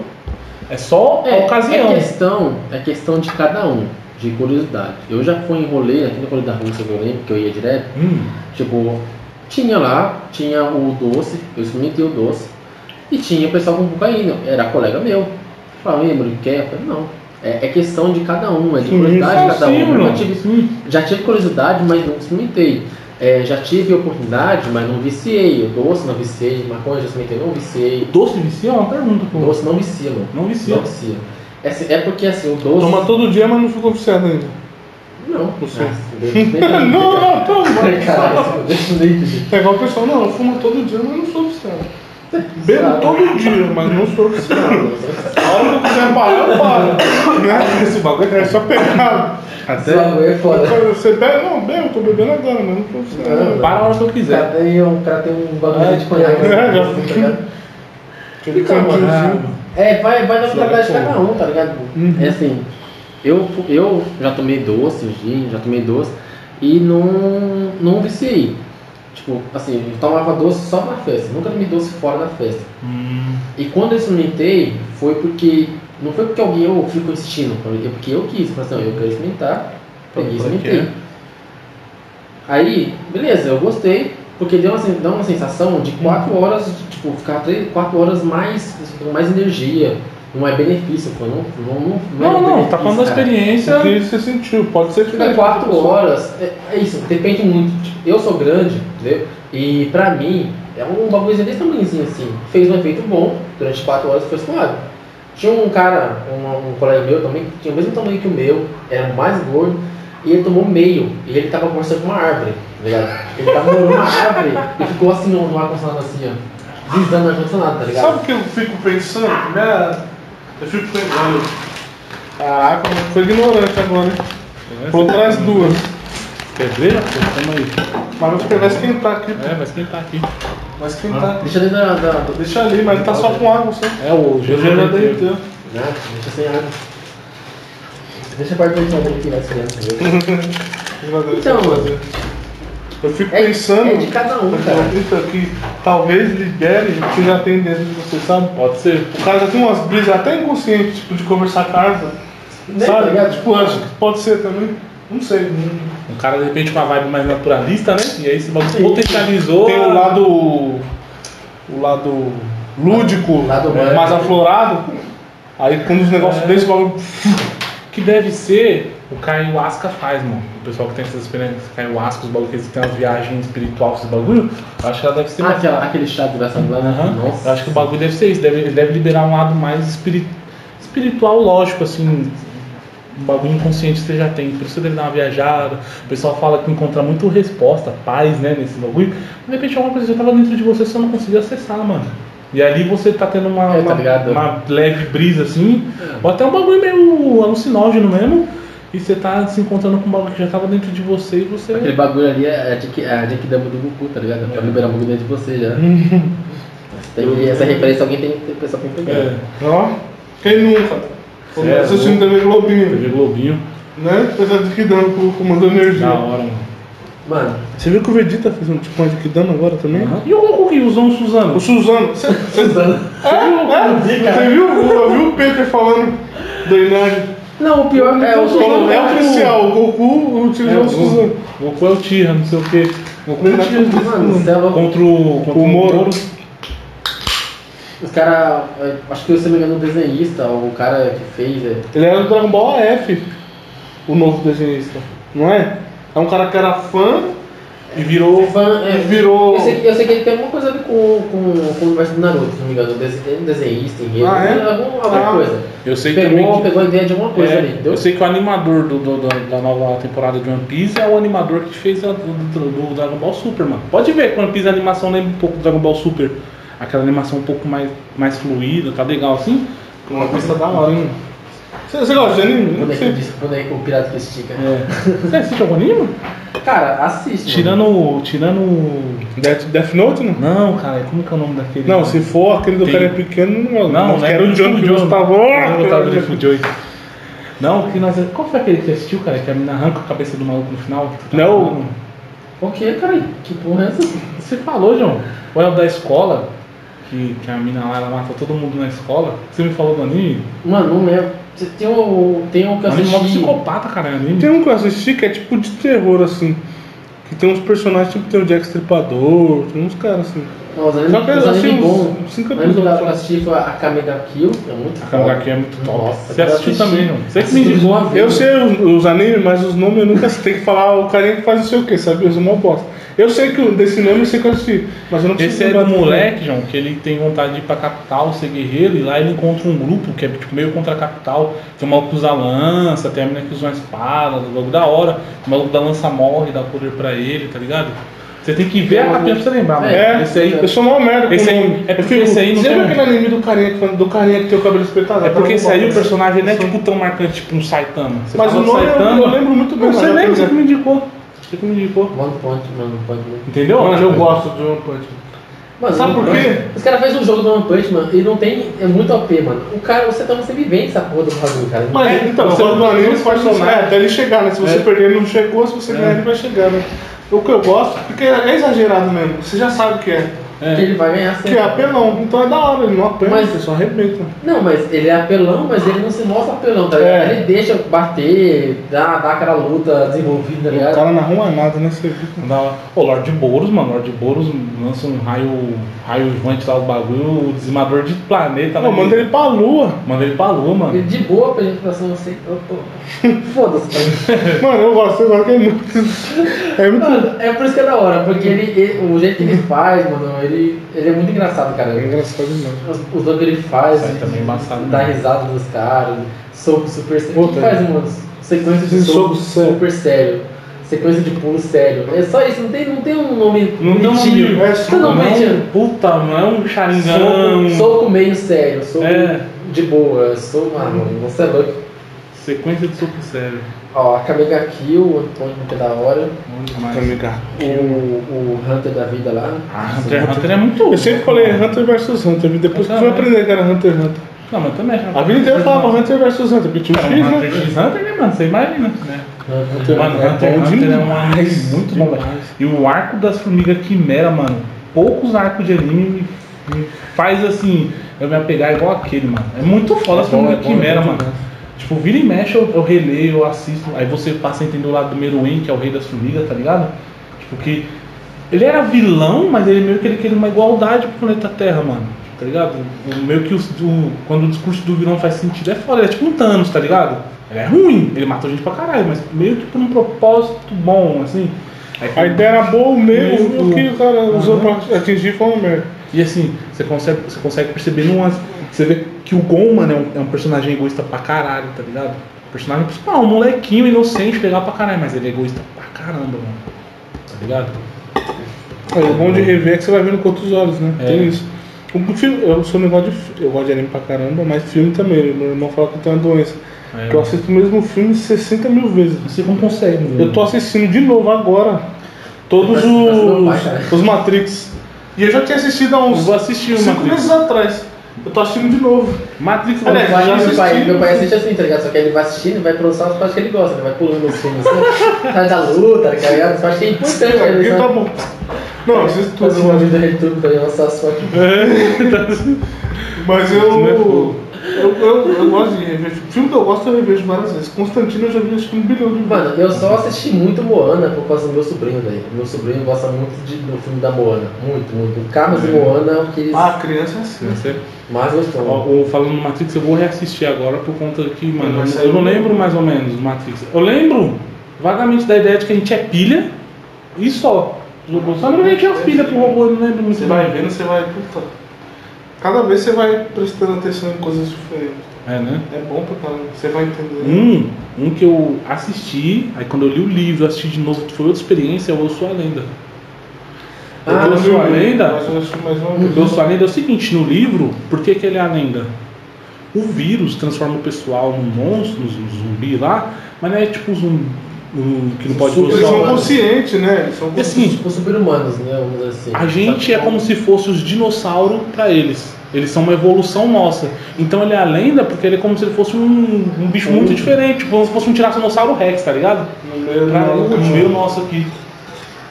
Speaker 2: É só a
Speaker 3: É,
Speaker 2: ocasião.
Speaker 3: É questão, é questão de cada um, de curiosidade. Eu já fui em rolê, aqui no rolê da Rússia que eu lembro, que eu ia direto.
Speaker 2: Hum,
Speaker 3: Tipo, tinha lá, tinha o doce, eu experimentei o doce, e tinha o pessoal com cocaína, era colega meu. Falava, lembra que quer? Eu falei, não. É, é questão de cada um, é de
Speaker 1: Sim,
Speaker 3: curiosidade
Speaker 2: é
Speaker 3: de cada um.
Speaker 2: possível.
Speaker 3: Eu nunca tive-
Speaker 2: Hum,
Speaker 3: já tive curiosidade, mas não experimentei. É, já tive oportunidade, mas não viciei. O doce não viciei, maconha já experimentei, não viciei.
Speaker 2: Doce vicia é uma pergunta, pô.
Speaker 3: O doce não vicia, mano.
Speaker 2: Não vicia.
Speaker 3: Não vicia. É, se- é porque assim, o doce.
Speaker 1: Toma todo dia, mas não ficou viciado ainda.
Speaker 3: Não,
Speaker 1: Não sei.
Speaker 3: Nossa, Deus, nem-
Speaker 1: Não, não, não.
Speaker 3: Caralho, deixa eu nem-
Speaker 1: É igual o pessoal, não, eu fumo todo dia, mas não sou viciado. Bebo
Speaker 3: Sabe?
Speaker 1: todo dia, mas não sou viciado. A hora que eu quiser parar, eu paro. Né? Esse bagulho é só pecado.
Speaker 3: Esse bagulho é foda.
Speaker 1: Você bebe? Não, bebo, eu tô bebendo agora, mas não sou viciado.
Speaker 2: Para a hora que eu
Speaker 3: O cara
Speaker 2: quiser.
Speaker 3: tem um, o cara tem um bagulho de conhaque.
Speaker 1: É, já
Speaker 3: tá ligado?
Speaker 1: Aquele
Speaker 3: Fica
Speaker 1: cantinho.
Speaker 2: amarrado.
Speaker 3: É, vai, vai na mentalidade de cada um, tá ligado? É assim, eu, eu já tomei doce, gin, já tomei doce e não, não viciei. Tipo, assim, eu tomava doce só na festa, nunca tomei doce fora da festa.
Speaker 2: Hum,
Speaker 3: E quando eu experimentei, foi porque. Não foi porque alguém eu fico insistindo, foi porque eu quis, mas não, eu quero experimentar, peguei e
Speaker 2: Pra ver qual é que
Speaker 3: experimentei. Aí, beleza, eu gostei, porque deu uma, sen- dá uma sensação de 4
Speaker 2: Uhum.
Speaker 3: horas, de, tipo, ficar 3, 4 horas mais, com mais energia. Não é benefício, pô, não, não, não, é
Speaker 2: Não, não, tá
Speaker 3: benefício,
Speaker 2: falando da
Speaker 3: cara.
Speaker 2: experiência.
Speaker 1: O que você sentiu? Pode ser que
Speaker 3: Fica Tipo, é quatro horas, é, é isso, depende muito. Tipo, Eu sou grande, entendeu? E pra mim, é um bagulhozinho desse tamanhozinho assim. Fez um efeito bom, durante quatro horas foi suave. Tinha um cara, um, um colega meu também, que tinha o mesmo tamanho que o meu, era mais gordo, e ele tomou meio, e ele tava conversando com uma árvore, tá ligado? Ele tava morando uma árvore e ficou assim no no ar-condicionado assim, ó. Visando no ar-condicionado, tá ligado?
Speaker 1: Sabe o que eu fico pensando? Né? Eu fico pensando. Caraca, eu sou ignorante agora, hein? Vou atrás duas.
Speaker 2: é Quer ver? Pô, Calma aí.
Speaker 1: Mas você vai esquentar aqui.
Speaker 2: É, vai esquentar aqui.
Speaker 1: Vai esquentar.
Speaker 3: Deixa dentro da. da, do-
Speaker 1: Deixa ali, mas tá só com água, só.
Speaker 2: É o
Speaker 1: Eu já tá
Speaker 2: gelo.
Speaker 1: deitei.
Speaker 3: Não, deixa sem água. Deixa a parte do ventilador aqui, né, assim, vai esfriando, entendeu? Então, mano.
Speaker 1: Eu fico
Speaker 3: É-
Speaker 1: pensando.
Speaker 3: é de cada um,
Speaker 1: eu fico
Speaker 3: cara.
Speaker 1: pensando que talvez libere o que já tem dentro de você, sabe?
Speaker 2: Pode ser.
Speaker 1: O cara já tem umas brisas até inconscientes, tipo, de conversar com a árvore.
Speaker 3: Né, tá
Speaker 1: Sabe?
Speaker 3: ligado?
Speaker 1: tipo, acho que pode ser também. Não sei. não-
Speaker 2: Um cara de repente com uma vibe mais naturalista, né? E aí esse bagulho
Speaker 3: Sim.
Speaker 2: potencializou.
Speaker 1: Tem o lado. O lado lúdico,
Speaker 3: Lado
Speaker 1: é,
Speaker 3: humano.
Speaker 1: mais aflorado. Aí quando os negócios
Speaker 2: É.
Speaker 1: desse, o bagulho.
Speaker 2: Que deve ser o Ayahuasca faz, mano. O pessoal que tem essas experiências com Ayahuasca, os bagulhos que eles têm as viagens espiritual, esses bagulho, eu acho que ela deve ser.
Speaker 3: Ah, aquela- aquele chá de graça lá, né?
Speaker 2: Aham.
Speaker 3: Nossa.
Speaker 2: Eu acho que o bagulho deve ser isso. Deve, ele deve liberar um lado mais espiri- espiritual, lógico, assim. Um bagulho inconsciente que você já tem. Por isso você deve dar uma viajada. O pessoal fala que encontra muito resposta, paz, né, nesse bagulho. Mas, De repente alguma coisa que já tava dentro de você, você não conseguia acessar, mano. E ali você tá tendo uma,
Speaker 3: É, tá
Speaker 2: uma-
Speaker 3: ligado?
Speaker 2: uma leve brisa assim,
Speaker 3: É.
Speaker 2: ou até um bagulho meio alucinógeno mesmo, e você tá se encontrando com um bagulho que já tava dentro de você e você.
Speaker 3: Aquele bagulho ali é a Jack- é a Genkidama do Goku, tá ligado? Pra liberar um bagulho dentro de você já. Tem que- essa referência alguém tem que pensar pra pegar.
Speaker 2: É,
Speaker 1: Ó, quem nunca? Quando
Speaker 2: É,
Speaker 1: eu assistindo TV Globinho,
Speaker 2: TV Globinho,
Speaker 1: né? Apesar de que dando pro comando energia.
Speaker 2: da hora, mano.
Speaker 3: Mano,
Speaker 1: Você viu que o Vegeta fez um tipo de Kidama agora também?
Speaker 2: E o Goku que usou um
Speaker 1: O
Speaker 2: Suzano?
Speaker 1: Suzano. Você é, é, viu? Eu vi o Peter falando da Inari.
Speaker 3: não, o pior é o
Speaker 1: É
Speaker 3: Suzano.
Speaker 1: oficial, o Goku
Speaker 2: É,
Speaker 1: utilizou
Speaker 2: o
Speaker 1: o Suzano.
Speaker 2: Goku- Goku é o Tira, não sei o quê. Goku é o Tira.
Speaker 3: Mano, você é louco.
Speaker 2: Contra o, contra
Speaker 1: O Moro.
Speaker 3: Os caras, acho que se não me engano, o desenhista, o cara que fez, é,
Speaker 1: Ele era do Dragon Ball AF, o novo desenhista, não é? É um cara que era fã E virou.
Speaker 3: Fan- é,
Speaker 1: e virou.
Speaker 3: Eu sei, eu sei que ele tem alguma coisa a ver com, com, com o universo do Naruto, se não me engano. Dese- Ele é um desenhista, engenheiro,
Speaker 1: Ah, é?
Speaker 3: alguma, alguma
Speaker 1: Ah.
Speaker 3: coisa.
Speaker 2: Eu sei também
Speaker 3: Pegou,
Speaker 2: que.
Speaker 3: pegou a ideia de alguma coisa
Speaker 2: É,
Speaker 3: ali, entendeu?
Speaker 2: eu sei que o animador do- do- do- da nova temporada de One Piece é o animador que fez a, do, do- do Dragon Ball Super, mano. Pode ver que One Piece a animação lembra um pouco do Dragon Ball Super. Aquela animação um pouco mais, mais fluida, tá legal assim.
Speaker 1: Uma pista da hora, hein? Você, você gosta de anime? Eu não
Speaker 3: Boneco
Speaker 1: sei.
Speaker 3: de- boneco, o pirata que estica.
Speaker 2: É. Você assiste algum anime? mano?
Speaker 3: Cara, assiste. mano.
Speaker 2: Tirando. Tirando.
Speaker 1: Death, Death Note, não?
Speaker 2: Não, cara, como que é o nome daquele?
Speaker 1: Não, se for aquele do
Speaker 2: Tem.
Speaker 1: cara pequeno, não.
Speaker 2: Não, né, não,
Speaker 1: não quero o John que
Speaker 2: Johnny.
Speaker 1: Gustavo. Ah,
Speaker 2: Não, Gustavo Johnny Full Joy. Não, que nós. é- Qual foi aquele que você assistiu, cara? Que a mina arranca a cabeça do maluco no final?
Speaker 1: Não.
Speaker 3: O que, cara? Que porra é essa?
Speaker 2: Você falou, João. O El da escola, que, que a mina lá ela mata todo mundo na escola. Você me falou do anime?
Speaker 3: Mano, não lembro. Você Tem um, tem um que
Speaker 2: O
Speaker 3: eu
Speaker 2: anime é mó
Speaker 3: assisti.
Speaker 2: psicopata, cara. é Anime.
Speaker 1: Tem um que eu assisti que é tipo de terror, assim. Que tem uns personagens, tipo, tem o Jack Stripador, tem uns caras assim.
Speaker 3: Não, os
Speaker 1: Só que eu
Speaker 3: animes
Speaker 1: assisti
Speaker 3: anime
Speaker 1: uns
Speaker 3: bom.
Speaker 1: cinco
Speaker 3: O anime que
Speaker 1: episódios
Speaker 3: eu
Speaker 1: só.
Speaker 3: assisti foi a Kamega Kill, que é muito
Speaker 2: A Kamega
Speaker 3: foda.
Speaker 2: Kill é muito top.
Speaker 3: Nossa,
Speaker 2: Você
Speaker 3: eu
Speaker 2: assistiu
Speaker 3: assisti.
Speaker 2: também, não? Você que me
Speaker 3: Assisti
Speaker 2: indicou.
Speaker 3: uma vez.
Speaker 1: Eu sei os, os animes, mas os nomes eu nunca sei. Tem que falar o carinha que faz não sei o que, sabe? Eu sou uma bosta. Eu sei que o- desse nome eu sei que eu assisti, mas eu não
Speaker 2: Esse
Speaker 1: preciso
Speaker 2: é
Speaker 1: lembrar
Speaker 2: do moleque, João, que ele tem vontade de ir pra capital ser guerreiro e lá ele encontra um grupo que é tipo, meio contra a capital. Tem um maluco que usa lança, tem a mina que usa uma espada, do logo da hora. O maluco da lança morre, dá poder pra ele, tá ligado? Você tem que ver a capinha pra você lembrar, mano.
Speaker 1: um É,
Speaker 2: Esse aí.
Speaker 1: eu sou uma merda com
Speaker 2: Esse aí-
Speaker 1: nome.
Speaker 2: é
Speaker 1: Eu
Speaker 2: porque esse aí não
Speaker 1: Você
Speaker 2: tem
Speaker 1: lembra
Speaker 2: um-
Speaker 1: aquele anime do carinha, que fala- do carinha que tem o cabelo espetado?
Speaker 2: É porque esse aí
Speaker 1: personagem.
Speaker 2: o personagem não é tipo tão marcante, tipo um Saitama. Você
Speaker 1: Mas
Speaker 2: fala
Speaker 1: o nome eu-
Speaker 2: Saitama-
Speaker 1: eu lembro né? muito bem,
Speaker 2: Não, Você
Speaker 1: mas eu
Speaker 2: lembra, você
Speaker 1: lembro.
Speaker 2: que me indicou. Você que me indicou.
Speaker 3: One Punch, mano, One Punch Man.
Speaker 2: Entendeu?
Speaker 1: Mano, eu gosto de One Punch Man.
Speaker 3: Mano,
Speaker 1: Sabe
Speaker 3: One
Speaker 1: por
Speaker 3: Punch-
Speaker 1: quê?
Speaker 3: Os caras fez um jogo do One Punch, mano, e não tem. É muito OP, mano. O cara, você tá você vivendo essa porra do bagulho, cara.
Speaker 2: É,
Speaker 1: Mas, então, você
Speaker 2: gosto
Speaker 1: do anime,
Speaker 2: dos
Speaker 1: os personagens.
Speaker 2: personagens.
Speaker 1: É, até ele chegar, né? Se você
Speaker 2: É.
Speaker 1: perder, ele não chegou. Se você
Speaker 2: É.
Speaker 1: ganhar, ele vai chegar, né? O que eu gosto, porque é exagerado mesmo. Você já sabe o que é.
Speaker 3: Porque
Speaker 2: É.
Speaker 3: ele vai ganhar sempre.
Speaker 1: Que é apelão. Então é da hora, ele não apanha,
Speaker 3: Mas-
Speaker 1: ele só arrebenta.
Speaker 3: Não, mas ele é apelão, mas ele não se mostra apelão, tá ligado?
Speaker 1: É.
Speaker 3: Ele deixa bater, dá, dá aquela luta desenvolvida, tá
Speaker 1: O
Speaker 3: ligado?
Speaker 1: cara na rua é nada, né? Você viu?
Speaker 2: Da... Ô, Lorde Boros, mano, Lorde Boros lança um raio, raio gigante lá do bagulho, o dizimador de planeta.
Speaker 1: Pô,
Speaker 2: né?
Speaker 1: manda ele pra lua.
Speaker 2: Manda ele pra lua,
Speaker 3: Ele
Speaker 2: mano.
Speaker 3: de boa pra apresentação assim, eu tô. Foda-se, tá ligado?
Speaker 1: Mano, eu gosto, eu gosto que é muito. É muito.
Speaker 3: Mano, é por isso que é da hora, porque ele, ele- o jeito que ele faz, mano, ele, ele é muito engraçado, cara.
Speaker 1: É engraçado demais.
Speaker 3: Os os jogos que ele faz,
Speaker 2: Sai também embaçado,
Speaker 3: dá
Speaker 2: né?
Speaker 3: risada dos caras, soco super sério.
Speaker 1: Puta,
Speaker 3: Ele faz uma sequência de
Speaker 1: Sim, soco
Speaker 3: soco
Speaker 1: sério.
Speaker 3: super sério, sequência de pulo sério. É só isso, não tem, não tem um nome
Speaker 1: Não tem um
Speaker 3: bonitinho.
Speaker 1: nome, é soco,
Speaker 3: não,
Speaker 2: Não,
Speaker 3: bonitinho.
Speaker 2: puta, não é um Sharingan.
Speaker 3: Soco, soco meio sério, soco
Speaker 2: É.
Speaker 3: de boa, soco, ah, mano, você é louco.
Speaker 2: Sequência de soco sério.
Speaker 3: Ó, a Kamega Kill, o Antônio que é da hora,
Speaker 2: Bom demais.
Speaker 1: Amiga.
Speaker 3: o, o Hunter da vida lá.
Speaker 2: Ah, Hunter x Hunter é muito.
Speaker 1: Eu sempre falei Hunter vs Hunter, depois que eu fui aprender que era Hunter x Hunter.
Speaker 2: Não, mas também. é
Speaker 1: A vida inteira eu falava Hunter vs Hunter, porque tinha o
Speaker 2: Cara, Hunter
Speaker 1: X, né?
Speaker 2: x Hunter, né, mano? Você imagina, né?
Speaker 3: Hunter,
Speaker 2: Mano,
Speaker 1: é
Speaker 2: Hunter
Speaker 1: bom
Speaker 2: x Hunter é um
Speaker 1: demais,
Speaker 2: anime muito bom, velho.
Speaker 1: demais.
Speaker 2: E o arco das formigas quimera, mano. Poucos arcos de anime me, me faz assim, eu me apegar igual aquele, mano. É muito foda
Speaker 1: É
Speaker 2: as
Speaker 1: bom,
Speaker 2: formigas
Speaker 1: é bom,
Speaker 2: quimera,
Speaker 1: é bom
Speaker 2: mano. Tipo, vira e mexe, eu, eu releio, eu assisto. Aí você passa a entender o lado do Meruem, que é o rei das formigas, tá ligado? Tipo, que ele era vilão, mas ele meio que ele queria uma igualdade pro planeta Terra, mano. Tá ligado? O, meio que os- o- quando o discurso do vilão faz sentido é foda. Ele é tipo um Thanos, tá ligado? Ele é ruim, ele matou gente pra caralho, mas meio que por um propósito bom, assim. Aí
Speaker 1: A ideia era boa, o meio,
Speaker 2: Meio
Speaker 1: o que o cara usou
Speaker 2: Aham.
Speaker 1: pra atingir foi uma merda.
Speaker 2: E assim, você consegue, você consegue perceber nuances. Você vê que o Gon, mano, é um, é um personagem egoísta pra caralho, tá ligado? O personagem principal, um molequinho inocente, legal pra caralho, mas ele é egoísta pra caramba, mano. Tá ligado?
Speaker 1: Aí, o bom de rever é que você vai vendo com outros olhos, né?
Speaker 2: É.
Speaker 1: Tem isso. O filme, eu sou um negócio de. fi- Eu gosto de anime pra caramba, mas filme também. Meu irmão fala que eu tenho uma doença.
Speaker 2: É,
Speaker 1: Que eu assisto o mesmo filme 60 mil vezes.
Speaker 2: não sei como consegue, mano.
Speaker 1: Eu tô assistindo de novo agora. Todos
Speaker 3: Parece- parece meu pai, cara.
Speaker 1: os, os Matrix. E eu já tinha assistido há
Speaker 2: Eu
Speaker 1: uns
Speaker 2: vou assistir o
Speaker 1: 5 meses
Speaker 2: Matrix.
Speaker 1: atrás. Eu tô assistindo de novo.
Speaker 2: Matrix
Speaker 1: Aliás,
Speaker 3: Meu pai-
Speaker 1: já
Speaker 3: meu, pai,
Speaker 1: assisti.
Speaker 3: meu pai assiste assim, tá ligado? Só que ele vai assistindo e vai produzindo as partes que ele gosta, ele vai pulando os filmes assim, faz da luta, tá ligado? As partes que é importante, né?
Speaker 1: Aqui
Speaker 3: Ele
Speaker 1: tá
Speaker 3: sabe?
Speaker 1: bom. Não, eu assisto
Speaker 2: tá
Speaker 3: Faz
Speaker 1: tudo.
Speaker 3: uma
Speaker 1: mano.
Speaker 2: né?
Speaker 3: vida de tudo pra ele lançar as fotos.
Speaker 1: Mas
Speaker 2: Isso
Speaker 1: eu,
Speaker 2: não é fogo.
Speaker 1: eu, eu. eu gosto de rever. tipo, Filme que eu gosto eu revejo várias vezes. Constantino eu já vi acho que um bilhão de vezes.
Speaker 3: Mano, eu só assisti muito Moana por causa do meu sobrinho, velho. Meu sobrinho gosta muito de- do filme da Moana. Muito, muito. Carlos e Moana é o que eles
Speaker 1: Ah, criança é assim.
Speaker 2: Você-
Speaker 3: mais gostam.
Speaker 2: Ó, o- falando do Matrix, eu vou reassistir agora por conta que, mano,
Speaker 1: Vai
Speaker 2: eu,
Speaker 1: sair
Speaker 2: eu não
Speaker 1: um-
Speaker 2: lembro mais ou menos do Matrix. Eu lembro vagamente da ideia de que a gente é pilha e só. O Bolsonaro meio que auxilia é pro robô, eu não lembro muito
Speaker 1: É, Você
Speaker 2: bem.
Speaker 1: vai vendo, você vai. Puta. Cada vez você vai prestando atenção em coisas diferentes.
Speaker 2: É, né?
Speaker 1: É bom pra caramba. Você vai entender.
Speaker 2: Um, um que eu assisti, aí quando eu li o livro, eu assisti de novo, foi outra experiência, é o Eu Sou a Lenda. O
Speaker 3: Ah,
Speaker 1: eu
Speaker 2: Eu
Speaker 1: assisti
Speaker 2: Sou a
Speaker 3: é
Speaker 1: mais-
Speaker 2: Lenda,
Speaker 1: Mas eu assisti mais uma
Speaker 2: o Eu
Speaker 1: vez.
Speaker 2: Sou a Lenda é o seguinte, no livro, por que, que ele é a lenda? O vírus transforma o pessoal num monstro, num zumbi lá, mas não é tipo um zumbi um que não pode
Speaker 3: Super
Speaker 1: Eles
Speaker 2: usar
Speaker 1: são
Speaker 2: o-
Speaker 1: conscientes, né? Eles são
Speaker 2: E
Speaker 1: conscientes.
Speaker 2: assim,
Speaker 3: Tipo super-humanos, né? Vamos dizer assim.
Speaker 2: A gente é como se fosse os dinossauros pra eles. Eles são uma evolução nossa. Então ele é a lenda porque ele é como se ele fosse um, um bicho muito diferente, como se fosse um tiranossauro Rex, tá ligado?
Speaker 1: No meio
Speaker 2: Pra
Speaker 1: da-
Speaker 2: o meio nosso aqui.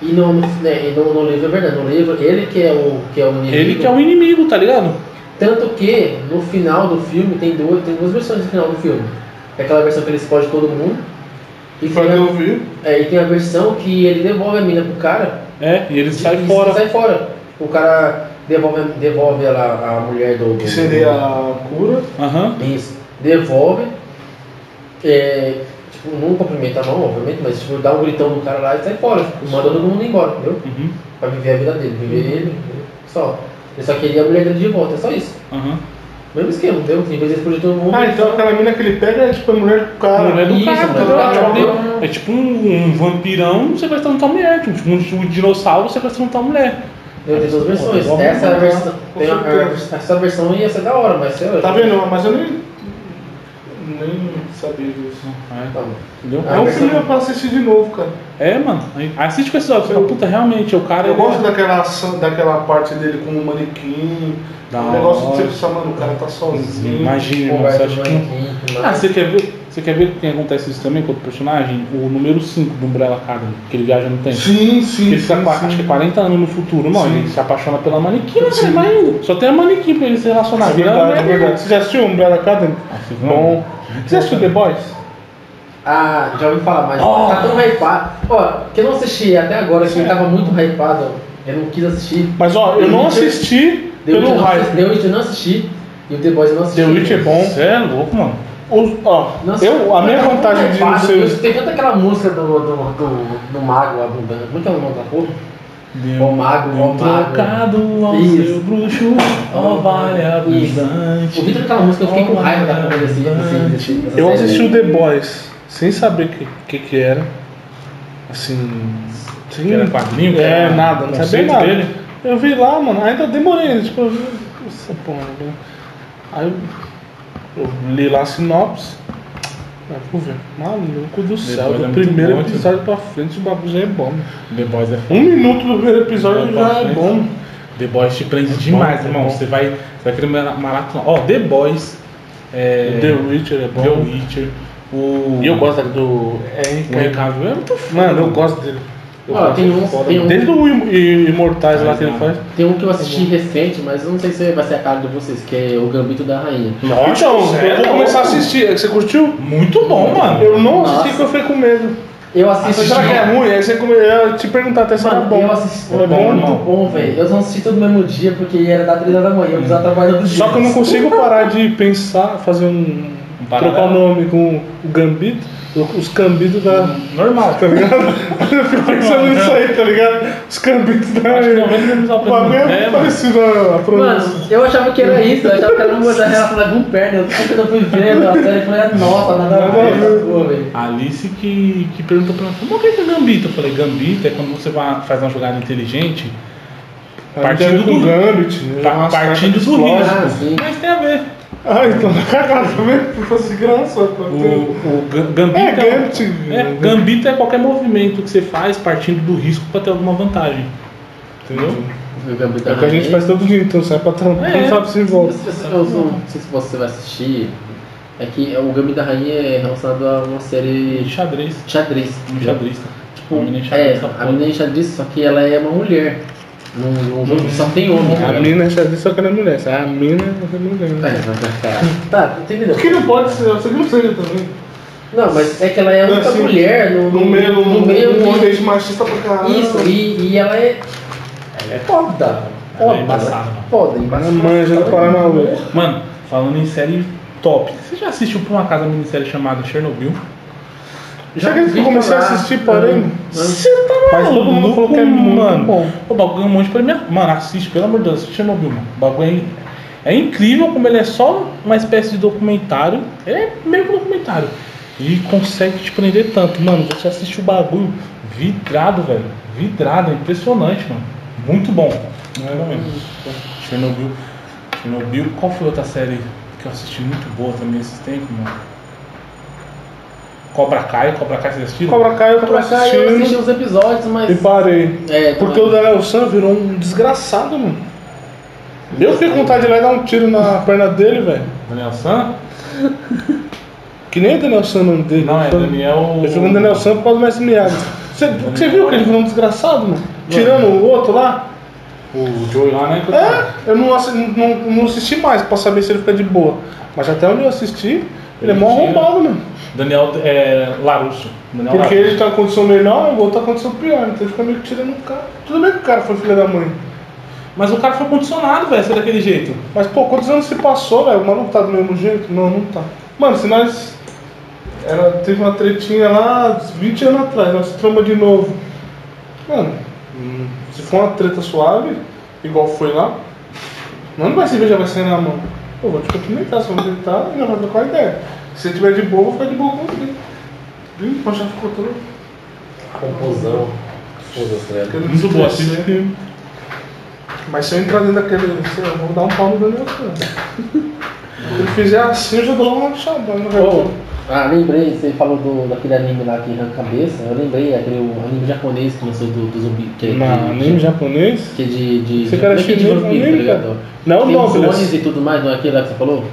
Speaker 3: E no, né, e no, no livro é verdade, no livro ele que é o que é o inimigo.
Speaker 2: Ele que é o inimigo, tá ligado?
Speaker 3: Tanto que no final do filme tem duas, tem duas versões do final do filme. É aquela versão que ele explode todo mundo. E tem,
Speaker 1: Fazer
Speaker 3: a,
Speaker 1: ouvir.
Speaker 3: é, e tem a versão que ele devolve a mina pro cara
Speaker 2: É, e ele sai
Speaker 3: e
Speaker 2: fora.
Speaker 3: sai fora. O cara devolve, devolve ela, a mulher do.
Speaker 1: Que seria a cura.
Speaker 2: Aham.
Speaker 3: Isso. Devolve. É, tipo, não cumprimenta a mão, obviamente, mas tipo, dá um gritão no cara lá e sai fora. Tipo, Manda todo mundo embora, entendeu?
Speaker 2: Uhum.
Speaker 3: Pra viver a vida dele, viver ele, só. Ele só queria a mulher dele de volta, é só isso.
Speaker 2: Aham.
Speaker 3: Mesmo esquema, entendeu? Em vez de explodir todo mundo.
Speaker 1: Ah, então aquela mina que ele pega é tipo a mulher do cara.
Speaker 2: Não é do
Speaker 3: isso,
Speaker 2: cara, tá
Speaker 3: mano.
Speaker 2: ligado?
Speaker 3: Cara,
Speaker 2: Tipo, É tipo um, um vampirão sequestrando tua mulher, tipo um, um dinossauro sequestrando tua mulher.
Speaker 3: Deu tem duas versões.
Speaker 2: Vamos
Speaker 3: Essa é a
Speaker 2: lá,
Speaker 3: versão.
Speaker 1: com
Speaker 3: Tem a,
Speaker 1: certeza.
Speaker 3: a- essa versão ia ser da hora, mas sei lá.
Speaker 1: Tá vendo? Mas eu nem. Nem sabia disso.
Speaker 2: É,
Speaker 3: Tá bom.
Speaker 2: entendeu?
Speaker 1: É um filme pra assistir de novo, cara.
Speaker 2: É, mano. Aí Assiste com esse olhos, fala, puta, realmente, o cara.
Speaker 1: Eu
Speaker 2: ele- é
Speaker 1: gosto daquela, ação- daquela parte dele com o manequim.
Speaker 2: Da
Speaker 1: o negócio de
Speaker 2: hora.
Speaker 1: você pensar, mano, o cara tá sozinho.
Speaker 2: Imagina, irmão, você
Speaker 3: Conversa
Speaker 2: acha
Speaker 3: com
Speaker 2: que não-
Speaker 3: manequim, tudo
Speaker 2: Ah,
Speaker 3: mais.
Speaker 2: você quer ver? Você quer ver que acontece isso também com outro personagem? O número 5 do Umbrella Academy, que ele viaja no tempo.
Speaker 1: Sim, sim.
Speaker 2: Ele fica,
Speaker 1: sim,
Speaker 2: com- acho
Speaker 1: sim.
Speaker 2: que 40 anos no futuro, não.
Speaker 1: Sim.
Speaker 2: Ele se apaixona pela manequim, mas vai ainda. Só tem a manequim pra ele se relacionar.
Speaker 1: É
Speaker 2: Vira
Speaker 1: verdade, é
Speaker 2: mulher
Speaker 1: verdade. Você já assistiu Umbrella Academy?
Speaker 2: dele.
Speaker 1: Bom. Você já assistiu The Boys?
Speaker 3: Ah, já ouvi falar, mas
Speaker 2: Oh.
Speaker 3: tá tão hypado. Ó, que eu não assisti até agora, que eu tava muito hypado, eu não quis assistir.
Speaker 1: Mas ó, eu não
Speaker 3: The Witcher-
Speaker 1: assisti
Speaker 3: The Witch eu
Speaker 1: pelo
Speaker 3: não
Speaker 1: um hype.
Speaker 3: assisti- The Witch eu não assisti e o The Boys eu não assisti.
Speaker 1: The Witch é bom.
Speaker 2: Você é louco, mano.
Speaker 1: Os- ó,
Speaker 3: Nossa,
Speaker 1: eu, a
Speaker 3: mas
Speaker 1: minha
Speaker 3: tá tão
Speaker 1: vantagem de não
Speaker 3: hypado,
Speaker 1: ser.
Speaker 3: Tem tanta aquela música do, do, do, do Mago lá do. Como é que é o nome da porra? Ó Mago, ó Mago.
Speaker 2: Trocado ao
Speaker 3: Isso.
Speaker 2: seu bruxo, ó valha
Speaker 3: Isso. O
Speaker 2: abundante.
Speaker 3: Vitor daquela música, eu fiquei com raiva da porra desse. desse- desse- dessa
Speaker 1: Eu
Speaker 3: série. né?
Speaker 1: assisti o The Boys sem saber o que, que, que era. Assim. Sem,
Speaker 2: Que era quadrinho, que
Speaker 1: É,
Speaker 2: era
Speaker 1: nada, não sabia
Speaker 2: conceito
Speaker 1: nada.
Speaker 2: dele?
Speaker 1: Eu vi lá, mano, ainda demorei, tipo, eu vi essa porra, né? Aí eu, eu li lá a sinopse. Aí eu fui ver. Maluco do céu,
Speaker 2: Depois é
Speaker 1: do
Speaker 2: muito
Speaker 1: primeiro
Speaker 2: bom, tio.
Speaker 1: episódio pra frente o bagulho já é bom.
Speaker 2: The Boys é foda.
Speaker 1: Um minuto do primeiro episódio
Speaker 2: Pra
Speaker 1: já é
Speaker 2: frente.
Speaker 1: bom.
Speaker 2: The Boys te prende demais,
Speaker 1: bom,
Speaker 2: irmão.
Speaker 1: é bom.
Speaker 2: Você vai, você vai querer mara- maratona. Ó, The Boys. É,
Speaker 1: The Witcher é bom.
Speaker 2: The Witcher. O.
Speaker 1: E eu gosto do.
Speaker 2: O
Speaker 1: É,
Speaker 2: Recado é muito foda.
Speaker 1: mano, eu gosto dele. Eu
Speaker 3: Ó,
Speaker 1: gosto.
Speaker 3: tem um, tem, um,
Speaker 1: Desde o Im- I- Imortais lá que ele faz.
Speaker 3: tem um que eu assisti recente, mas eu não sei se vai ser a cara de vocês, que é o Gambito da Rainha.
Speaker 1: então,
Speaker 2: sério?
Speaker 1: eu vou começar a assistir. É Você curtiu?
Speaker 2: Muito bom, mano.
Speaker 1: Eu não assisti
Speaker 3: Nossa.
Speaker 1: porque eu fiquei com medo.
Speaker 3: Eu
Speaker 1: Ah,
Speaker 3: assisti.
Speaker 1: será que é ruim? Aí você come... eu ia te perguntar até se era
Speaker 3: Mano,
Speaker 1: bom.
Speaker 3: eu assisti.
Speaker 1: É bom,
Speaker 3: muito
Speaker 2: irmão?
Speaker 3: bom, velho. Eu não assisti todo mesmo dia porque era da 3 horas da manhã, eu precisava trabalhar todo dia.
Speaker 1: Só que eu não consigo parar de pensar, fazer um.
Speaker 2: Um paralelo.
Speaker 1: trocar o nome com o Gambito, os Cambitos da.
Speaker 2: Normal. né?
Speaker 1: Tá ligado? Eu fico pensando nisso aí, tá ligado? Os Cambitos da.
Speaker 2: Acho que não vai precisar
Speaker 1: O bagulho
Speaker 2: né? É,
Speaker 1: é
Speaker 2: mano.
Speaker 1: parecido a
Speaker 3: Mano, eu achava que era isso, eu achava que era um uma coisa relacionada com perna. Eu quando eu fui vendo a série, eu falei, ah, nossa, nada a
Speaker 1: Nada a
Speaker 3: ver,
Speaker 1: ver.
Speaker 3: essa porra, velho.
Speaker 2: Alice que, que perguntou pra mim, como é que é gambito? Eu falei, gambito é quando você vai- faz uma jogada inteligente, partindo
Speaker 1: do
Speaker 2: do-
Speaker 1: Gambit. né?
Speaker 2: pa-
Speaker 1: Umas
Speaker 2: partindo
Speaker 1: cartas
Speaker 2: do
Speaker 1: explosas.
Speaker 3: Ah, sim.
Speaker 2: risco. Mas tem a ver.
Speaker 1: Ah, então tá cagado também, se fosse graça. pô.
Speaker 2: O, o ga- gambito,
Speaker 1: É,
Speaker 2: é,
Speaker 1: Gambit.
Speaker 2: é, gambito é qualquer movimento que você faz partindo do risco pra ter alguma vantagem.
Speaker 1: Entendeu?
Speaker 3: O Gambito
Speaker 1: É o que a gente faz todo dia, então sai pra trampar,
Speaker 2: É.
Speaker 1: não sabe se volta.
Speaker 3: Eu eu não sei se você vai assistir. É que o Gambito da Rainha é relacionado a uma série
Speaker 2: E É
Speaker 3: de
Speaker 2: xadrez,
Speaker 3: xadrez.
Speaker 2: um xadrista.
Speaker 3: Tipo,
Speaker 2: A menina é
Speaker 3: é,
Speaker 2: xadrez,
Speaker 3: a menina é xadrez, só que ela é uma mulher. Num, num jogo que só tem homem.
Speaker 1: A
Speaker 3: cara.
Speaker 1: mina é xadrez, só que ela é mulher. A mina é mulher.
Speaker 3: É, vai pra caralho. Tá, entendeu?
Speaker 1: que não pode ser, você não seja também.
Speaker 3: Não, mas é que ela é a única
Speaker 1: Assim,
Speaker 3: mulher no,
Speaker 1: No meio,
Speaker 3: no
Speaker 1: no
Speaker 3: meio
Speaker 1: um
Speaker 3: de-
Speaker 1: ambiente machista pra caralho.
Speaker 3: Isso, e, e ela é. Ela é foda.
Speaker 2: Ela é
Speaker 3: Foda. né?
Speaker 2: embaçada.
Speaker 3: Foda,
Speaker 1: Ela
Speaker 3: embaçada.
Speaker 1: manja do Paraná, velho.
Speaker 2: Mano, falando em série top, você já assistiu por uma casa minissérie chamada Chernobyl?
Speaker 1: Já que eu comecei a
Speaker 3: lá,
Speaker 1: assistir, porém.
Speaker 3: Antes-
Speaker 1: Mas todo mundo falou que é muito
Speaker 2: tá mano.
Speaker 1: bom.
Speaker 2: O bagulho é um monte pra mim. Mano, assiste, pelo amor de Deus, assiste Chernobyl, mano. O bagulho é, é incrível como ele é só uma espécie de documentário. Ele é meio que um documentário. E consegue te prender tanto, mano. Você assiste o bagulho vidrado, velho. Vidrado, é impressionante, mano. Muito bom. Não é mesmo? Chernobyl. Chernobyl, qual foi outra série que eu assisti muito boa também esses tempos, mano? Cobra Kai, Cobra Kai você assistiu?
Speaker 1: Cobra Kai eu tô
Speaker 3: Pra cá eu assisti um-
Speaker 1: assistindo
Speaker 3: uns episódios, mas.
Speaker 1: e parei.
Speaker 3: É,
Speaker 1: Porque o Daniel San virou um desgraçado, mano. Eu fiquei com vontade de ir lá e dar um tiro na perna dele, velho.
Speaker 2: Daniel San?
Speaker 1: Que nem o Daniel San o nome dele.
Speaker 2: Não, é
Speaker 1: Eu-
Speaker 2: Daniel.
Speaker 1: Eu fico com o Daniel San por causa do Mestre Miyagi. Você, você viu que ele virou um desgraçado, mano? Tirando o outro lá?
Speaker 2: O Joey lá, né?
Speaker 1: É, eu não, assi- não, não assisti mais pra saber se ele fica de boa. Mas até onde eu assisti, ele é mó
Speaker 2: Mentira.
Speaker 1: arrombado, mano.
Speaker 2: Daniel é, Larusso. Daniel
Speaker 1: Porque
Speaker 2: Larusso.
Speaker 1: ele tá em condição melhor, o outro tá em condição pior. Então ele fica meio que tirando o cara. Tudo bem que o cara foi filho da mãe.
Speaker 2: Mas o cara foi condicionado, velho, ser daquele jeito.
Speaker 1: Mas, pô, quantos anos se passou, velho? O maluco tá do mesmo jeito? Não, não tá. Mano, se nós. Ela teve uma tretinha lá 20 anos atrás, nós se trama de novo. Mano, hum, se for uma treta suave, igual foi lá, nós não vai se ver, já vai sair na mão. Pô, vou te cumprimentar, se eu não tentar, não vai trocar ideia. Se você tiver de boa, eu vou ficar de boa com você. Ih, mas já ficou todo.
Speaker 3: Confusão. Foda-se, tá ligado?
Speaker 2: Muito assim, né? boa, assiste.
Speaker 1: Mas se eu entrar dentro daquele. sei lá, Eu vou dar um pau no Daniel San. Se ele fizer assim, eu já dou logo uma chadada, não vai
Speaker 3: Ô, Ah, lembrei, você falou do, daquele anime lá que arranca a cabeça. Eu lembrei, aquele o anime japonês que lançou do, do zumbi. Que, é
Speaker 1: Não,
Speaker 3: que,
Speaker 1: anime japonês?
Speaker 3: Que é de. de
Speaker 1: Você
Speaker 3: de-
Speaker 1: cara
Speaker 3: não é que é de
Speaker 1: chinês,
Speaker 3: vampiro,
Speaker 1: anime,
Speaker 3: tá
Speaker 1: cara?
Speaker 3: ligado?
Speaker 1: Não,
Speaker 3: Tem os
Speaker 1: Nobles.
Speaker 3: clones e tudo mais, não é aquele lá que você falou?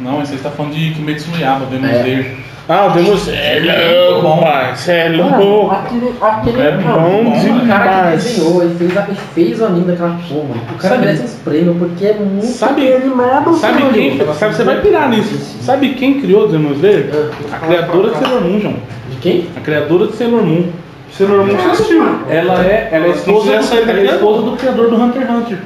Speaker 2: Não, esse aí tá falando de Kimetsu no Yaba, Demon
Speaker 3: É.
Speaker 2: Slayer.
Speaker 1: Ah, o Demon Você é louco, pai. Você é
Speaker 3: Mano,
Speaker 1: louco.
Speaker 3: aquele, aquele
Speaker 2: É
Speaker 1: bom
Speaker 3: o cara que
Speaker 1: demais.
Speaker 3: desenhou, ele fez, a- ele fez o anime daquela porra, mano. O cara
Speaker 2: Sabe-
Speaker 3: merece uns prêmios, porque é muito
Speaker 2: Sabe-
Speaker 3: bem animado,
Speaker 2: Sabe
Speaker 3: mano.
Speaker 2: quem? Sabe, você vai pirar nisso. Sabe quem criou o Demon Slayer?
Speaker 3: Ah,
Speaker 2: A criadora de Sailor Moon, João.
Speaker 3: De quem?
Speaker 2: A criadora de Sailor Moon.
Speaker 1: Você não não assistiu.
Speaker 2: Ela é, ela é esposa,
Speaker 1: Essa
Speaker 2: do,
Speaker 1: é
Speaker 2: ela é esposa do criador do Hunter x Hunter.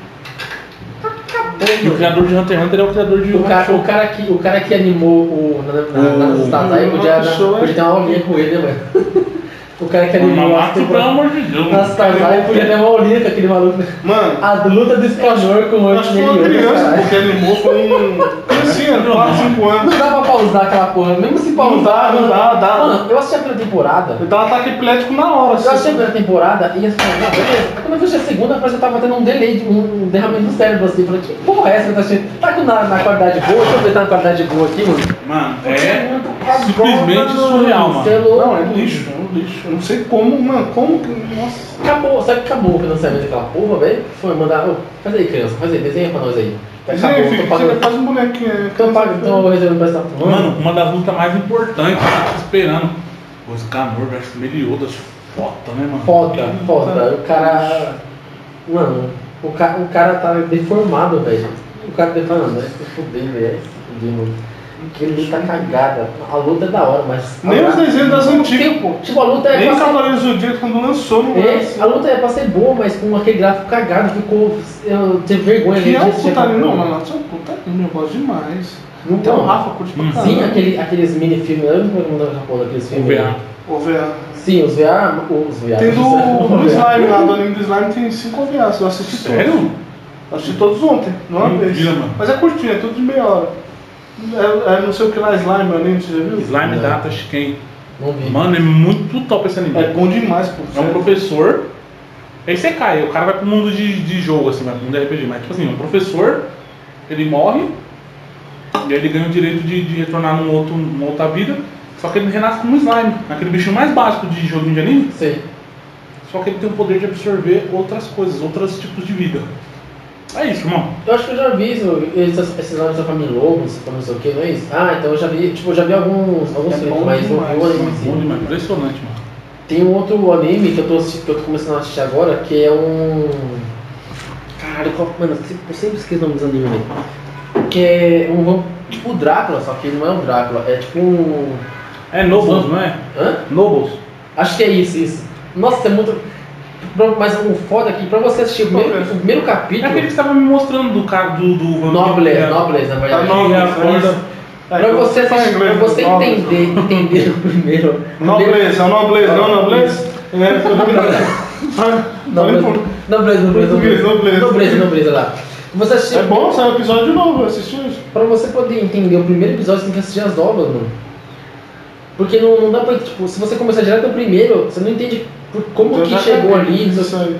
Speaker 2: E o criador de Hunter x Hunter é o criador de
Speaker 3: O cara,
Speaker 2: Hakusho.
Speaker 3: o, cara que, o cara que animou o. Na, na, na,
Speaker 2: O-
Speaker 3: nas datas aí podia,
Speaker 1: Show,
Speaker 3: podia ter uma aulinha com ele, né, mano? O cara que
Speaker 2: Não,
Speaker 3: animou. as
Speaker 2: Mato, pelo
Speaker 3: temporadas-
Speaker 2: amor de Deus.
Speaker 3: Nas datas aí podia ter uma aulinha com aquele maluco.
Speaker 1: Mano,
Speaker 3: A luta do espanhol com o
Speaker 1: eu acho que foi uma
Speaker 3: Angelino,
Speaker 1: criança,
Speaker 3: caralho.
Speaker 1: porque animou foi um. Criancinha, 4, 5 anos.
Speaker 3: Não dá pra pausar aquela porra, mesmo se
Speaker 1: Não dá,
Speaker 3: pausar.
Speaker 1: não dá, dá.
Speaker 3: Mano, eu assisti a primeira temporada.
Speaker 1: Eu tava um ataque epilético na hora,
Speaker 3: Eu achei a
Speaker 1: assim.
Speaker 3: primeira temporada e assim, não, beleza. Quando eu vi a segunda, parece que eu tava tendo um delay, de- um derramamento do cérebro assim. Eu Falei, que porra é essa que eu tô assistindo? Tá com na, na qualidade boa? Deixa eu ver tá na qualidade boa aqui, mano.
Speaker 2: Mano, é simplesmente surreal, mano.
Speaker 1: né? Não, é lixo, é um lixo. Eu não sei como, mano, como que. Nossa.
Speaker 3: Acabou, sabe que acabou o financiamento daquela porra, velho? Foi mandar, ô, faz aí, criança, faz aí, desenha pra nós aí. Acabou,
Speaker 1: Gente,
Speaker 3: tô
Speaker 1: você
Speaker 3: pagando.
Speaker 1: faz um bonequinho aí.
Speaker 3: Tô pagando,
Speaker 1: então.
Speaker 3: tô reservando pra essa porra.
Speaker 2: Mano, uma das lutas mais importantes, né, eu tô esperando. Os Ganor versus Meliodas, foda, né, mano?
Speaker 3: foda, foda. O cara. Mano, o, ca... o cara tá deformado, velho. O cara deformado, né? Se fuder, velho. Se fuder, mano. Aquele luta cagada. A luta é da hora, mas.
Speaker 1: Nem os desenhos das antigas, pô.
Speaker 3: Tipo, tipo, a luta é
Speaker 1: Nem
Speaker 3: pra ser
Speaker 1: Cavaleiros do Zodíaco quando lançou no
Speaker 3: É, a luta é pra ser boa, mas com aquele gráfico cagado ficou. Eu tive vergonha
Speaker 1: Que é um
Speaker 3: de assistir aquela
Speaker 1: putaria, não, Então,
Speaker 3: porra.
Speaker 1: mano, é um putaria, eu gosto demais.
Speaker 3: Não,
Speaker 1: Até o Rafa curte pra
Speaker 2: Hum.
Speaker 1: caralho.
Speaker 3: Sim, aquele, aqueles minifilmes, eu não vou mandar no Japão daqueles
Speaker 2: O
Speaker 3: filmes.
Speaker 2: VA.
Speaker 1: ah, O VA.
Speaker 3: Sim, os VA. Os VA.
Speaker 1: Tem do, do
Speaker 3: os VA.
Speaker 1: slime lá, do anime do slime tem cinco OVAs, eu assisti todos. Eu assisti todos ontem, não uma vez.
Speaker 2: Mentira, mano.
Speaker 1: Mas é curtinho, é tudo de meia hora. É, é não sei o que lá, slime, anime, você já viu?
Speaker 2: Slime
Speaker 3: Não.
Speaker 2: Data Shiken.
Speaker 3: Não vi.
Speaker 2: Mano, é muito top esse anime.
Speaker 1: É
Speaker 2: É,
Speaker 1: bom demais, pô.
Speaker 2: um
Speaker 1: sério.
Speaker 2: professor. Aí você cai, o cara vai pro mundo de, de jogo, assim, vai pro mundo de RPG. Mas, tipo assim, um professor, ele morre, e aí ele ganha o direito de, de retornar num outro, numa outra vida. Só que ele renasce como slime, aquele bichinho mais básico de joguinho de anime.
Speaker 3: Sei.
Speaker 2: Só que ele tem o poder de absorver outras coisas, outros tipos de vida. É isso, irmão.
Speaker 3: Eu acho que eu já vi isso, esses, esses nomes da família Lobos, não sei o que, não é isso? Ah, então eu já vi, tipo, eu já vi alguns, alguns
Speaker 1: É
Speaker 3: filmes,
Speaker 1: bom
Speaker 3: mas não vi o
Speaker 1: demais,
Speaker 3: anime em si.
Speaker 2: Bom demais, impressionante, mano.
Speaker 3: Tem um outro anime que eu tô, assi- que eu tô começando a assistir agora, que é um. Caralho, qual... mano, eu sempre- eu sempre esqueço o nome dos animes, velho. Que é um. vamp- Tipo o Drácula, só que ele não é um Drácula, é tipo um.
Speaker 2: É Nobles, não é?
Speaker 3: Hã?
Speaker 2: Nobles.
Speaker 3: Acho que é isso, isso. Nossa, é muito. Pra- Mas o foda aqui, pra você assistir o primeiro, o primeiro
Speaker 2: É aquele que
Speaker 3: capítulo.
Speaker 2: estava me mostrando do cara do, do vampiro.
Speaker 3: Nobles,
Speaker 2: é,
Speaker 3: Nobles, na
Speaker 2: Tá
Speaker 3: verdade.
Speaker 2: nobles,
Speaker 1: Nobles,
Speaker 2: acorda,
Speaker 3: Pra você, assistir, pra você entender, entender o primeiro.
Speaker 1: Nobleza, é nobleza, não nobleza? É, tô dominando. Falei
Speaker 3: Nobreza,
Speaker 1: por- Português,
Speaker 3: nobreza, nobreza, nobreza,
Speaker 1: nobreza.
Speaker 3: nobreza, nobreza lá. Você assistir,
Speaker 1: É bom sair o episódio novo, eu assisti hoje.
Speaker 3: pra você poder entender o primeiro episódio, você tem que assistir as novas, mano. Porque não, não dá pra, tipo, se você começar direto do primeiro, você não entende por- como
Speaker 1: Eu
Speaker 3: que
Speaker 1: Então já tá
Speaker 3: chegou
Speaker 1: caguei
Speaker 3: ali.
Speaker 1: com Isso aí.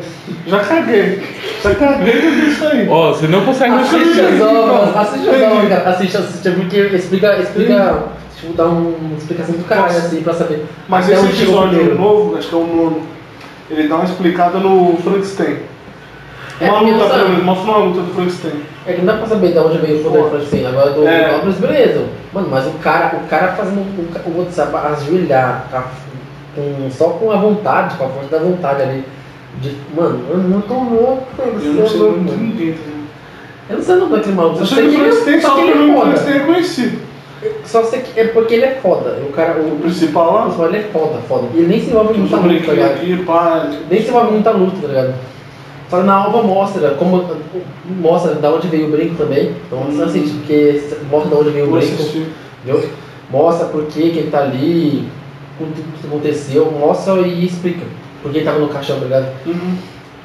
Speaker 1: Já caguei. Já caguei com isso aí.
Speaker 2: Ó, você não consegue
Speaker 3: Assiste
Speaker 2: assistir.
Speaker 3: as novas,
Speaker 1: Então,
Speaker 3: assiste as
Speaker 1: entendi.
Speaker 3: novas, cara, assiste, assiste, é porque explica, explica, tipo, dá um- uma explicação do caralho, assim, pra saber.
Speaker 1: Mas
Speaker 3: até um
Speaker 1: esse
Speaker 3: onde chegou o
Speaker 1: episódio
Speaker 3: primeiro.
Speaker 1: novo, acho que é o nono, ele dá uma explicada no Frankenstein.
Speaker 3: É,
Speaker 1: Uma
Speaker 3: porque não
Speaker 1: luta,
Speaker 3: sabe.
Speaker 1: pelo menos, mostra uma luta do Frankenstein.
Speaker 3: É que não dá pra saber de onde veio o poder do Frankenstein. Agora do
Speaker 1: É.
Speaker 3: Nobres, beleza. Mano, mas o cara, o cara fazendo o, ca- o WhatsApp ajoelhar a- com- só com a vontade, com a força da vontade ali. de- mano, eu não tô louco, mano.
Speaker 1: Eu não
Speaker 3: você
Speaker 1: sei
Speaker 3: é
Speaker 1: o
Speaker 3: louco,
Speaker 1: nome de
Speaker 3: mano.
Speaker 1: ninguém. tá ligado?
Speaker 3: Eu não sei o nome daquele maluco.
Speaker 1: Eu
Speaker 3: Só
Speaker 1: sei
Speaker 3: sei
Speaker 1: que o
Speaker 3: que ele
Speaker 1: Frankenstein
Speaker 3: é-
Speaker 1: só
Speaker 3: só que
Speaker 1: pelo
Speaker 3: ele é
Speaker 1: nome
Speaker 3: foda.
Speaker 1: Frankenstein é conhecido.
Speaker 3: Só sei que é porque ele é foda. O cara, o
Speaker 1: O principal lá,
Speaker 3: principal, ele é foda, foda. E ele nem se envolve em
Speaker 1: os
Speaker 3: muita luta, tá
Speaker 1: brinquedos
Speaker 3: ligado?
Speaker 1: aqui, pá.
Speaker 3: Nem se envolve em muita luta, tá ligado? Só que na alva mostra, como mostra da onde veio o brinco também. Então você assiste,
Speaker 1: Hum.
Speaker 3: porque mostra da onde veio o
Speaker 1: Vou
Speaker 3: brinco.
Speaker 1: assistir.
Speaker 3: entendeu? Mostra por que, que ele tá ali, com tudo que aconteceu, mostra e explica. Por que ele tava no caixão, tá ligado?
Speaker 1: Uhum.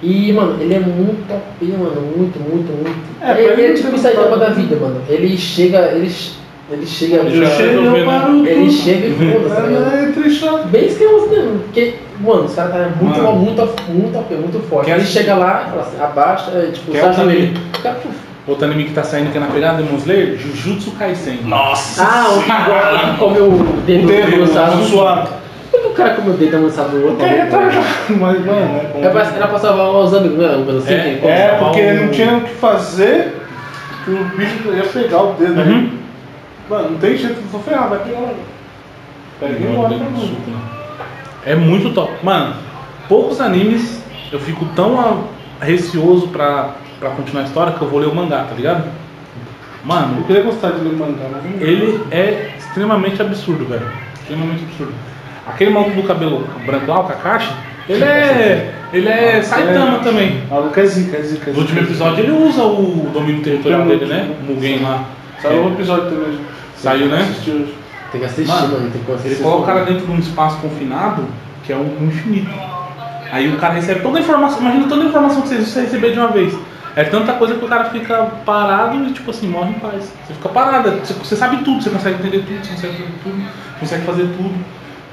Speaker 3: E, mano, ele é muito OP, mano, muito, muito, muito.
Speaker 1: É, pra
Speaker 3: ele,
Speaker 1: ele
Speaker 3: ele é
Speaker 1: não
Speaker 3: tipo
Speaker 1: tem
Speaker 3: isso aí
Speaker 1: nada.
Speaker 3: da vida, mano. Ele chega, ele, che- ele chega,
Speaker 2: Ele
Speaker 3: ele,
Speaker 2: chega,
Speaker 1: eu
Speaker 2: né?
Speaker 1: paro tudo.
Speaker 3: chega e foda-se, tá ligado?
Speaker 1: É, é triste.
Speaker 3: Bem esquemas mesmo, porque, mano, os caras tá muito,
Speaker 2: Mano.
Speaker 3: muito, muito OP, muito forte.
Speaker 2: Quer
Speaker 3: ele
Speaker 2: assistir?
Speaker 3: chega lá, fala assim, abaixa, é, tipo,
Speaker 2: Quer
Speaker 3: sai
Speaker 2: outro
Speaker 3: do
Speaker 2: anime?
Speaker 3: meio. Fica, puf.
Speaker 2: Outro anime que tá saindo que é na pegada, Demon Slayer, Jujutsu Kaisen. Nossa!
Speaker 3: Ah, o que guarda que comeu o dedo
Speaker 1: Teve um
Speaker 2: Tá
Speaker 3: amassado.
Speaker 1: suado.
Speaker 3: Por que o cara comeu o dedo amassado do outro? né?
Speaker 1: É
Speaker 2: tá-
Speaker 1: retardado, mas mano, é bom.
Speaker 3: Era pra, era pra salvar os amigos, né? Alguma coisa assim,
Speaker 2: É,
Speaker 3: que-
Speaker 1: É, porque não tinha o que fazer, que o bicho ia pegar o dedo ali.
Speaker 2: Uhum.
Speaker 1: Mano, não tem jeito, vou ferrar, vai pegar logo. Pega e
Speaker 2: Demon
Speaker 1: embora,
Speaker 2: Slayer,
Speaker 1: mano.
Speaker 2: Jujutsu, né? É muito top. Mano, poucos animes eu fico tão a- receoso pra, pra continuar a história que eu vou ler o mangá, tá ligado? Mano,
Speaker 1: Eu queria gostar de ler mangá, mas não-
Speaker 2: Ele é extremamente absurdo, velho. Extremamente absurdo. Aquele maluco do cabelo branco lá, o Kakashi, ele é. Ele é Saitama também.
Speaker 1: Maluco é zica, é zica. é
Speaker 2: No último
Speaker 1: zica.
Speaker 2: episódio ele usa o domínio territorial dele, né? O Mugen lá. É.
Speaker 1: Saiu um episódio também. hoje.
Speaker 2: Saiu, né?
Speaker 1: Assisti hoje.
Speaker 3: Tem que assistir,
Speaker 2: Mano,
Speaker 3: mano. tem que assistir.
Speaker 2: Ele coloca o cara dentro de um espaço confinado, que é um infinito. Aí o cara recebe toda a informação, imagina toda a informação que você você receber de uma vez. É tanta coisa que o cara fica parado e tipo assim, morre em paz. Você fica parado, você, você sabe tudo, você consegue entender tudo, você consegue fazer tudo, consegue fazer tudo.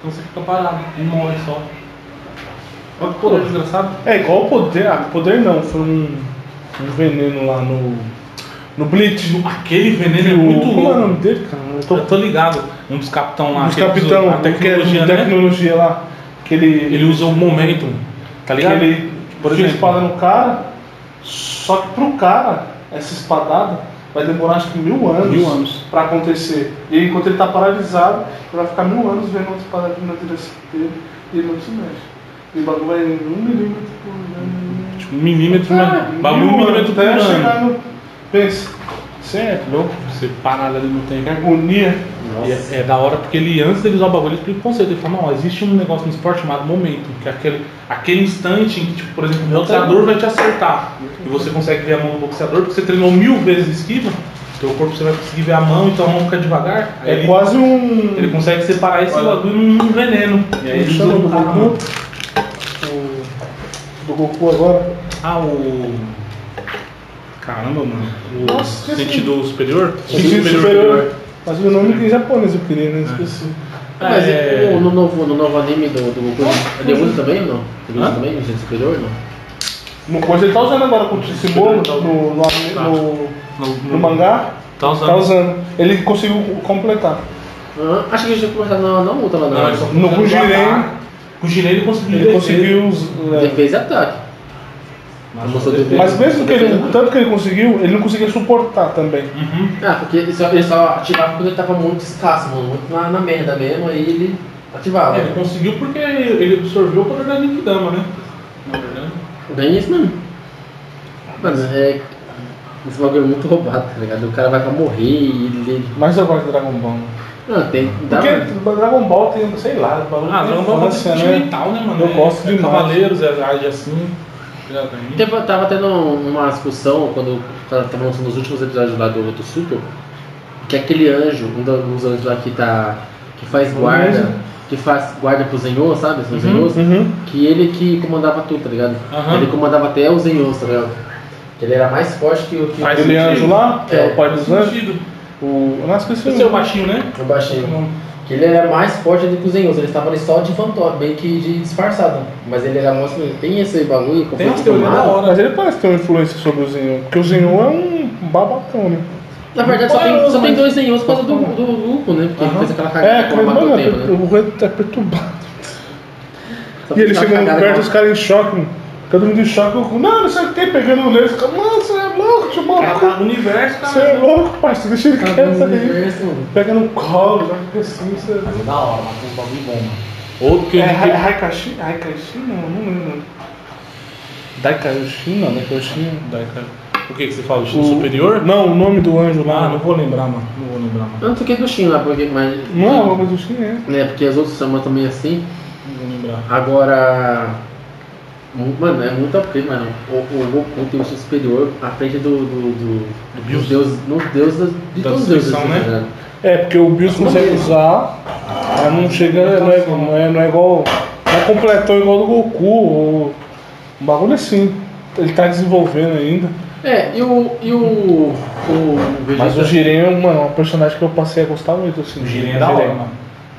Speaker 2: Então você fica parado e morre só. Olha que poder desgraçado.
Speaker 1: É igual o poder, ah, poder não, foi um, um veneno lá no. No Blitz.
Speaker 2: Aquele veneno
Speaker 1: Que
Speaker 2: é
Speaker 1: o-
Speaker 2: muito
Speaker 1: Como é o
Speaker 2: louco.
Speaker 1: nome dele, cara? Eu tô
Speaker 2: Eu tô ligado, um dos capitão lá.
Speaker 1: Os
Speaker 2: que ele usa
Speaker 1: capitão, é
Speaker 2: a
Speaker 1: tecnologia,
Speaker 2: tecnologia, né?
Speaker 1: tecnologia lá. Que ele.
Speaker 2: Ele usa o momentum, tá
Speaker 1: que
Speaker 2: ligado?
Speaker 1: ele
Speaker 2: Por
Speaker 1: enfia a
Speaker 2: exemplo.
Speaker 1: espada no cara. Só que pro cara, essa espadada vai demorar acho que mil anos,
Speaker 2: Mil anos.
Speaker 1: pra acontecer. E enquanto ele tá paralisado, ele vai ficar mil anos vendo outra espada vindo na direção dele e ele não se mexe. E o bagulho vai um milímetro por ano.
Speaker 2: Tipo, um milímetro, né? bagulho um
Speaker 1: mil
Speaker 2: milímetro
Speaker 1: anos,
Speaker 2: por
Speaker 1: Ah, até
Speaker 2: ano.
Speaker 1: chegar no. Pensa, você é louco,
Speaker 2: Você parado ali no
Speaker 1: que
Speaker 2: tempo.
Speaker 1: agonia.
Speaker 2: E é, é da hora porque ele, antes dele usar o bagulho, ele explica o conceito. Ele fala, não, existe um negócio no esporte chamado momento, que é aquele, aquele instante em que, tipo, por exemplo, o boxeador vai te acertar. E você consegue ver a mão do boxeador, porque você treinou mil vezes esquiva, teu corpo você vai conseguir ver a mão, então a mão fica devagar. Aí
Speaker 1: É
Speaker 2: ele,
Speaker 1: quase um.
Speaker 2: ele consegue separar esse
Speaker 1: Olha.
Speaker 2: bagulho num veneno. E
Speaker 1: Ele
Speaker 2: aí ele usa
Speaker 1: chama do
Speaker 2: no cara,
Speaker 1: Goku.
Speaker 2: mano.
Speaker 1: O- Do Goku agora.
Speaker 2: Ah, o. Caramba, mano. O
Speaker 1: Nossa, esqueci.
Speaker 2: sentido superior?
Speaker 1: Sentido superior. né? Mas o nome em japonês eu queria, né? Esqueci.
Speaker 3: Ah, Mas
Speaker 2: É.
Speaker 3: o- no, novo, no novo anime do, do Goku, ele usa também ou não? Ele usa
Speaker 2: Hã?
Speaker 3: também, gente superior ou não?
Speaker 1: No coisa ele tá usando agora com o Tsubono, no, no, anime-
Speaker 2: Tá.
Speaker 1: no,
Speaker 2: No,
Speaker 1: no mangá.
Speaker 2: Tá usando.
Speaker 1: Tá usando. Ele conseguiu completar.
Speaker 3: Ah, acho que a gente vai começar na, na luta lá né?
Speaker 2: Não,
Speaker 3: na
Speaker 2: ele só
Speaker 1: No Kujirei.
Speaker 2: Kujirei ele conseguiu.
Speaker 1: Ele
Speaker 2: descer.
Speaker 1: conseguiu. os- é.
Speaker 3: defesa e ataque.
Speaker 2: Mas,
Speaker 3: Mostrou defesa.
Speaker 1: Mas mesmo que ele. o Tanto que ele conseguiu, ele não conseguia suportar também.
Speaker 2: Uhum.
Speaker 3: Ah, porque ele só, ele só ativava quando ele tava muito escasso, mano. Muito na, na merda mesmo, aí ele ativava.
Speaker 2: É, ele conseguiu porque ele absorveu o poder da Nikidama, né? Na verdade.
Speaker 3: Bem isso mesmo. Mano, é. Esse bagulho é muito roubado, tá ligado? O cara vai pra morrer e ele.
Speaker 1: Mas eu gosto de Dragon Ball. né?
Speaker 3: Não, tem. Dá
Speaker 1: Porque
Speaker 3: pra-
Speaker 1: Dragon Ball tem, sei lá, bagulho
Speaker 2: Ah,
Speaker 1: de
Speaker 2: Dragon Ball é
Speaker 1: infância,
Speaker 2: sentimental, né, mano?
Speaker 1: Eu gosto
Speaker 2: de
Speaker 1: demais.
Speaker 2: Cavaleiros, é verdade, assim. Já tem.
Speaker 3: Teve, um, tava tendo uma discussão quando tava lançando os últimos episódios lá do, do Super, que é aquele anjo, um da- dos anjos lá que tá. que faz guarda, que faz guarda pro Senhor, sabe? assim, Pro Senhor,
Speaker 1: Uhum.
Speaker 3: que ele que comandava tudo, tá ligado?
Speaker 2: Aham.
Speaker 3: Ele comandava até os Senhor, tá ligado? Ele era mais forte que o que
Speaker 2: Faz
Speaker 1: Aquele
Speaker 2: sentido.
Speaker 1: anjo lá, que é o pai dos anjos.
Speaker 2: Sentido.
Speaker 1: O. Nossa, esqueci o
Speaker 2: Esse é o
Speaker 1: nome.
Speaker 2: baixinho, né?
Speaker 3: o baixinho. Que ele era mais forte do que os Senhor, ele estava ali só de fantoche, bem que de disfarçado. Mas ele era monstro, mesmo. tem esse bagulho, como
Speaker 2: Tem
Speaker 3: foi
Speaker 2: umas teorias da
Speaker 3: filmado?
Speaker 2: hora.
Speaker 1: Mas ele parece ter uma influência sobre o Zinho. Porque o Zinho é um babacão, né?
Speaker 3: Na verdade, só
Speaker 2: é
Speaker 3: tem, só tem dois senhores por causa do, do Lupo, né? Porque ele
Speaker 2: Aham.
Speaker 3: fez aquela
Speaker 1: É,
Speaker 3: cagada com
Speaker 1: como
Speaker 3: o Matou
Speaker 1: mano,
Speaker 3: o
Speaker 1: é
Speaker 3: Tempo,
Speaker 1: per-
Speaker 3: né?
Speaker 1: o Ruedo tá perturbado.
Speaker 3: Só
Speaker 1: E ele
Speaker 3: fez aquela
Speaker 1: chegando
Speaker 3: cagada
Speaker 1: perto,
Speaker 3: com-
Speaker 1: os caras em choque, mano. Todo mundo em choque, eu, não, não sei o que, pegando o leite, fica, mano, você é louco, tio
Speaker 2: Ela tá
Speaker 1: maluco.
Speaker 2: no universo,
Speaker 1: Você é
Speaker 2: cara.
Speaker 1: louco, parceiro, deixa ele
Speaker 3: Cagou
Speaker 1: quieto
Speaker 3: no
Speaker 1: aí.
Speaker 3: universo, mano.
Speaker 1: Pega no colo, já fica assim, você é louco.
Speaker 4: Da hora, mas tem um bagulho bom, mano.
Speaker 2: Outro que
Speaker 1: É
Speaker 2: eu
Speaker 1: Hai-
Speaker 2: indiquei.
Speaker 1: Haikashi? Haikashi? Não, não lembro. Daikayoshi?
Speaker 3: né?
Speaker 1: Não,
Speaker 3: é
Speaker 1: Daikayoshi não.
Speaker 2: O que, que você fala? é. O estilo superior?
Speaker 1: Não, o nome do anjo
Speaker 2: Ah,
Speaker 1: lá. né?
Speaker 2: não
Speaker 1: Não,
Speaker 2: vou lembrar, mano. Não vou lembrar, mano.
Speaker 3: Eu não fiquei é do Shin lá, porque, mas.
Speaker 1: não é o nome do Shin, é.
Speaker 3: Né, porque as outras chamam também assim.
Speaker 2: Não vou lembrar.
Speaker 3: Agora. mu- Mano, é muito apê, mano. O, o Goku tem um estilo superior à frente do. do, do,
Speaker 2: Do
Speaker 3: dos
Speaker 2: Bills.
Speaker 3: deuses. No deus da- de
Speaker 2: Da
Speaker 3: todos os deuses,
Speaker 2: destruição,
Speaker 3: assim,
Speaker 2: né?
Speaker 3: tá ligado?
Speaker 1: É, porque o Bills consegue usar, mas não chega, não é, não é, não é igual. Não é completão igual do Goku, ou. Um bagulho assim. Ele tá desenvolvendo ainda.
Speaker 3: É, e o. E o. O
Speaker 1: Mas
Speaker 3: Vegeta.
Speaker 1: o Jiren é mano, um personagem que eu passei a gostar muito, assim.
Speaker 2: O Jiren é da hora, mano.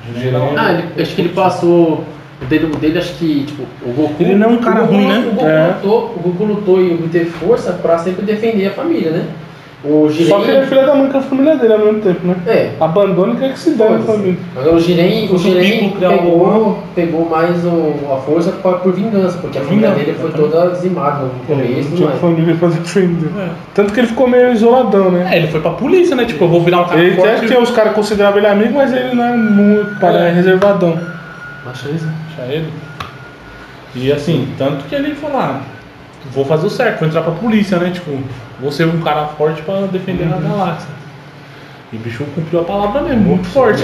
Speaker 2: O Jiren é da hora.
Speaker 3: Ah, ele- acho que ele passou. O dedo dele, acho que, tipo, o Goku.
Speaker 2: Ele não é um cara
Speaker 3: o Goku-
Speaker 2: ruim, né?
Speaker 3: O Goku,
Speaker 1: É.
Speaker 3: lutou, o Goku lutou e obter força pra sempre defender a família, né? O Jiren.
Speaker 1: Só que ele é filho da mãe com a família dele ao mesmo tempo, né?
Speaker 3: É,
Speaker 1: Abandona e quer que se dane a
Speaker 3: Foda-se.
Speaker 1: família.
Speaker 3: Agora o Jiren, o
Speaker 2: Quando o
Speaker 3: Jiren
Speaker 2: Piccolo criar
Speaker 3: pegou, pegou mais o- a força por, por vingança, porque a família
Speaker 2: Vingança,
Speaker 3: dele foi
Speaker 2: exatamente.
Speaker 3: toda dizimada no começo,
Speaker 1: Não
Speaker 3: não
Speaker 1: tinha
Speaker 3: é?
Speaker 1: família pra defender.
Speaker 2: É.
Speaker 1: Tanto que ele ficou meio isoladão, né?
Speaker 2: É, ele foi pra polícia, né? Tipo, eu vou virar um cara
Speaker 1: Ele até
Speaker 2: forte.
Speaker 1: que os caras consideravam ele amigo, mas ele não é muito, para é reservadão.
Speaker 3: Acho isso.
Speaker 2: Deixa ele. E assim, tanto que ele falou, ah, vou fazer o certo, vou entrar pra polícia, né? Tipo, vou ser um cara forte pra defender a galáxia. E o bicho cumpriu a palavra mesmo, muito forte.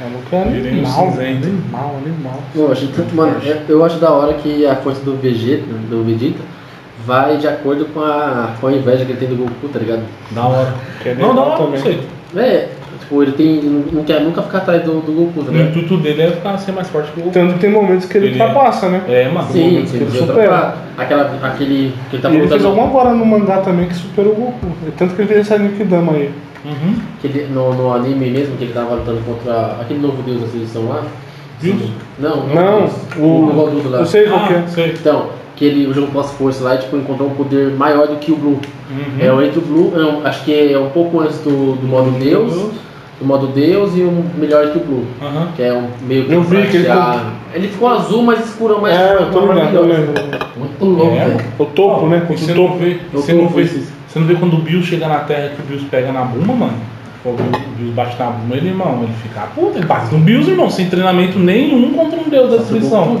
Speaker 1: Maluco é
Speaker 2: Ele é um
Speaker 1: animal, velho.
Speaker 2: cinzento.
Speaker 1: Animal, animal.
Speaker 3: Eu acho, tanto- mano, é- eu acho da hora que a força do Vegeta, do Vegeta, vai de acordo com a, com a inveja que ele tem do Goku, tá ligado?
Speaker 2: da hora.
Speaker 1: Que é
Speaker 2: não, da
Speaker 1: legal
Speaker 2: hora,
Speaker 1: também.
Speaker 2: não sei.
Speaker 3: É, tipo, ele tem. ele não- não quer nunca ficar atrás do, do Goku, tá
Speaker 1: Uhum.
Speaker 2: O
Speaker 3: ligado?
Speaker 2: intuito dele é ficar ser mais forte que o
Speaker 1: Tanto que tem momentos que ele,
Speaker 2: Ele é.
Speaker 1: ultrapassa, né?
Speaker 2: É, mano.
Speaker 3: Sim,
Speaker 1: que
Speaker 3: sim,
Speaker 1: ele
Speaker 3: ele
Speaker 1: supera.
Speaker 3: ultrapassa. Aquela, aquele que ele tá
Speaker 1: e ele fez
Speaker 3: voltando-
Speaker 1: alguma agora no mangá também que superou o Goku. É Tanto que ele fez essa Nikidama aí.
Speaker 2: Uhum.
Speaker 3: que ele- no, no anime mesmo, que ele tava lutando contra aquele novo deus da seleção lá.
Speaker 2: Viu?
Speaker 3: Não,
Speaker 1: Não,
Speaker 3: o
Speaker 1: o.
Speaker 3: Goku lá.
Speaker 1: Eu sei qual que é.
Speaker 2: Ah, sei.
Speaker 3: Então, que ele jogou com as forças lá e tipo, encontrou um poder maior do que o Blue.
Speaker 2: Uhum.
Speaker 3: É o entre o Blue, é um- acho que é um pouco antes do, do modo
Speaker 1: Uhum.
Speaker 3: Deus, do modo Deus e um melhor que o Blue.
Speaker 2: Aham.
Speaker 3: Que é um meio que
Speaker 1: Eu vi que ele
Speaker 3: prateado. ele ficou azul, mas escuro, mas
Speaker 1: É, eu tô
Speaker 3: ficou
Speaker 1: lembrando, eu
Speaker 3: maravilhoso. é
Speaker 1: lembro.
Speaker 3: Muito louco,
Speaker 2: É?
Speaker 3: velho.
Speaker 1: O topo, né?
Speaker 2: Você
Speaker 1: O
Speaker 2: não
Speaker 1: topo.
Speaker 2: vê,
Speaker 3: Eu
Speaker 2: você não
Speaker 3: tô com
Speaker 2: vê,
Speaker 3: esses.
Speaker 2: você não vê quando o Bill chega na terra que o Bills pega na buma, mano. Pô, O Bills- o Bills bate na buma, ele, irmão, ele fica puto, ele bate no Bills, irmão, sem treinamento nenhum contra um deus da destruição.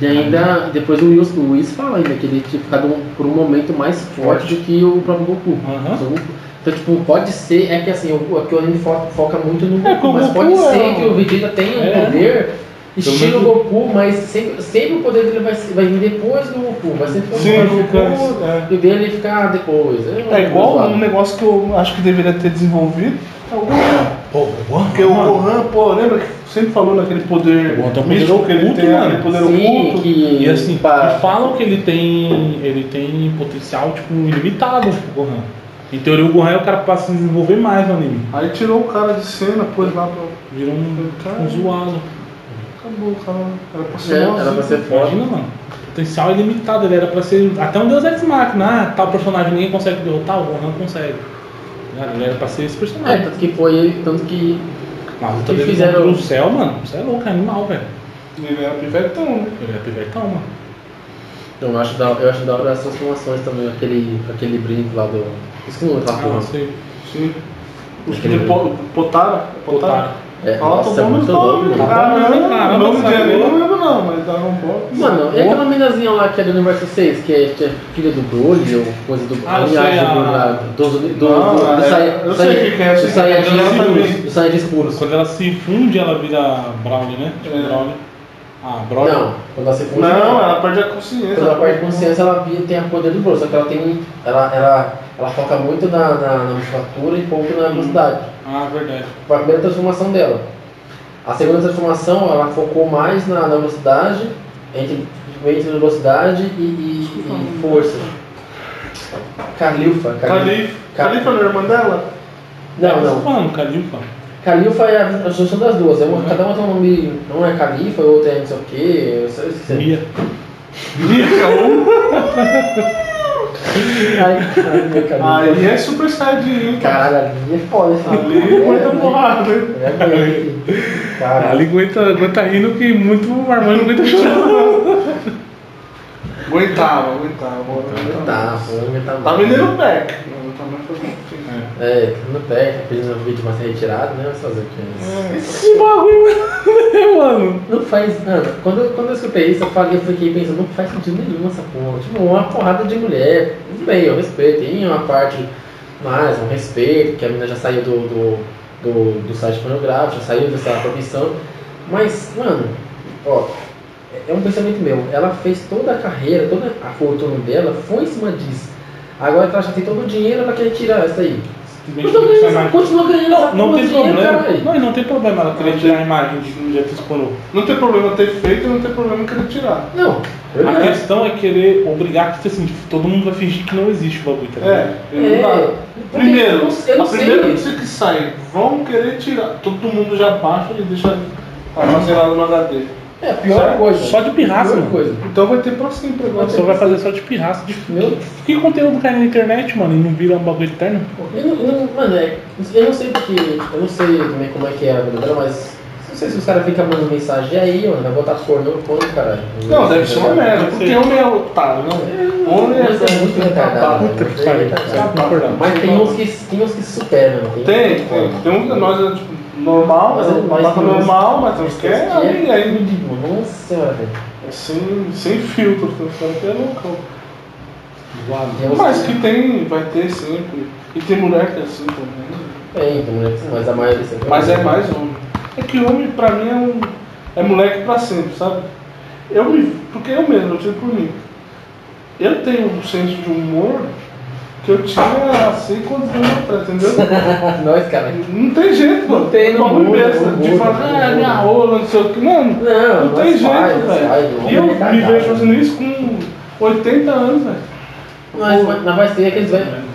Speaker 3: E ainda, depois o Wills, o Wills fala ainda que ele tinha ficado um- por um momento mais forte, do que o próprio Goku.
Speaker 2: Aham.
Speaker 3: O Goku- Então, tipo, pode ser, é que assim, o, aqui o anime fo- foca, muito no
Speaker 1: É,
Speaker 3: Goku,
Speaker 1: que o
Speaker 3: mas
Speaker 1: Goku
Speaker 3: pode
Speaker 1: é
Speaker 3: ser
Speaker 1: um-
Speaker 3: que o Vegeta tenha um
Speaker 2: É.
Speaker 3: poder estilo
Speaker 2: menos-
Speaker 3: Goku, mas sempre, sempre o poder dele vai, se- vai vir depois do Goku, vai sempre
Speaker 1: Sim,
Speaker 3: ficar no
Speaker 1: fica-
Speaker 3: Goku,
Speaker 1: é.
Speaker 3: e o dele ficar depois. um
Speaker 1: É igual
Speaker 3: negócio
Speaker 1: um
Speaker 3: lá.
Speaker 1: negócio que eu acho que deveria ter desenvolvido. É o Gohan.
Speaker 2: Pô, o Gohan,
Speaker 1: Porque o
Speaker 2: mano,
Speaker 1: Gohan, pô, lembra que sempre falou naquele poder
Speaker 2: O Gohan
Speaker 3: tá
Speaker 2: tem um poder
Speaker 1: místico que ele
Speaker 2: oculto,
Speaker 1: tem,
Speaker 2: mano.
Speaker 1: aquele poder
Speaker 3: Sim,
Speaker 1: oculto.
Speaker 3: que,
Speaker 2: E assim,
Speaker 3: pá,
Speaker 2: e falam que ele tem. ele tem potencial, tipo, ilimitado, o Gohan. Em teoria o Gohan é o cara que passa a se desenvolver mais no anime.
Speaker 1: Aí tirou o cara de cena, pôs lá pra.
Speaker 2: Virou um,
Speaker 1: Cara.
Speaker 2: um zoado.
Speaker 1: Acabou, o cara. Era pra
Speaker 3: É,
Speaker 1: ser
Speaker 3: era
Speaker 1: bonzinho.
Speaker 3: pra ser
Speaker 2: Foda, né, mano? O potencial é limitado, ele era pra ser. Até um Deus Ex Machina, ah, tal personagem ninguém consegue derrotar, o Gohan consegue. Cara, Ele era pra ser esse
Speaker 3: É,
Speaker 2: personagem.
Speaker 3: tanto que foi, tanto que
Speaker 2: Mas luta
Speaker 3: que
Speaker 2: dele
Speaker 3: É, fizeram-
Speaker 2: no céu, mano, isso é louco, é animal, velho.
Speaker 1: Ele era pivetão, né?
Speaker 2: Ele é pivetão, mano.
Speaker 3: Não, eu acho da, eu acho da hora as transformações também, aquele, aquele brinco lá do. Isso que não é
Speaker 2: Ah, não
Speaker 3: porra.
Speaker 2: sei.
Speaker 1: Sim. Os que
Speaker 3: Aquele-
Speaker 1: depo- Potara?
Speaker 2: Potara.
Speaker 3: É,
Speaker 1: Ela
Speaker 3: nossa, é
Speaker 1: tomou
Speaker 3: muito
Speaker 1: muito
Speaker 3: louco,
Speaker 1: um nome,
Speaker 3: mano.
Speaker 1: cara. Não, O
Speaker 2: Caramba,
Speaker 1: nome
Speaker 2: caramba,
Speaker 1: dele eu não
Speaker 2: sacou?
Speaker 1: lembro não, mas dá um pouco.
Speaker 3: Mano, e aquela meninazinha lá que é do universo 6, que é, que é filha do Broly ou coisa do.
Speaker 2: Ah, eu sei,
Speaker 3: do
Speaker 2: a-
Speaker 3: lá, do, do, do,
Speaker 1: Não,
Speaker 3: do, do
Speaker 1: é-
Speaker 3: Sai-
Speaker 1: eu
Speaker 3: Sai-
Speaker 1: sei o que que é, eu
Speaker 3: do
Speaker 1: sei o que
Speaker 3: Saiyajin
Speaker 1: que é, eu
Speaker 3: escuro,
Speaker 1: também.
Speaker 3: do Saiyajin escuro.
Speaker 2: Quando ela se funde, ela vira Brown, né? Tipo,
Speaker 1: É.
Speaker 2: Brown. Ah, Broly.
Speaker 3: Não, quando ela se né?
Speaker 1: Não, ela perde a consciência.
Speaker 3: Quando ela perde consciência, ela via- tem a poder do Bruno, só que ela tem. um, Ela, ela, ela foca muito na, na, na musculatura e pouco na velocidade.
Speaker 2: Ah, verdade.
Speaker 3: Foi a primeira transformação dela. A segunda transformação, ela focou mais na, na velocidade, entre, entre velocidade e, e, e força. Califa,
Speaker 1: Califa. Califa não é a irmã dela?
Speaker 3: Não, não.
Speaker 2: Mano, Califa.
Speaker 3: Califa é a a junção das duas. É uma, Cada uma tem um nome. Um é Califa, outro é não sei o quê. Eu sei- eu sei.
Speaker 2: Mia.
Speaker 3: Ai, ai, meu Califa.
Speaker 1: Aí é Super Saiyajin, hein?
Speaker 3: Caralho, ali é foda essa
Speaker 1: Ali
Speaker 3: é,
Speaker 1: muita
Speaker 3: né?
Speaker 1: porrada, hein?
Speaker 3: É mesmo. Caralho.
Speaker 2: Ah, Ali aguenta, aguenta rindo que muito Armando aguenta chorando.
Speaker 1: Aguentava, aguentava. bora,
Speaker 3: Não
Speaker 1: aguentava.
Speaker 3: dá, pô, não aguenta
Speaker 1: Tá
Speaker 3: mais.
Speaker 1: vendendo pack. Não, tá mais fazendo.
Speaker 3: É, não pega, pedindo um vídeo pra ser retirado, né? Mas fazer o quê?
Speaker 1: É.
Speaker 2: Esse bagulho, né, mano.
Speaker 3: Não faz. Mano, quando, eu- quando eu escutei isso, eu falei, eu fiquei pensando, não faz sentido nenhum essa porra. Tipo, uma porrada de mulher. Tudo bem, eu respeito. Tem uma parte mais, um respeito, que a menina já saiu do, do, do, do site pornográfico, já saiu dessa profissão. Mas, mano, ó, é- é um pensamento meu. Ela fez toda a carreira, toda a fortuna dela foi em cima disso. Agora que ela já tem todo o dinheiro, ela quer retirar isso aí. Eu tô ganhando essa- Continua ganhando essa
Speaker 2: Não
Speaker 3: porra
Speaker 2: tem
Speaker 3: de dinheiro,
Speaker 2: problema.
Speaker 3: caralho.
Speaker 2: Não, e não tem problema ela querer tirar a imagem de um dia que exponou.
Speaker 1: Não tem problema ter feito, não tem problema querer tirar.
Speaker 3: Não, eu
Speaker 2: A
Speaker 3: não.
Speaker 2: questão é querer obrigar que tipo assim, tipo, todo mundo vai fingir que não existe o bagulho, tá ligado?
Speaker 1: É, eu não dá.
Speaker 3: É, porque eu
Speaker 1: Primeiro,
Speaker 3: não sei- eu não
Speaker 1: a primeira
Speaker 3: sei.
Speaker 1: notícia que sai, vão querer tirar. Todo mundo já baixa e deixa armazenado no HD.
Speaker 3: É a pior coisa.
Speaker 2: Só de pirraça,
Speaker 3: Pior
Speaker 2: mano.
Speaker 3: coisa.
Speaker 1: Então vai ter pra sempre
Speaker 2: A
Speaker 1: agora.
Speaker 2: pessoa vai fazer só de pirraça. De...
Speaker 3: Meu,
Speaker 2: Que conteúdo cai na internet, mano, e não vira um bagulho eterno?
Speaker 3: eu não, eu não- mano, é, eu não sei porque. Eu não sei também como é que é a vida dela, mas. Não sei se os caras ficam mandando mensagem. E aí, mano, vai botar corno quando, caralho?
Speaker 1: Não, deve ser uma merda, porque homem é otário, não. Homem
Speaker 3: Mas é muito
Speaker 1: retardado.
Speaker 3: retardado. né?
Speaker 2: que pariu.
Speaker 3: Retardado.
Speaker 2: Concordamos.
Speaker 3: Mas tem uns que, tem uns que superam. mano.
Speaker 1: Tem, tem. Tem um que nós é tipo, normal,
Speaker 3: Mas
Speaker 1: mas
Speaker 3: é mais
Speaker 1: normal, mas não
Speaker 3: uns
Speaker 1: quer,
Speaker 3: é
Speaker 1: aí, aí
Speaker 3: Nossa senhora, velho.
Speaker 1: sem, sem filtro, porque o cara que é loucão.
Speaker 3: Tem uns
Speaker 1: Mas que tem, vai ter sempre. E tem mulher que é assim também.
Speaker 3: Tem, tem mulher que- mas a maioria sempre-
Speaker 1: Mas é mais homem. É que homem pra mim é um. É moleque pra sempre, sabe? Eu me. Porque eu mesmo, eu tiro por mim. Eu tenho um senso de humor que eu tinha assim há sei quantos anos atrás, entendeu?
Speaker 3: Nós, é. cara.
Speaker 1: Não tem jeito, mano.
Speaker 3: tem, não
Speaker 1: Bagulho
Speaker 3: muda,
Speaker 1: besta,
Speaker 3: não
Speaker 1: De
Speaker 3: muda,
Speaker 1: falar,
Speaker 3: não
Speaker 1: ah,
Speaker 3: muda."
Speaker 1: minha rola, não sei o que. Mano,
Speaker 3: é Não,
Speaker 1: não tem
Speaker 3: mas faz,
Speaker 1: jeito,
Speaker 3: mas faz,
Speaker 1: velho.
Speaker 3: não.
Speaker 1: E eu
Speaker 3: Tá
Speaker 1: me vejo
Speaker 3: caro.
Speaker 1: fazendo isso com 80 anos, velho.
Speaker 3: Nós, vai- nós vai ser aqueles velhos.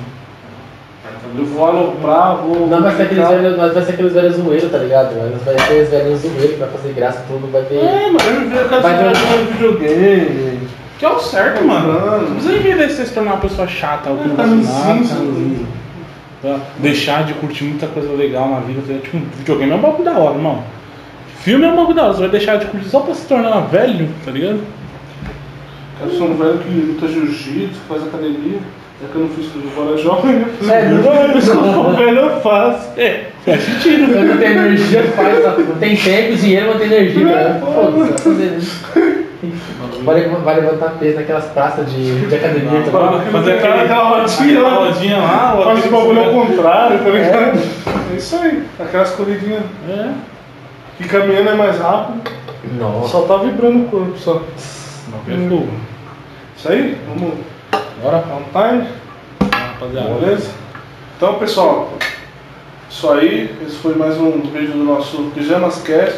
Speaker 1: Eu vou aloprar, vou.
Speaker 3: Nós vai ser aqueles
Speaker 1: ficar-
Speaker 3: velhos, nós vai ser aqueles velhos zoeiros, tá ligado? Nós vai ser aqueles velhos zoeiros que vai fazer graça, tudo vai ter.
Speaker 1: É, mano, eu me vejo com
Speaker 3: Vai
Speaker 1: essa
Speaker 3: ter- um
Speaker 1: jogando videogame.
Speaker 2: Que é o certo, mano.
Speaker 1: Mano.
Speaker 2: Não precisa envelhecer e se tornar uma pessoa chata, alguém
Speaker 1: É,
Speaker 2: não
Speaker 1: tá
Speaker 2: gosta
Speaker 1: no
Speaker 2: de nada,
Speaker 1: sim,
Speaker 2: tá
Speaker 1: sim.
Speaker 2: no sim. Tá? Deixar de curtir muita coisa legal na vida. tá? Tipo, videogame é um bagulho da hora, irmão. Filme é um bagulho da hora. Você vai deixar de curtir só pra se tornar velho, tá ligado?
Speaker 1: Eu sou um velho que luta jiu-jitsu, que faz academia. É que eu não fiz tudo, agora é jovem, né?
Speaker 3: É, não-
Speaker 1: Se eu for velho, eu faço. É, faz sentido.
Speaker 3: Eu não tem energia, faz essa Não tem tempo, dinheiro, mas tem energia, cara. Foda-se, vai fazer isso. Vai, le- vai levantar peso naquelas praças de, de academia. tá ligado?
Speaker 1: Fazer aquela- aquela rodinha,
Speaker 2: aquela
Speaker 1: né?
Speaker 2: rodinha lá. ou
Speaker 1: Faz o
Speaker 2: aquele-
Speaker 1: bagulho ao contrário, tá ligado? É isso aí, aquelas corridinhas.
Speaker 2: É.
Speaker 1: E caminhando é mais rápido,
Speaker 3: Nossa.
Speaker 1: só tá vibrando o corpo só.
Speaker 2: Pessoal,
Speaker 1: Isso aí, vamos
Speaker 2: Bora,
Speaker 1: dar um time.
Speaker 2: rapaziada.
Speaker 1: Beleza? Então, pessoal, isso aí. Esse foi mais um vídeo do nosso Pijamascast.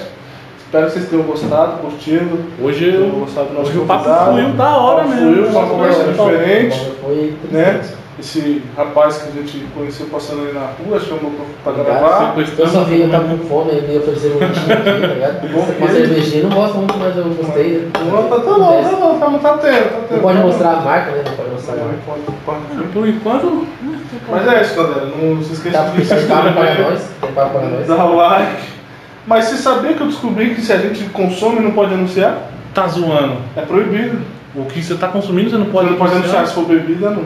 Speaker 1: Espero que vocês tenham gostado, curtindo.
Speaker 2: Hoje
Speaker 1: Tenham
Speaker 2: eu.
Speaker 1: gostado do nosso
Speaker 2: Hoje o papo
Speaker 1: convidado.
Speaker 2: fluiu da
Speaker 1: O
Speaker 2: hora
Speaker 1: papo
Speaker 2: mesmo.
Speaker 1: Fluiu, uma conversa diferente.
Speaker 3: Foi
Speaker 1: Né? Esse rapaz que a gente conheceu passando ali na rua, chamou pra, pra
Speaker 3: Obrigado,
Speaker 1: gravar.
Speaker 3: Eu só vi, eu tava com fome, ele me ofereceram um lanchinho aqui, tá ligado? Uma cervejinha, não gosto muito, mas eu gostei. né?
Speaker 1: Não, Tá, tá bom, tá bom, tá, bom, tá tendo, tá tendo.
Speaker 3: Não pode mostrar a marca, né? Não pode mostrar a marca.
Speaker 1: Pode, pode.
Speaker 2: Por enquanto,
Speaker 1: Mas é isso, galera. Não se esqueça
Speaker 3: Tá,
Speaker 1: de se
Speaker 3: tem papo para
Speaker 1: inscrever.
Speaker 3: nós, tem papo para nós. Tá
Speaker 1: Dá o like. Mas você sabia que eu descobri que se a gente consome não pode anunciar?
Speaker 2: tá zoando.
Speaker 1: É proibido.
Speaker 2: O que você tá consumindo, você não pode.
Speaker 1: Você não pode anunciar se for bebida, não.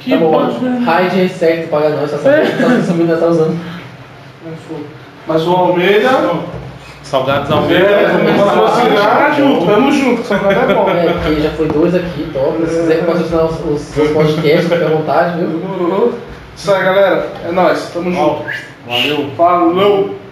Speaker 2: Que né?
Speaker 3: Tá bom,
Speaker 2: bagulho.
Speaker 3: raid recerto paga nós, tá essa subindo, essa tá usando.
Speaker 1: Mas o- Mas o Almeida.
Speaker 2: Salgados
Speaker 1: É,
Speaker 2: Almeida.
Speaker 1: é, patrocinar, junto, tamo junto, só que é bom.
Speaker 3: É, aqui já foi dois aqui, top. Se quiser patrocinar os, os, os podcasts, fica à vontade, viu?
Speaker 1: Demorou. Isso aí, galera. É nóis, tamo junto.
Speaker 2: Valeu.
Speaker 1: Falou!